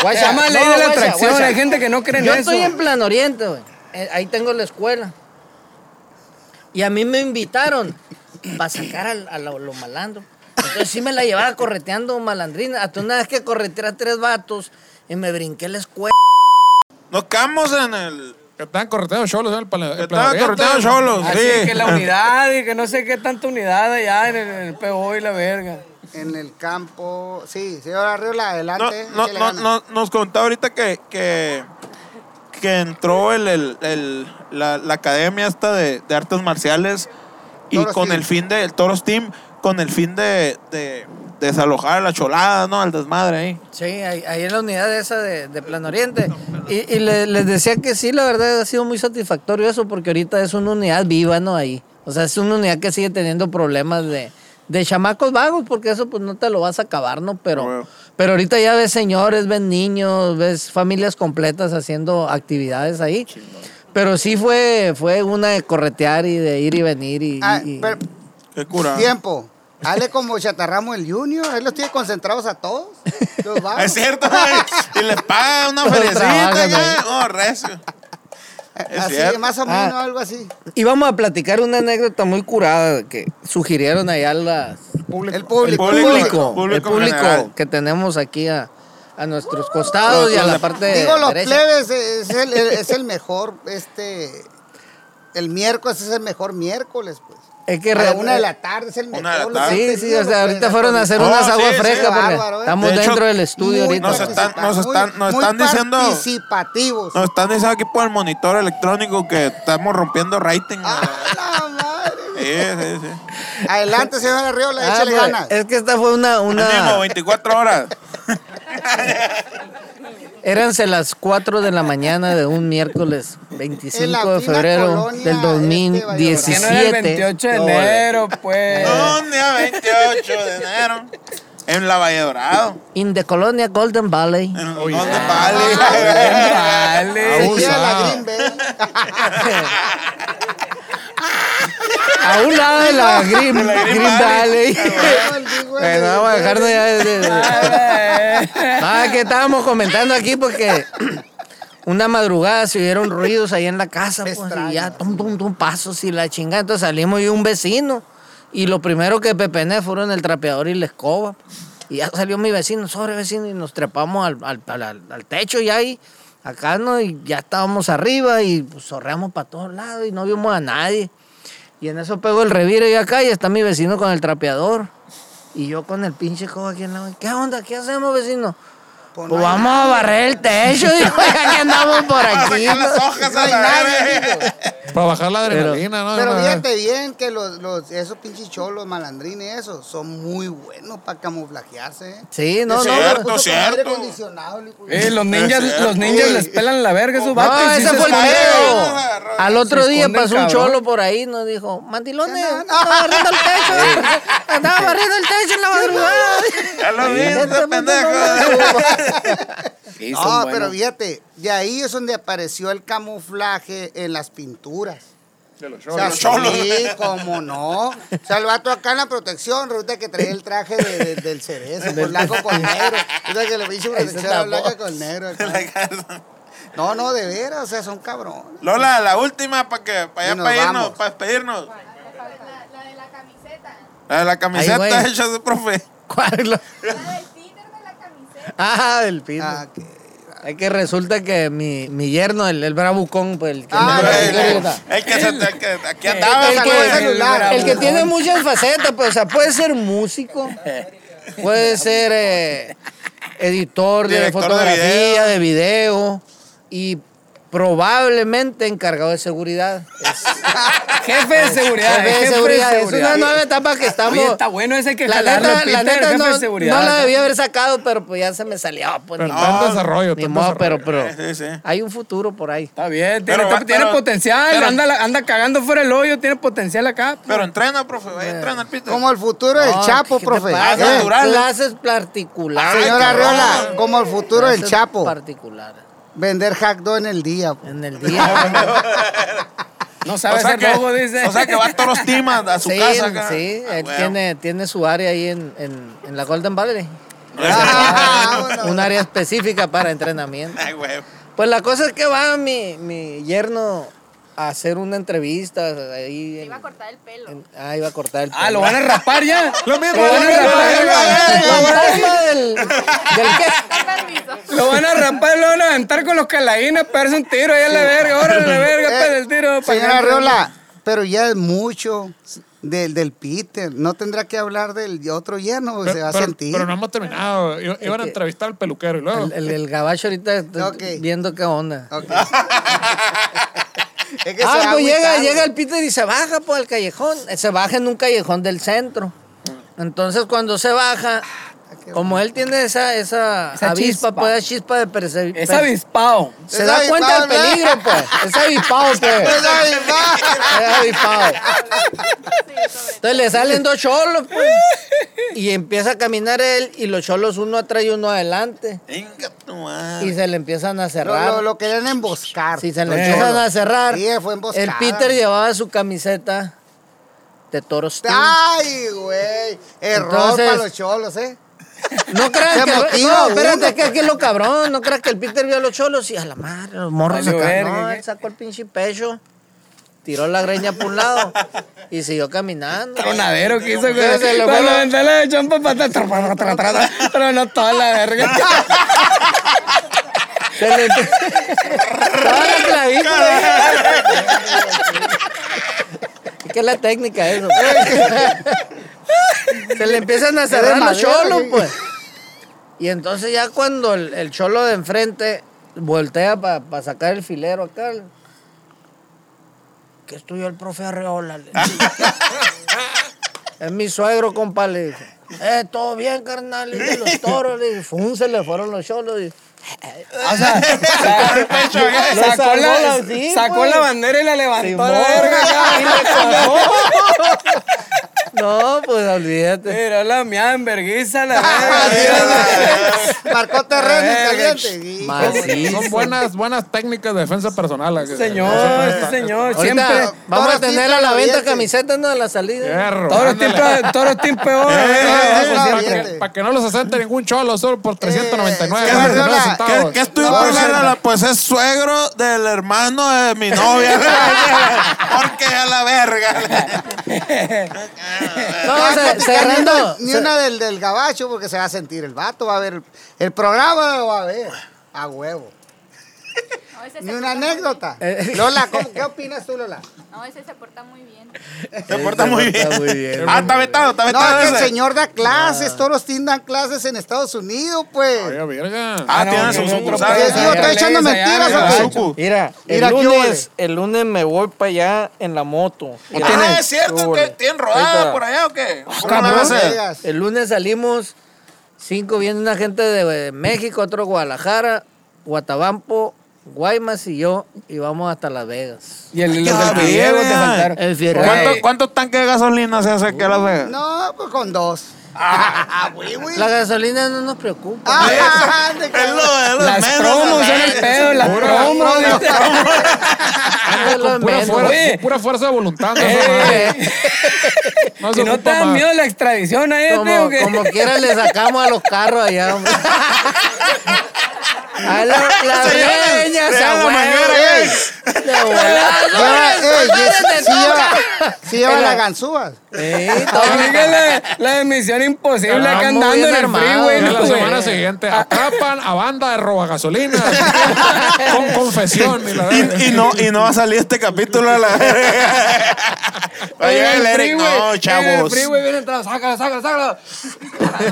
Speaker 3: Se llama ley
Speaker 5: No,
Speaker 3: de la
Speaker 5: guacha,
Speaker 3: atracción.
Speaker 5: guacha.
Speaker 3: Hay gente que no cree en
Speaker 5: Yo
Speaker 3: eso.
Speaker 5: estoy en Plan Oriente, güey. Eh, Ahí tengo la escuela. Y a mí me invitaron para sacar al- a, lo- los malandros. Entonces sí me la llevaba correteando malandrina. Hasta una vez que correteé a tres vatos y me brinqué la escuela.
Speaker 4: Nos quedamos en el.
Speaker 1: Que estaban correteando cholos en el plan.
Speaker 4: Que estaban correteando cholos.
Speaker 3: Así
Speaker 4: sí.
Speaker 3: es que la unidad y que no sé qué tanta unidad allá en el, en el PO y la verga.
Speaker 2: En el campo. Sí, señor Arriola,
Speaker 4: [LAUGHS] No,
Speaker 2: adelante.
Speaker 4: no,
Speaker 2: échale
Speaker 4: no,
Speaker 2: ganas.
Speaker 4: no, nos contó ahorita que, que, que entró el, el- el- la, la academia esta de, de artes marciales y
Speaker 2: Toros
Speaker 4: con
Speaker 2: Team.
Speaker 4: el fin del Toros Team, con el fin de, de desalojar a la cholada, ¿no? Al desmadre ahí.
Speaker 5: Sí, ahí, ahí en la unidad esa de, de Plan Oriente. Y, y le- les decía que sí, la verdad ha sido muy satisfactorio eso, porque ahorita es una unidad viva, ¿no? Ahí. O sea, es una unidad que sigue teniendo problemas de, de chamacos vagos, porque eso pues no te lo vas a acabar, ¿no? Pero,
Speaker 4: Bueno.
Speaker 5: pero ahorita ya ves señores, ves niños, ves familias completas haciendo actividades ahí. Pero sí fue, fue una de corretear y de ir y venir y...
Speaker 2: Ah,
Speaker 5: y- y-
Speaker 2: pero-
Speaker 4: Qué cura.
Speaker 2: Tiempo. Hale como chatarramos el Junior. Él los tiene concentrados a todos. Los vagos.
Speaker 4: [LAUGHS] Es cierto, güey. Y le paga una
Speaker 5: [LAUGHS] Todos
Speaker 4: felicita
Speaker 5: trabajan
Speaker 4: ya.
Speaker 5: ahí.
Speaker 4: No, recio. es
Speaker 2: así,
Speaker 4: cierto.
Speaker 2: más o menos,
Speaker 5: Ah.
Speaker 2: algo así.
Speaker 5: Y vamos a platicar una anécdota muy curada que sugirieron allá las...
Speaker 2: El público.
Speaker 4: El público.
Speaker 5: público,
Speaker 4: Público
Speaker 5: el público
Speaker 4: general.
Speaker 5: que tenemos aquí a, a nuestros costados y a la parte
Speaker 2: Digo, los
Speaker 5: derecha.
Speaker 2: plebes eh, es el, el- es el mejor, este... El miércoles es el mejor miércoles, pues.
Speaker 5: Es que
Speaker 2: a la
Speaker 5: re-
Speaker 2: una de la tarde es el mejor.
Speaker 4: Ah, eh, Una de la
Speaker 2: los
Speaker 4: tarde.
Speaker 5: Sí,
Speaker 2: han
Speaker 5: sí,
Speaker 2: tenido
Speaker 5: o sea,
Speaker 2: los
Speaker 5: ahorita
Speaker 2: plebes.
Speaker 5: fueron a hacer
Speaker 4: Oh,
Speaker 5: unas
Speaker 4: sí,
Speaker 5: aguas
Speaker 4: sí,
Speaker 5: frescas porque
Speaker 2: bárbaro, ¿eh?
Speaker 5: estamos
Speaker 4: De hecho,
Speaker 5: dentro del
Speaker 2: Muy
Speaker 5: estudio ahorita.
Speaker 4: Nos están- nos
Speaker 2: participa-
Speaker 4: están- nos
Speaker 2: muy-
Speaker 4: están
Speaker 2: muy
Speaker 4: diciendo-
Speaker 2: Participativos.
Speaker 4: Nos están diciendo aquí por el monitor electrónico que estamos rompiendo rating.
Speaker 3: Ah.
Speaker 4: güey.
Speaker 2: ¡A Ah, la madre!
Speaker 4: Sí, sí, sí.
Speaker 2: Adelante, señor Arriola,
Speaker 5: Ah,
Speaker 2: échale
Speaker 5: pues,
Speaker 2: ganas.
Speaker 5: es que esta fue una,
Speaker 4: Mínimo
Speaker 5: una
Speaker 4: 24 horas.
Speaker 5: éranse las 4 de la mañana de un miércoles 25 de
Speaker 2: fina
Speaker 5: febrero
Speaker 2: colonia
Speaker 5: del
Speaker 3: Que no
Speaker 2: este,
Speaker 3: era el
Speaker 5: 2017.
Speaker 3: 28 de enero,
Speaker 5: Eh.
Speaker 3: pues.
Speaker 4: Un día 28 de enero. En la Valle Dorado.
Speaker 5: In the Colonia Golden Valley.
Speaker 4: En Golden Valley.
Speaker 3: Vale.
Speaker 2: Se quiere la
Speaker 1: Abusado.
Speaker 2: Green Bay.
Speaker 5: A un lado de la Green,
Speaker 4: la Green
Speaker 5: Green
Speaker 4: Valley.
Speaker 5: Valley.
Speaker 2: [LAUGHS] Ah, el Big West.
Speaker 5: Bueno, vamos a dejarnos ya de- de- de-
Speaker 3: Vale.
Speaker 5: Ah, que estábamos comentando aquí porque [CLEARS THROAT] una madrugada se oyeron ruidos ahí en la casa, pues, y ya, tum, tum, tum, pasos y la chingada. Entonces salimos y un vecino, y lo primero que pepené fueron el trapeador y la escoba. Y ya salió mi vecino, sobre vecino, y nos trepamos al, al- al- al- al techo y ahí, acá, ¿no? Y ya estábamos arriba y pues, zorreamos para todos lados y no vimos a nadie. Y en eso pego el reviro y acá y está mi vecino con el trapeador. Y yo con el pinche cojo aquí en la mano. ¿Qué onda? ¿Qué hacemos, vecino? Pues vamos a barrer el techo, [LAUGHS] dijo, ya que andamos por
Speaker 4: Vamos a
Speaker 5: aquí.
Speaker 4: sacar las hojas a la verga.
Speaker 1: Para bajar la adrenalina, ¿no?
Speaker 2: Pero
Speaker 1: Una-
Speaker 2: fíjate bien que los, los, esos pinches cholos, malandrines, esos, son muy buenos para camuflajearse. ¿eh?
Speaker 5: Sí, no,
Speaker 2: Ese
Speaker 5: no.
Speaker 2: vato puso
Speaker 4: cierto,
Speaker 2: con
Speaker 4: cierto.
Speaker 2: aire acondicionado, le-
Speaker 3: Eh, los ninjas, los ninjas les pelan la verga a sus vatos.
Speaker 5: No,
Speaker 3: y sí
Speaker 5: ese
Speaker 3: se
Speaker 5: fue el
Speaker 3: esconden.
Speaker 5: video. Al otro
Speaker 3: Se
Speaker 5: día
Speaker 3: esconden,
Speaker 5: pasó un
Speaker 3: cabrón.
Speaker 5: cholo por ahí y nos dijo, mandilones,
Speaker 2: ¿Qué andan?
Speaker 5: andaba barriendo el techo. Andaba barriendo el techo en la madrugada.
Speaker 4: Ya lo vi, ese
Speaker 5: Este
Speaker 4: pendejo.
Speaker 3: Sí, son
Speaker 2: No,
Speaker 3: buenos.
Speaker 2: pero fíjate, de ahí es donde apareció el camuflaje en las pinturas.
Speaker 1: De los
Speaker 2: O sea,
Speaker 1: cholos.
Speaker 4: cholos.
Speaker 2: sí, cómo no. O sea, el vato acá en la protección, resulta que traía el traje de- de- del cerezo, con blanco con negro. O sea, que le pinche protección era blanca con negro. acá. No, no, de veras, o sea, son cabrones.
Speaker 4: [LAUGHS] Lola, la última para que para
Speaker 2: Y
Speaker 4: allá
Speaker 2: nos
Speaker 4: para irnos,
Speaker 2: vamos.
Speaker 4: para despedirnos.
Speaker 6: La, la de la camiseta.
Speaker 4: La de la camiseta
Speaker 5: güey.
Speaker 4: hecha de profe.
Speaker 5: ¿Cuál? lo-
Speaker 6: La del títer de la camiseta.
Speaker 5: Ah, del pito.
Speaker 2: Ah, que-
Speaker 5: Es que resulta que mi, mi yerno, el, el bravucón, pues el que...
Speaker 2: Ah,
Speaker 5: el,
Speaker 2: el-
Speaker 5: el- el-
Speaker 4: El que, se, el que aquí andaba,
Speaker 5: el
Speaker 2: sacó el
Speaker 4: pues.
Speaker 2: celular.
Speaker 5: que, Ah, el que tiene muchas facetas, pues, o sea, puede ser músico, puede ser eh, editor de
Speaker 4: Director de
Speaker 5: fotografía, de video y probablemente encargado de seguridad.
Speaker 3: Jefe de seguridad.
Speaker 5: Jefe de seguridad, Es una nueva etapa que estamos.
Speaker 3: Oye, está bueno ese que
Speaker 5: la
Speaker 3: jalarle
Speaker 5: neta,
Speaker 3: al
Speaker 5: la
Speaker 3: Peter,
Speaker 5: neta
Speaker 3: jefe
Speaker 5: no,
Speaker 3: de seguridad.
Speaker 5: no la debía haber sacado, pero pues ya se me salió. Pues,
Speaker 1: Pero
Speaker 5: ni
Speaker 1: está
Speaker 4: No,
Speaker 1: en desarrollo. está
Speaker 5: ni
Speaker 1: en
Speaker 5: modo, pero,
Speaker 1: desarrollo.
Speaker 5: pero
Speaker 4: Sí, sí.
Speaker 5: hay un futuro por ahí.
Speaker 3: Está bien, tiene,
Speaker 4: Pero
Speaker 3: está-
Speaker 4: va-
Speaker 3: tiene
Speaker 4: pero-
Speaker 3: potencial,
Speaker 4: pero-
Speaker 3: anda, la- anda cagando fuera el hoyo, tiene potencial acá.
Speaker 4: Pero entrena, profe,
Speaker 5: Eh.
Speaker 4: vaya, entrena el pito.
Speaker 2: Como el futuro del
Speaker 5: No,
Speaker 2: Chapo,
Speaker 5: ¿qué te
Speaker 2: profe.
Speaker 5: pasa?
Speaker 2: ¿Eh?
Speaker 4: natural.
Speaker 5: Clases particulares.
Speaker 2: Señora
Speaker 4: cabrón.
Speaker 2: Arreola, como el futuro del
Speaker 5: Clases
Speaker 2: Chapo.
Speaker 5: Particulares.
Speaker 2: Vender hack dog en el día. po.
Speaker 5: En el día.
Speaker 3: No sabe hacer logo, dice.
Speaker 4: o sea que va a toros timas a su
Speaker 5: sí,
Speaker 4: casa acá.
Speaker 5: sí,
Speaker 4: Ah,
Speaker 5: él
Speaker 4: huevo.
Speaker 5: tiene, tiene su área ahí en, en, en la Golden Valley.
Speaker 2: [LAUGHS] Ah, vámonos.
Speaker 5: Un área específica para entrenamiento.
Speaker 4: Ay, huevo.
Speaker 5: Pues la cosa es que va mi, mi yerno a hacer una entrevista ahí.
Speaker 6: Te
Speaker 5: en-
Speaker 6: iba a cortar el pelo.
Speaker 5: en- ah, iba a cortar el
Speaker 3: Ah, lo
Speaker 5: pelo.
Speaker 3: van a rapar ya.
Speaker 1: Lo mismo,
Speaker 3: Lo van
Speaker 1: lo
Speaker 3: a
Speaker 1: mismo,
Speaker 3: rapar.
Speaker 1: lo
Speaker 3: lo van a-
Speaker 5: El fantasma del, del qué?
Speaker 6: Con [LAUGHS] permiso.
Speaker 3: Lo van a rapar, lo van a aventar con los calaínas, pegarse un tiro ahí a la verga, órale la verga,
Speaker 2: Eh,
Speaker 3: pega el tiro. pa'
Speaker 2: Señora
Speaker 3: adentro.
Speaker 2: Arreola, pero ya es mucho del, del Peter. No tendrá que hablar del otro yerno, porque
Speaker 1: Pero-
Speaker 2: pues, se va a
Speaker 1: pero-
Speaker 2: sentir.
Speaker 1: Pero no hemos terminado. I- Iban a entrevistar al peluquero y luego.
Speaker 5: El, el- el gabacho ahorita está
Speaker 2: Ok.
Speaker 5: viendo qué onda.
Speaker 1: [LAUGHS]
Speaker 2: Ok. [LAUGHS] Es que se
Speaker 5: Ah,
Speaker 2: va
Speaker 5: pues llega,
Speaker 2: agüitado.
Speaker 5: llega el Peter y se baja por el callejón. Eh, Se baja en un callejón del centro. Entonces cuando se baja,
Speaker 2: Ah,
Speaker 5: como él tiene esa, esa,
Speaker 3: Esa
Speaker 5: avispa,
Speaker 3: chispa.
Speaker 5: pues esa chispa de percibir.
Speaker 3: Es avispado.
Speaker 5: Se
Speaker 2: Es
Speaker 5: da cuenta del
Speaker 2: avispado, ¿no?
Speaker 5: peligro,
Speaker 2: [LAUGHS]
Speaker 5: pues. Es avispado, pues.
Speaker 2: Es avispado.
Speaker 5: Es avispado.
Speaker 6: Sí, sobre
Speaker 5: Entonces le salen dos cholos, pues. Y empieza a caminar él y los cholos uno atrás y uno adelante.
Speaker 4: Venga, tu
Speaker 5: Y
Speaker 4: madre.
Speaker 5: se le empiezan a
Speaker 2: Lo,
Speaker 5: cerrar.
Speaker 2: lo- lo querían emboscar.
Speaker 5: Si se le
Speaker 2: Los
Speaker 5: empiezan
Speaker 2: cholos.
Speaker 5: a cerrar.
Speaker 2: Sí, fue emboscada.
Speaker 5: el Peter llevaba su camiseta de toros.
Speaker 2: Ay, güey. Error
Speaker 5: Entonces-
Speaker 2: para los cholos, ¿eh?
Speaker 5: No creas
Speaker 2: Se
Speaker 5: que.
Speaker 2: motiva
Speaker 5: No,
Speaker 2: uno,
Speaker 5: espérate, es que
Speaker 2: pues.
Speaker 5: aquí es lo cabrón. No creas que el Peter vio a los cholos y a la madre, los morros
Speaker 3: Valió
Speaker 5: acá.
Speaker 3: verga,
Speaker 5: no,
Speaker 3: ¿qué?
Speaker 5: él sacó el pinche pecho, tiró la greña por un lado y siguió caminando.
Speaker 3: Tronadero que hizo, güey.
Speaker 5: Entonces, se lo
Speaker 3: Cuando
Speaker 5: fueron-
Speaker 3: aventó la de champa para atrás, tronó toda la verga.
Speaker 5: Se le Toda la clavícula. ¿Qué es la técnica eso? pues. Se le empiezan a cerrar
Speaker 2: Era
Speaker 5: los
Speaker 2: madera,
Speaker 5: cholos,
Speaker 2: güey.
Speaker 5: pues. Y entonces ya cuando el, el cholo de enfrente voltea para sacar el filero acá. le- Que es tuyo el profe Arreola. [LAUGHS] le dice. es mi suegro, compa, le dijo. Eh, todo bien, carnal. Le dije, los toros, le dije, fum, se le fueron los cholos. y-
Speaker 3: O sea, sa-
Speaker 5: Lo
Speaker 3: sacó,
Speaker 5: salvó
Speaker 3: la,
Speaker 5: la- sí,
Speaker 3: sacó
Speaker 5: güey.
Speaker 3: la bandera y la levantó a la
Speaker 5: Simón.
Speaker 3: verga.
Speaker 5: [LAUGHS]
Speaker 3: acá, y la clavó.
Speaker 5: No, pues olvídate.
Speaker 3: Tiró la mía en verguiza, la verga.
Speaker 2: Marcó terreno
Speaker 3: Verga.
Speaker 2: y caliente. Sí.
Speaker 5: Macizo.
Speaker 1: Son buenas, buenas técnicas de defensa personal. la que-
Speaker 3: Señor, sí, señor,
Speaker 5: Ahorita
Speaker 3: siempre.
Speaker 5: vamos
Speaker 2: Toros
Speaker 5: a tener
Speaker 2: tiemblan
Speaker 5: a la
Speaker 2: los
Speaker 5: venta
Speaker 2: dientes.
Speaker 5: camisetas, ¿no? A la salida.
Speaker 1: Hierro,
Speaker 3: Todos los
Speaker 1: ándale.
Speaker 3: tiempos, todos los tiempos de oro.
Speaker 2: eh,
Speaker 3: Como
Speaker 2: eh,
Speaker 3: siempre.
Speaker 2: bien.
Speaker 1: Para que, pa' que no los asente ningún cholo, solo por 399
Speaker 2: Eh, señora,
Speaker 1: $399
Speaker 4: ¿Qué,
Speaker 1: centavos.
Speaker 4: qué es tu
Speaker 2: No,
Speaker 4: por
Speaker 2: no,
Speaker 4: Guerrero? Pues es suegro del hermano de
Speaker 2: [LAUGHS]
Speaker 4: mi novia. Porque a la verga.
Speaker 5: No,
Speaker 2: Ya
Speaker 5: se-
Speaker 2: platicar ni
Speaker 5: cerrando.
Speaker 2: una- Ni
Speaker 5: se-
Speaker 2: una del, del gabacho porque se va a sentir el vato, va a ver. El programa lo va a ver. A huevo.
Speaker 6: No, ese se
Speaker 2: Ni una
Speaker 6: porta muy
Speaker 2: anécdota.
Speaker 5: Eh.
Speaker 2: Lola, ¿cómo- ¿qué opinas tú,
Speaker 4: [LAUGHS]
Speaker 2: Lola?
Speaker 6: bien. No, ese se porta muy bien.
Speaker 4: Se porta muy bien.
Speaker 5: porta muy bien.
Speaker 4: Ah, está vetado, está
Speaker 2: No,
Speaker 4: vetado
Speaker 2: es que el
Speaker 4: ese.
Speaker 2: señor da clases, todos los team dan clases en Estados Unidos, pues.
Speaker 1: Oye, verga.
Speaker 4: Ah,
Speaker 3: no,
Speaker 4: tiene Ah,
Speaker 3: que
Speaker 4: su
Speaker 3: es otro
Speaker 4: sucursal.
Speaker 3: país.
Speaker 2: Dios mío, está echando
Speaker 3: Allá,
Speaker 2: mentiras,
Speaker 3: allá,
Speaker 2: ¿o qué?
Speaker 3: allá.
Speaker 4: Sucu.
Speaker 5: Mira, el
Speaker 2: Mira, ¿qué
Speaker 5: lunes, el lunes me voy para allá en la moto. Mira,
Speaker 4: Ah, es
Speaker 5: ¿qué
Speaker 4: cierto,
Speaker 5: hubo?
Speaker 4: que tienen
Speaker 5: Ahí está.
Speaker 4: rodada por allá o qué? ¿Cómo la
Speaker 2: Ah, cabrón.
Speaker 4: vas a hacer?
Speaker 2: Vegas.
Speaker 5: El lunes salimos, cinco viene una gente de eh, México, otro de Guadalajara, Guatabampo, Guaymas y yo, y vamos hasta Las Vegas.
Speaker 3: Y el, los
Speaker 4: Ya,
Speaker 3: del Diego te
Speaker 4: verga.
Speaker 3: faltaron.
Speaker 5: El fierro.
Speaker 4: ¿Cuánto- ¿Cuántos tanques de gasolina se hace aquí a Las Vegas?
Speaker 2: No, pues con dos. Ah, güey, güey.
Speaker 5: La gasolina no nos preocupa.
Speaker 2: Ah, [LAUGHS] ande,
Speaker 4: Es
Speaker 2: cabrón.
Speaker 4: lo- es lo
Speaker 3: Las
Speaker 4: menos, eh?
Speaker 3: promos
Speaker 4: la
Speaker 3: son el
Speaker 4: verga.
Speaker 3: pedo, las promos. dice.
Speaker 5: eso es lo de
Speaker 1: con pura,
Speaker 5: menos.
Speaker 1: fuerza, Eh,
Speaker 3: Oye.
Speaker 1: con pura fuerza de voluntad. No,
Speaker 3: Eh.
Speaker 1: esa madre. No se
Speaker 3: Si no te
Speaker 1: ocupa
Speaker 3: da
Speaker 1: más.
Speaker 3: miedo la extradición a este,
Speaker 5: Como,
Speaker 3: ¿o qué?
Speaker 5: como quiera le sacamos a los carros allá, hombre. A la, la
Speaker 4: Señora,
Speaker 5: breña,
Speaker 4: señora,
Speaker 5: esa
Speaker 4: manguera,
Speaker 5: güey. De volada,
Speaker 2: Lleva, eh,
Speaker 5: güey, suéltate,
Speaker 2: sí lleva,
Speaker 5: [LAUGHS] toma.
Speaker 2: sí lleva las ganzúas.
Speaker 3: [LAUGHS]
Speaker 5: Sí,
Speaker 3: Aplica
Speaker 5: toma.
Speaker 3: la, la de misión imposible
Speaker 5: Caramba,
Speaker 3: acá andando
Speaker 5: bien
Speaker 3: en el
Speaker 5: armado,
Speaker 3: freeway.
Speaker 1: Ya
Speaker 3: ¿no,
Speaker 1: la
Speaker 3: güey?
Speaker 1: semana siguiente
Speaker 3: Ah.
Speaker 1: atrapan a banda de roba
Speaker 3: [LAUGHS]
Speaker 1: gasolina con confesión. Y la verga.
Speaker 4: Y, y no, y no va a salir este capítulo a la [LAUGHS] Va a
Speaker 3: Oye,
Speaker 4: llegar el
Speaker 3: el
Speaker 4: Eric,
Speaker 3: freeway,
Speaker 4: no,
Speaker 3: El
Speaker 4: chavos.
Speaker 3: freeway viene atrás, sácalo, sácalo, sácalo.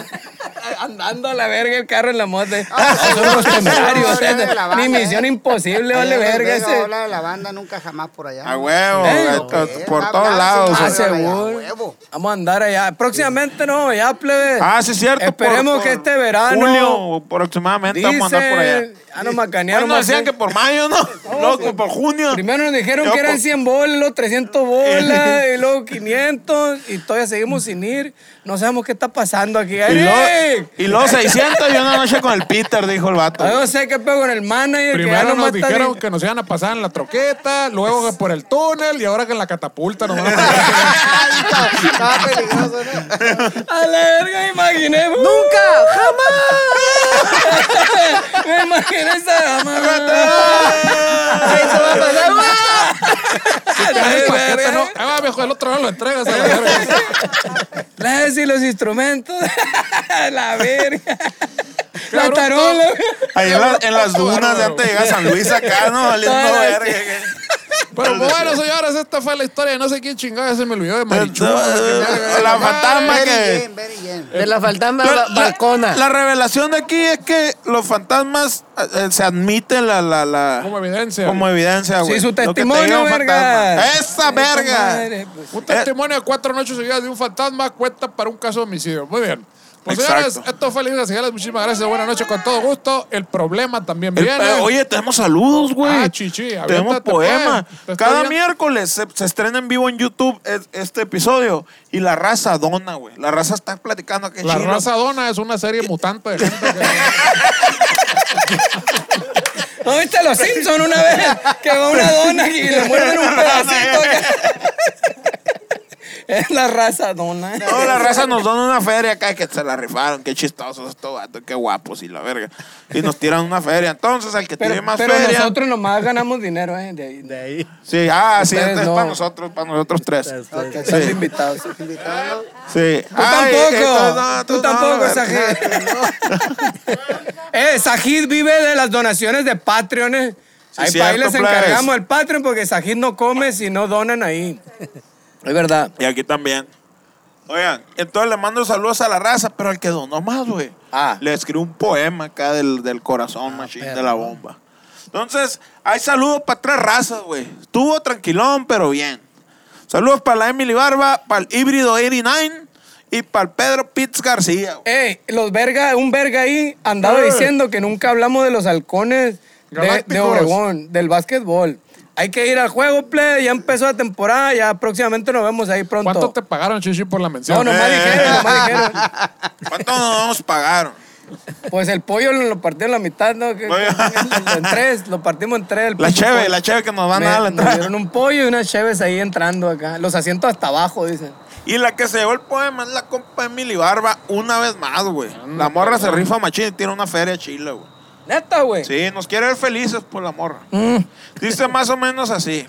Speaker 3: [LAUGHS] Andando a la verga el carro en la moto. Ah, son unos temerarios.
Speaker 2: habla de la banda,
Speaker 3: Ni misión
Speaker 2: eh.
Speaker 3: imposible, vale
Speaker 2: Allá en
Speaker 3: verga
Speaker 2: Las Vegas
Speaker 3: ese.
Speaker 2: habla de la banda nunca jamás por allá.
Speaker 4: A huevo,
Speaker 3: Eh,
Speaker 4: a- a-
Speaker 2: Eh,
Speaker 4: por
Speaker 2: va-
Speaker 4: todos
Speaker 2: va-
Speaker 4: lados.
Speaker 2: sí,
Speaker 3: Ah,
Speaker 4: o sea.
Speaker 2: va- va-
Speaker 3: seguro.
Speaker 2: huevo.
Speaker 3: Vamos a andar allá. Próximamente no, ya plebe.
Speaker 4: Ah, sí, es cierto. por-
Speaker 3: Esperemos
Speaker 4: por
Speaker 3: que este verano.
Speaker 4: Julio, aproximadamente, vamos a andar por allá.
Speaker 3: Dice. Ah, no macanearon.
Speaker 4: Bueno,
Speaker 3: más
Speaker 4: decían
Speaker 3: bien.
Speaker 4: que por
Speaker 3: [LAUGHS]
Speaker 4: mayo, ¿no? No, que por junio.
Speaker 3: Oh, Primero nos dijeron
Speaker 4: Yo
Speaker 3: que eran
Speaker 4: por-
Speaker 3: 100 bolas, luego 300
Speaker 4: [LAUGHS]
Speaker 3: bolas, y luego 500, y todavía seguimos sin ir. No sabemos qué está pasando aquí.
Speaker 4: Y luego,
Speaker 3: ¡Eric!
Speaker 4: y luego 600 y una noche con el Peter, dijo el vato.
Speaker 3: Ah, Yo sé qué pego con el manager. que ya
Speaker 1: Primero
Speaker 3: nomás
Speaker 1: nos
Speaker 3: está
Speaker 1: dijeron
Speaker 3: di-
Speaker 1: que nos iban a pasar en la troqueta, luego que por el túnel y ahora que en la catapulta nos van a pasar.
Speaker 2: Estaba peligroso, ¿no?
Speaker 3: [LAUGHS] A la verga, me imaginé.
Speaker 5: Nunca, jamás.
Speaker 3: [LAUGHS] me imaginé esa [LAUGHS]
Speaker 1: Ay,
Speaker 4: Eh,
Speaker 1: paquete, no.
Speaker 3: mamá.
Speaker 1: Ah, viejo, el otro lado lo entregas a la
Speaker 4: [LAUGHS]
Speaker 1: verga.
Speaker 3: Las y los instrumentos. [LAUGHS] la verga. La
Speaker 1: Cabrón,
Speaker 3: tarola.
Speaker 4: Ahí en, la- en las dunas, ya te llega San Luis acá, ¿no? Valiendo
Speaker 3: Toda la-
Speaker 4: verga. que-
Speaker 1: Pero bueno, señores, esta fue la historia de no sé quién chingada se me olvidó
Speaker 4: Este
Speaker 1: de Marichu.
Speaker 4: [LAUGHS] La fantasma
Speaker 2: Very
Speaker 4: que.
Speaker 2: bien, very bien.
Speaker 5: De la fantasma
Speaker 4: La, la-
Speaker 5: balcona.
Speaker 4: la revelación de aquí es que los fantasmas eh, se admiten la, la, la-
Speaker 1: Como evidencia.
Speaker 4: como evidencia, güey.
Speaker 3: Sí, su
Speaker 4: Lo que te
Speaker 3: testimonio,
Speaker 4: diga un
Speaker 3: verga.
Speaker 4: fantasma. Esa
Speaker 3: madre,
Speaker 4: verga.
Speaker 3: pues.
Speaker 1: Un testimonio
Speaker 4: eh.
Speaker 1: de cuatro noches seguidas de un fantasma cuenta para un caso de homicidio. Muy bien. Pues
Speaker 4: Exacto.
Speaker 1: señores, esto fue Líneas Señales. Muchísimas gracias. Buenas noches con todo gusto. El problema también
Speaker 4: El-
Speaker 1: viene.
Speaker 4: eh, oye, tenemos saludos, güey.
Speaker 1: Ah, chichi,
Speaker 4: Tenemos
Speaker 1: aviéntate,
Speaker 4: poema.
Speaker 1: pues. Te estoy
Speaker 4: Cada
Speaker 1: viendo.
Speaker 4: miércoles se, se estrena en vivo en YouTube es- este episodio. Y la raza dona, güey. La raza está platicando que
Speaker 1: La raza dona es una serie mutante de gente que-
Speaker 3: ¿No viste los Simpsons una vez? Que va una dona y le muerden
Speaker 4: [LAUGHS]
Speaker 3: un pedacito. acá? [LAUGHS] es la raza dona.
Speaker 4: eh. No, la raza nos dona una feria acá que se la rifaron. Qué chistosos estos vatos, qué guapos y la verga. Y nos tiran una feria. Entonces, al que tiene
Speaker 3: Pero,
Speaker 4: más
Speaker 3: pero
Speaker 4: feria.
Speaker 3: nosotros nomás ganamos dinero, ¿eh? De ahí. De ahí.
Speaker 4: Sí, ah, sí,
Speaker 3: Ustedes
Speaker 4: este es
Speaker 3: no.
Speaker 4: para nosotros, para nosotros tres.
Speaker 2: Ok.
Speaker 3: Están invitados.
Speaker 2: Invitado.
Speaker 4: Sí.
Speaker 3: Tú
Speaker 4: eh,
Speaker 3: tampoco. tú, tampoco, Sajid. [LAUGHS] eh, Sajid vive de las donaciones de Patreon. eh.
Speaker 4: Sí,
Speaker 3: Ahí, pa'
Speaker 4: cierto,
Speaker 3: ahí les
Speaker 4: plebes.
Speaker 3: encargamos el Patreon porque Sajid no come si no donan ahí. Es verdad.
Speaker 4: Y aquí también. Oigan, entonces le mando saludos a la raza, pero al que donó más, güey.
Speaker 3: Ah.
Speaker 4: Le escribí un poema acá del, del corazón, machín, de la bomba. Entonces, hay saludos para tres razas, güey. Estuvo tranquilón, pero bien. Saludos para la Emily Barba, para el Híbrido 89 y para el Pedro Pitts García, güey.
Speaker 3: Ey, Eh, los verga, un verga ahí andaba
Speaker 4: Eh.
Speaker 3: diciendo que nunca hablamos de los halcones de, de
Speaker 1: Galácticos.
Speaker 3: Obregón, del básquetbol. Hay que ir al juego, play, ya empezó la temporada, ya próximamente nos vemos ahí pronto.
Speaker 1: ¿Cuánto te pagaron, Chichi, por la mención?
Speaker 3: No, nomás
Speaker 4: Eh.
Speaker 3: dijeron, nomás dijeron.
Speaker 4: ¿Cuánto nos pagaron?
Speaker 3: Pues el pollo lo lo partimos en la mitad, ¿no? Que-
Speaker 4: Pollo.
Speaker 3: En tres, lo partimos en tres. el [LAUGHS]
Speaker 4: La
Speaker 3: pinche
Speaker 4: cheve,
Speaker 3: pollo.
Speaker 4: la cheve que nos van
Speaker 3: Me-
Speaker 4: a dar a la
Speaker 3: Nos
Speaker 4: entrada.
Speaker 3: dieron un pollo y unas cheves ahí entrando acá. Los asientos hasta abajo, dicen.
Speaker 4: Y la que se llevó el poema es la compa Emily Barba una vez más, güey. La morra se rifa machín y tiene una feria chila, güey.
Speaker 3: Neta, güey.
Speaker 4: Sí, nos quiere ver felices por la morra. Dice más o menos así.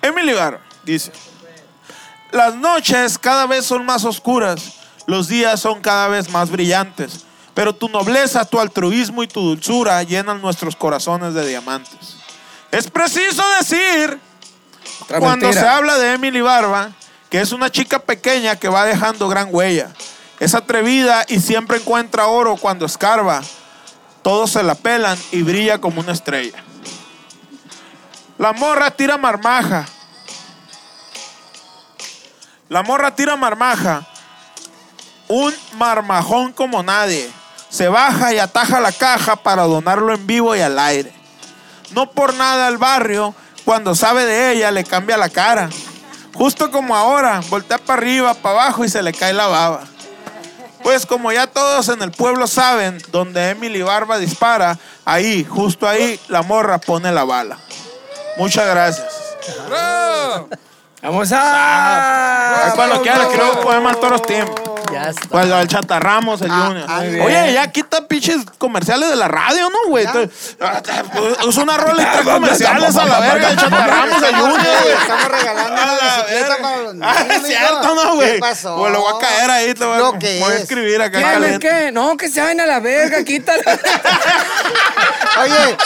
Speaker 4: Emily Barba dice, las noches cada vez son más oscuras, los días son cada vez más brillantes, pero tu nobleza, tu altruismo y tu dulzura llenan nuestros corazones de diamantes. Es preciso decir
Speaker 3: Otra
Speaker 4: cuando
Speaker 3: mentira.
Speaker 4: se habla de Emily Barba, que es una chica pequeña que va dejando gran huella. Es atrevida y siempre encuentra oro cuando escarba. Todos se la pelan y brilla como una estrella. La morra tira marmaja. La morra tira marmaja. Un marmajón como nadie. Se baja y ataja la caja para donarlo en vivo y al aire. No por nada el barrio, cuando sabe de ella, le cambia la cara. Justo como ahora, voltea para arriba, para abajo y se le cae la baba. Pues como ya todos en el pueblo saben, donde Emily Barba dispara, ahí, justo ahí, la morra pone la bala. Muchas gracias.
Speaker 1: ¡Bravo!
Speaker 3: ¡Oh! Vamos a.
Speaker 4: Ahí Ah, para lo que haga, creo que podemos al Toros Team.
Speaker 5: Ya está.
Speaker 4: Pues al Chata Ramos, el
Speaker 2: Ah,
Speaker 4: Junior.
Speaker 2: ah, muy
Speaker 4: Oye, ya quita pinches comerciales de la radio, ¿no, güey?
Speaker 2: Ya.
Speaker 4: Entonces, ah, Es una rola y tres comerciales a la verga. El Chata Ramos, el Junior, güey.
Speaker 2: Estamos regalando
Speaker 4: A
Speaker 2: una
Speaker 4: la
Speaker 2: bicicleta
Speaker 4: verga.
Speaker 2: para los niños.
Speaker 4: Ah, es
Speaker 2: mijo.
Speaker 4: cierto, ¿no, güey?
Speaker 2: ¿Qué pasó?
Speaker 4: Pues lo voy a caer ahí, te voy a,
Speaker 2: Lo que
Speaker 4: voy a
Speaker 2: es.
Speaker 4: escribir acá.
Speaker 3: ¿Quién
Speaker 4: caliente.
Speaker 3: qué? No, que se vayan a la verga, quítala.
Speaker 4: [LAUGHS]
Speaker 2: Oye,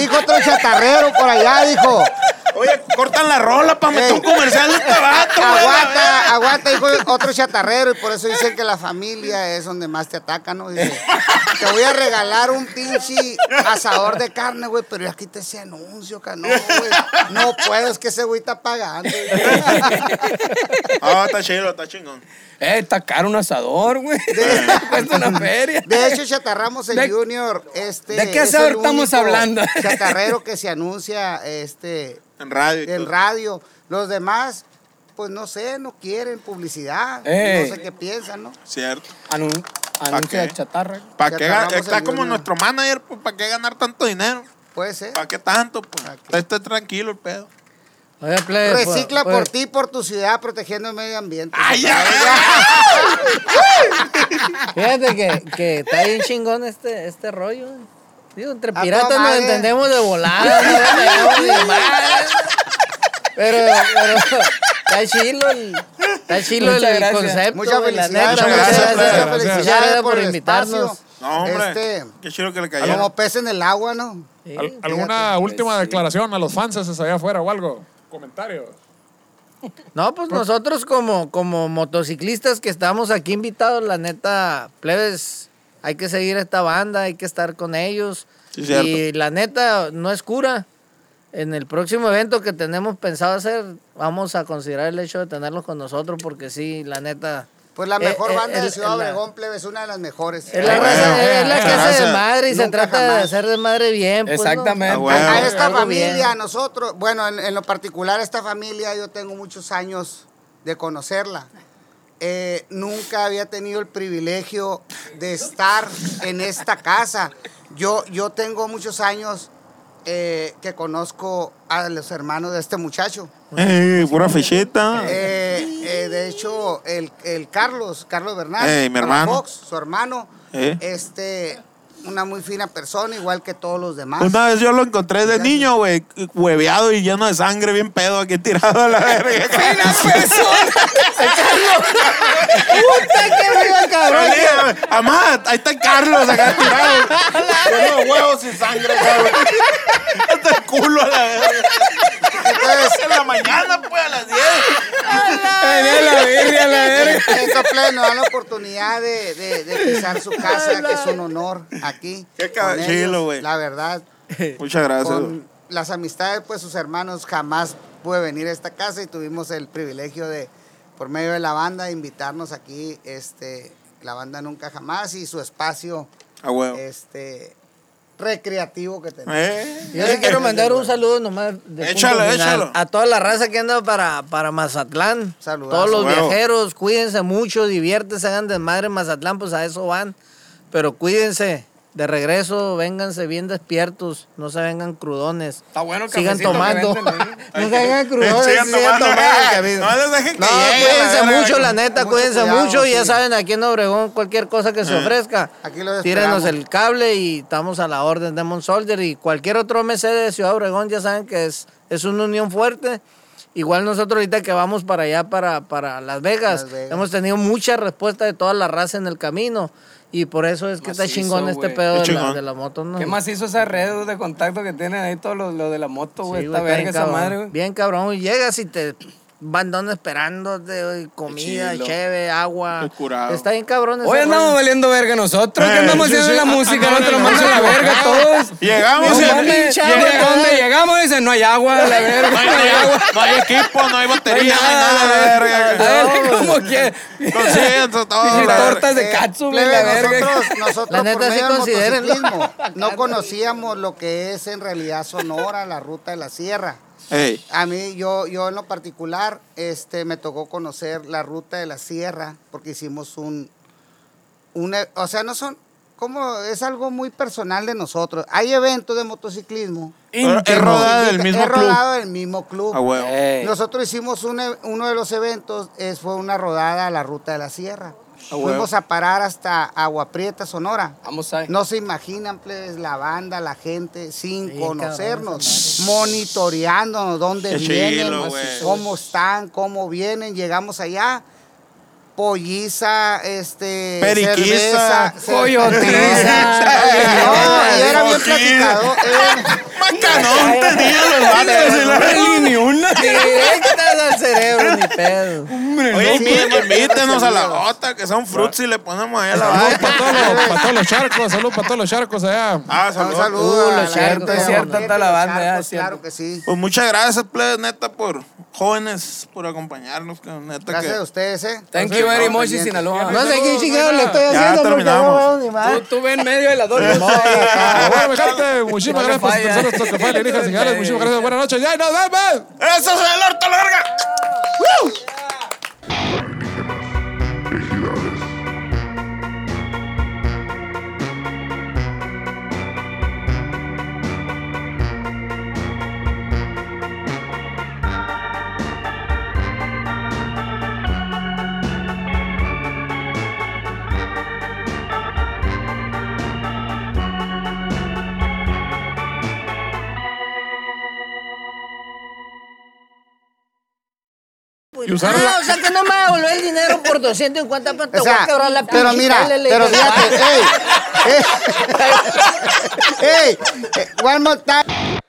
Speaker 2: dijo otro chatarrero por allá, dijo.
Speaker 4: Oye, cortan la rola para meter
Speaker 2: Ey.
Speaker 4: un comercial de este vato, güey.
Speaker 2: Aguanta, aguanta, dijo otro chatarrero. Y por eso dicen que la familia es donde más te atacan, ¿no? Dice, te voy a regalar un pinche asador de carne, güey, pero aquí te ese anuncio, cano, güey. No puedo, es que ese güey está pagando.
Speaker 4: Ah, está chido, está chingón.
Speaker 3: eh, está caro un asador, güey. [LAUGHS] Cuesta una feria.
Speaker 2: De hecho, Chatarramos el
Speaker 3: De-
Speaker 2: Junior, este.
Speaker 3: ¿de qué
Speaker 2: es
Speaker 3: asador
Speaker 2: el
Speaker 3: estamos
Speaker 2: único
Speaker 3: hablando?
Speaker 2: [LAUGHS] Chatarrero que se anuncia, este,
Speaker 4: En radio. y
Speaker 2: en
Speaker 4: todo.
Speaker 2: radio. Los demás, pues no sé, no quieren publicidad.
Speaker 3: Ey.
Speaker 2: No sé qué piensan, ¿no?
Speaker 4: Cierto.
Speaker 3: Anun-
Speaker 4: qué?
Speaker 3: Anuncio de chatarra.
Speaker 4: ¿Para qué ga-
Speaker 2: Chatarramos
Speaker 4: Está
Speaker 2: el
Speaker 4: como
Speaker 2: Junior.
Speaker 4: nuestro manager, pues, ¿para qué ganar tanto dinero?
Speaker 2: Puede ser.
Speaker 4: ¿Para qué tanto? Pues?
Speaker 2: ¿Para qué?
Speaker 4: Está- Está tranquilo el pedo.
Speaker 5: Oye, plebe, pues,
Speaker 2: Recicla
Speaker 5: pues,
Speaker 2: por ti, por tu ciudad, protegiendo el medio ambiente.
Speaker 4: ¡Ay, ya!
Speaker 5: Fíjate que, que está bien chingón este, este rollo. güey. Digo, entre
Speaker 2: toda
Speaker 5: piratas nos
Speaker 2: madre.
Speaker 5: entendemos de volada. no nos entendemos ni madre. pero, pero está chilo el, está chilo el,
Speaker 3: Muchas
Speaker 5: el
Speaker 3: gracias.
Speaker 5: concepto.
Speaker 2: Muchas
Speaker 5: güey, la
Speaker 2: felicidades.
Speaker 5: neta,
Speaker 4: muchas gracias,
Speaker 5: muchas
Speaker 4: brother.
Speaker 2: Felicidades
Speaker 5: gracias. Muchas gracias
Speaker 2: por
Speaker 5: por
Speaker 2: el
Speaker 5: invitarnos.
Speaker 2: espacio.
Speaker 4: No, hombre.
Speaker 2: Este-
Speaker 4: Qué chido que le
Speaker 2: Como
Speaker 4: cayó.
Speaker 2: pez en el agua, ¿no?
Speaker 5: Sí.
Speaker 1: Al- ¿Alguna última declaración a los fans allá afuera o algo? Comentarios.
Speaker 5: No, pues nosotros como, como motociclistas que estamos aquí invitados, la neta, plebes, hay que seguir esta banda, hay que estar con ellos.
Speaker 4: Sí, cierto.
Speaker 5: y la neta, no es cura. En el próximo evento que tenemos pensado hacer, vamos a considerar el hecho de tenerlos con nosotros, porque sí, la neta.
Speaker 2: Pues la mejor
Speaker 5: eh,
Speaker 2: banda de
Speaker 5: es-
Speaker 2: Ciudad
Speaker 5: es la-
Speaker 2: Obregón, plebe, es una de las mejores. Eh,
Speaker 5: Es la, raza-
Speaker 4: bueno,
Speaker 5: es la que
Speaker 4: muchas
Speaker 5: hace
Speaker 4: gracias.
Speaker 5: de madre y se
Speaker 2: Nunca
Speaker 5: trata de
Speaker 2: jamás.
Speaker 5: hacer de madre bien. pues, ¿no?
Speaker 3: Exactamente.
Speaker 4: Ah, bueno.
Speaker 2: A a esta
Speaker 5: Algo
Speaker 2: familia,
Speaker 5: bien.
Speaker 2: a nosotros, bueno, en, en lo particular a esta familia, yo tengo muchos años de conocerla. Eh, nunca había tenido el privilegio de estar en esta casa. Yo, yo tengo muchos años eh, que conozco a los hermanos de este muchacho.
Speaker 4: ¡Ey, pura fichita!
Speaker 2: Eh, eh, de hecho, el, el Carlos, Carlos Bernal,
Speaker 4: Ey, mi
Speaker 2: Carlos
Speaker 4: hermano.
Speaker 2: Fox, su hermano,
Speaker 4: Eh.
Speaker 2: este, una muy fina persona, igual que todos los demás.
Speaker 4: Una vez yo lo encontré de niño, güey, hueveado y lleno de sangre, bien pedo aquí tirado a la verga.
Speaker 3: pues.
Speaker 5: ¡Puta, qué rico, cabrón!
Speaker 4: Olía, Amá, ahí está Carlos acá tirado. Lleno de huevos y sangre, cabrón. Hasta el culo a la verga.
Speaker 2: Entonces,
Speaker 4: En la mañana, pues, a las 10.
Speaker 3: Venía la birria, la
Speaker 4: [LAUGHS]
Speaker 3: verga.
Speaker 2: Estos plebes nos dan la oportunidad de, de- de pisar su casa, que es un honor aquí.
Speaker 4: Qué
Speaker 2: con
Speaker 4: cab-
Speaker 2: ellos.
Speaker 4: chilo, güey. Ah,
Speaker 2: La verdad,
Speaker 4: Muchas gracias.
Speaker 2: con las amistades, pues sus hermanos jamás pude venir a esta casa y tuvimos el privilegio de, por medio de la banda, invitarnos aquí, este, la banda Nunca Jamás y su espacio
Speaker 4: A huevo.
Speaker 2: este, recreativo que tenemos.
Speaker 4: Eh.
Speaker 5: Yo le quiero mandar un saludo nomás. de
Speaker 4: Échalo,
Speaker 5: punto final
Speaker 4: échalo.
Speaker 5: A toda la raza que anda para, para Mazatlán.
Speaker 2: Saludazo.
Speaker 5: Todos los
Speaker 4: Huevo.
Speaker 5: viajeros, cuídense mucho, diviértense, hagan desmadre en Mazatlán, pues a eso van. Pero cuídense, de regreso, vénganse bien despiertos, no se vengan crudones.
Speaker 3: Está bueno el
Speaker 5: Sigan
Speaker 3: cafecito que
Speaker 5: tomando.
Speaker 3: venden ¿eh? ahí.
Speaker 5: [LAUGHS] no se vengan crudones,
Speaker 4: Sigan
Speaker 5: sigan,
Speaker 4: tomando.
Speaker 5: eh, tomando.
Speaker 4: [LAUGHS]
Speaker 5: cafecito.
Speaker 4: No les dejen que
Speaker 5: No,
Speaker 4: llegue,
Speaker 5: cuídense
Speaker 4: la verga.
Speaker 5: mucho, la neta,
Speaker 2: Mucho
Speaker 5: cuídense
Speaker 2: cuidado,
Speaker 5: mucho. Ya
Speaker 2: sí.
Speaker 5: saben, aquí en Obregón, cualquier cosa que se ofrezca,
Speaker 2: Aquí los
Speaker 5: tírenos
Speaker 2: esperamos.
Speaker 5: el cable y estamos a la orden de Soldier. Y cualquier otro MC de Ciudad Obregón, ya saben que es, es una unión fuerte. Igual nosotros ahorita que vamos para allá, para, para Las, Vegas,
Speaker 2: Las Vegas.
Speaker 5: hemos tenido mucha respuesta de toda la raza en el camino. Y por eso es que está
Speaker 3: Macizo,
Speaker 5: chingón este
Speaker 3: güey.
Speaker 5: pedo
Speaker 4: Qué
Speaker 5: de la,
Speaker 4: chingón.
Speaker 5: de la moto, ¿no?
Speaker 3: ¿Qué más hizo esa red de contacto que tienen ahí todos los los de la moto,
Speaker 5: Sí,
Speaker 3: güey? Esta
Speaker 5: güey, está
Speaker 3: verga
Speaker 5: bien
Speaker 3: esa
Speaker 5: cabrón.
Speaker 3: madre, güey.
Speaker 5: Bien cabrón, y llegas y te van esperándote, güey, comida,
Speaker 4: chilo.
Speaker 5: cheve, agua.
Speaker 4: Qué curado.
Speaker 5: Está bien cabrón ese
Speaker 3: Hoy andamos
Speaker 5: rollo.
Speaker 3: valiendo verga nosotros. ¿Qué
Speaker 4: Eh,
Speaker 3: andamos
Speaker 4: sí,
Speaker 3: haciendo
Speaker 4: sí.
Speaker 3: en la música?
Speaker 4: Ah,
Speaker 3: Nosotros
Speaker 4: no,
Speaker 3: mandamos a la
Speaker 4: no,
Speaker 3: verga todos.
Speaker 4: Llegamos
Speaker 3: No
Speaker 4: y-
Speaker 3: mames,
Speaker 4: lleg-
Speaker 3: llega- ¿Dónde llegamos? Dice, no hay agua, la verga. [LAUGHS]
Speaker 4: No hay, no hay agua, no hay equipo, no hay batería, no hay nada, la
Speaker 3: A
Speaker 4: verga.
Speaker 3: ver, ¿cómo que?
Speaker 4: Consiento, todo.
Speaker 3: Y
Speaker 4: la verga.
Speaker 3: tortas de
Speaker 2: Eh,
Speaker 3: katsu, güey,
Speaker 2: plebe,
Speaker 3: la verga.
Speaker 2: Nosotros, nosotros
Speaker 5: La neta
Speaker 2: por
Speaker 5: sí
Speaker 2: medio del
Speaker 5: considérenlo.
Speaker 2: motociclismo, no conocíamos lo que es en realidad Sonora, la ruta de la sierra.
Speaker 4: Ey,
Speaker 2: A mí, yo, yo en lo particular, este, me tocó conocer la ruta de la sierra, porque hicimos un, un e- o sea, no son, como es algo muy personal de nosotros. Hay eventos de motociclismo.
Speaker 4: Pero Es rodada del mismo
Speaker 2: es
Speaker 4: club. Ah,
Speaker 2: rodado del mismo club.
Speaker 4: A huevo.
Speaker 3: Ey.
Speaker 2: Nosotros hicimos un e- uno de los eventos, es, fue una rodada a la Ruta de la Sierra.
Speaker 4: Ah, huevo.
Speaker 2: Fuimos a parar hasta Agua Prieta, Sonora.
Speaker 3: Vamos a
Speaker 2: No se imaginan, plebes, la banda, la gente, sin
Speaker 5: Sí,
Speaker 2: conocernos, monitoreándonos dónde
Speaker 4: Qué
Speaker 2: vienen, pues,
Speaker 4: chilo, güey.
Speaker 2: cómo están, cómo vienen. Llegamos allá, polliza, este,
Speaker 4: Periquiza. [LAUGHS]
Speaker 2: cerveza, cer-
Speaker 5: Coyotiza.
Speaker 2: No, y era bien
Speaker 4: Cojiza.
Speaker 2: platicado. eh.
Speaker 4: Macanón tenía los vatos y la-
Speaker 3: ni una.
Speaker 5: Directas al cerebro, ni pedo.
Speaker 4: Oye,
Speaker 2: no,
Speaker 4: invi-
Speaker 2: sí, güey.
Speaker 4: invítenos a la gota, que son fruits y le ponemos ahí a la
Speaker 1: Saludos
Speaker 4: vaca.
Speaker 1: para todos, los- para todos los charcos, saludos para todos los charcos allá.
Speaker 4: Ah,
Speaker 2: Un
Speaker 4: saludos.
Speaker 2: saludo
Speaker 5: Uh,
Speaker 2: a
Speaker 5: lo
Speaker 2: la
Speaker 5: cierto,
Speaker 2: gente
Speaker 5: es
Speaker 2: de
Speaker 5: cierto,
Speaker 2: Aguascalientes,
Speaker 3: está la banda,
Speaker 2: los
Speaker 3: ya,
Speaker 2: charcos,
Speaker 3: es
Speaker 2: Claro
Speaker 3: cierto.
Speaker 2: que sí.
Speaker 4: Pues muchas gracias, plebes, neta, por jóvenes, por acompañarnos. que Neta,
Speaker 2: Gracias
Speaker 4: que-
Speaker 2: a ustedes, eh.
Speaker 3: Thank you very much, Sinaloa.
Speaker 5: No sé qué chingado le estoy
Speaker 4: Ya
Speaker 5: haciendo porque
Speaker 4: terminamos.
Speaker 5: no veo ni más.
Speaker 3: Tú, tú ve en medio de las dos. luces.
Speaker 1: Ah, bueno, mi gente,
Speaker 3: [LAUGHS]
Speaker 1: muchísimas
Speaker 3: No le
Speaker 1: gracias por
Speaker 3: falla. eh.
Speaker 1: sintonizar nuestro café, le dije, señores, muchísimas gracias, buenas noches, ya y nos vemos.
Speaker 4: ¡Eso es el orto, la verga!
Speaker 5: Ah, o sea que no me va a devolver el dinero por 250 pesos.
Speaker 2: O
Speaker 5: Te voy a
Speaker 2: sea,
Speaker 5: quebrar la
Speaker 2: pero
Speaker 5: pinche
Speaker 2: mira,
Speaker 5: tele, le
Speaker 2: pero
Speaker 5: digo. "Ah,
Speaker 2: [LAUGHS] fíjate, ey, ey, ey, eh, one more time.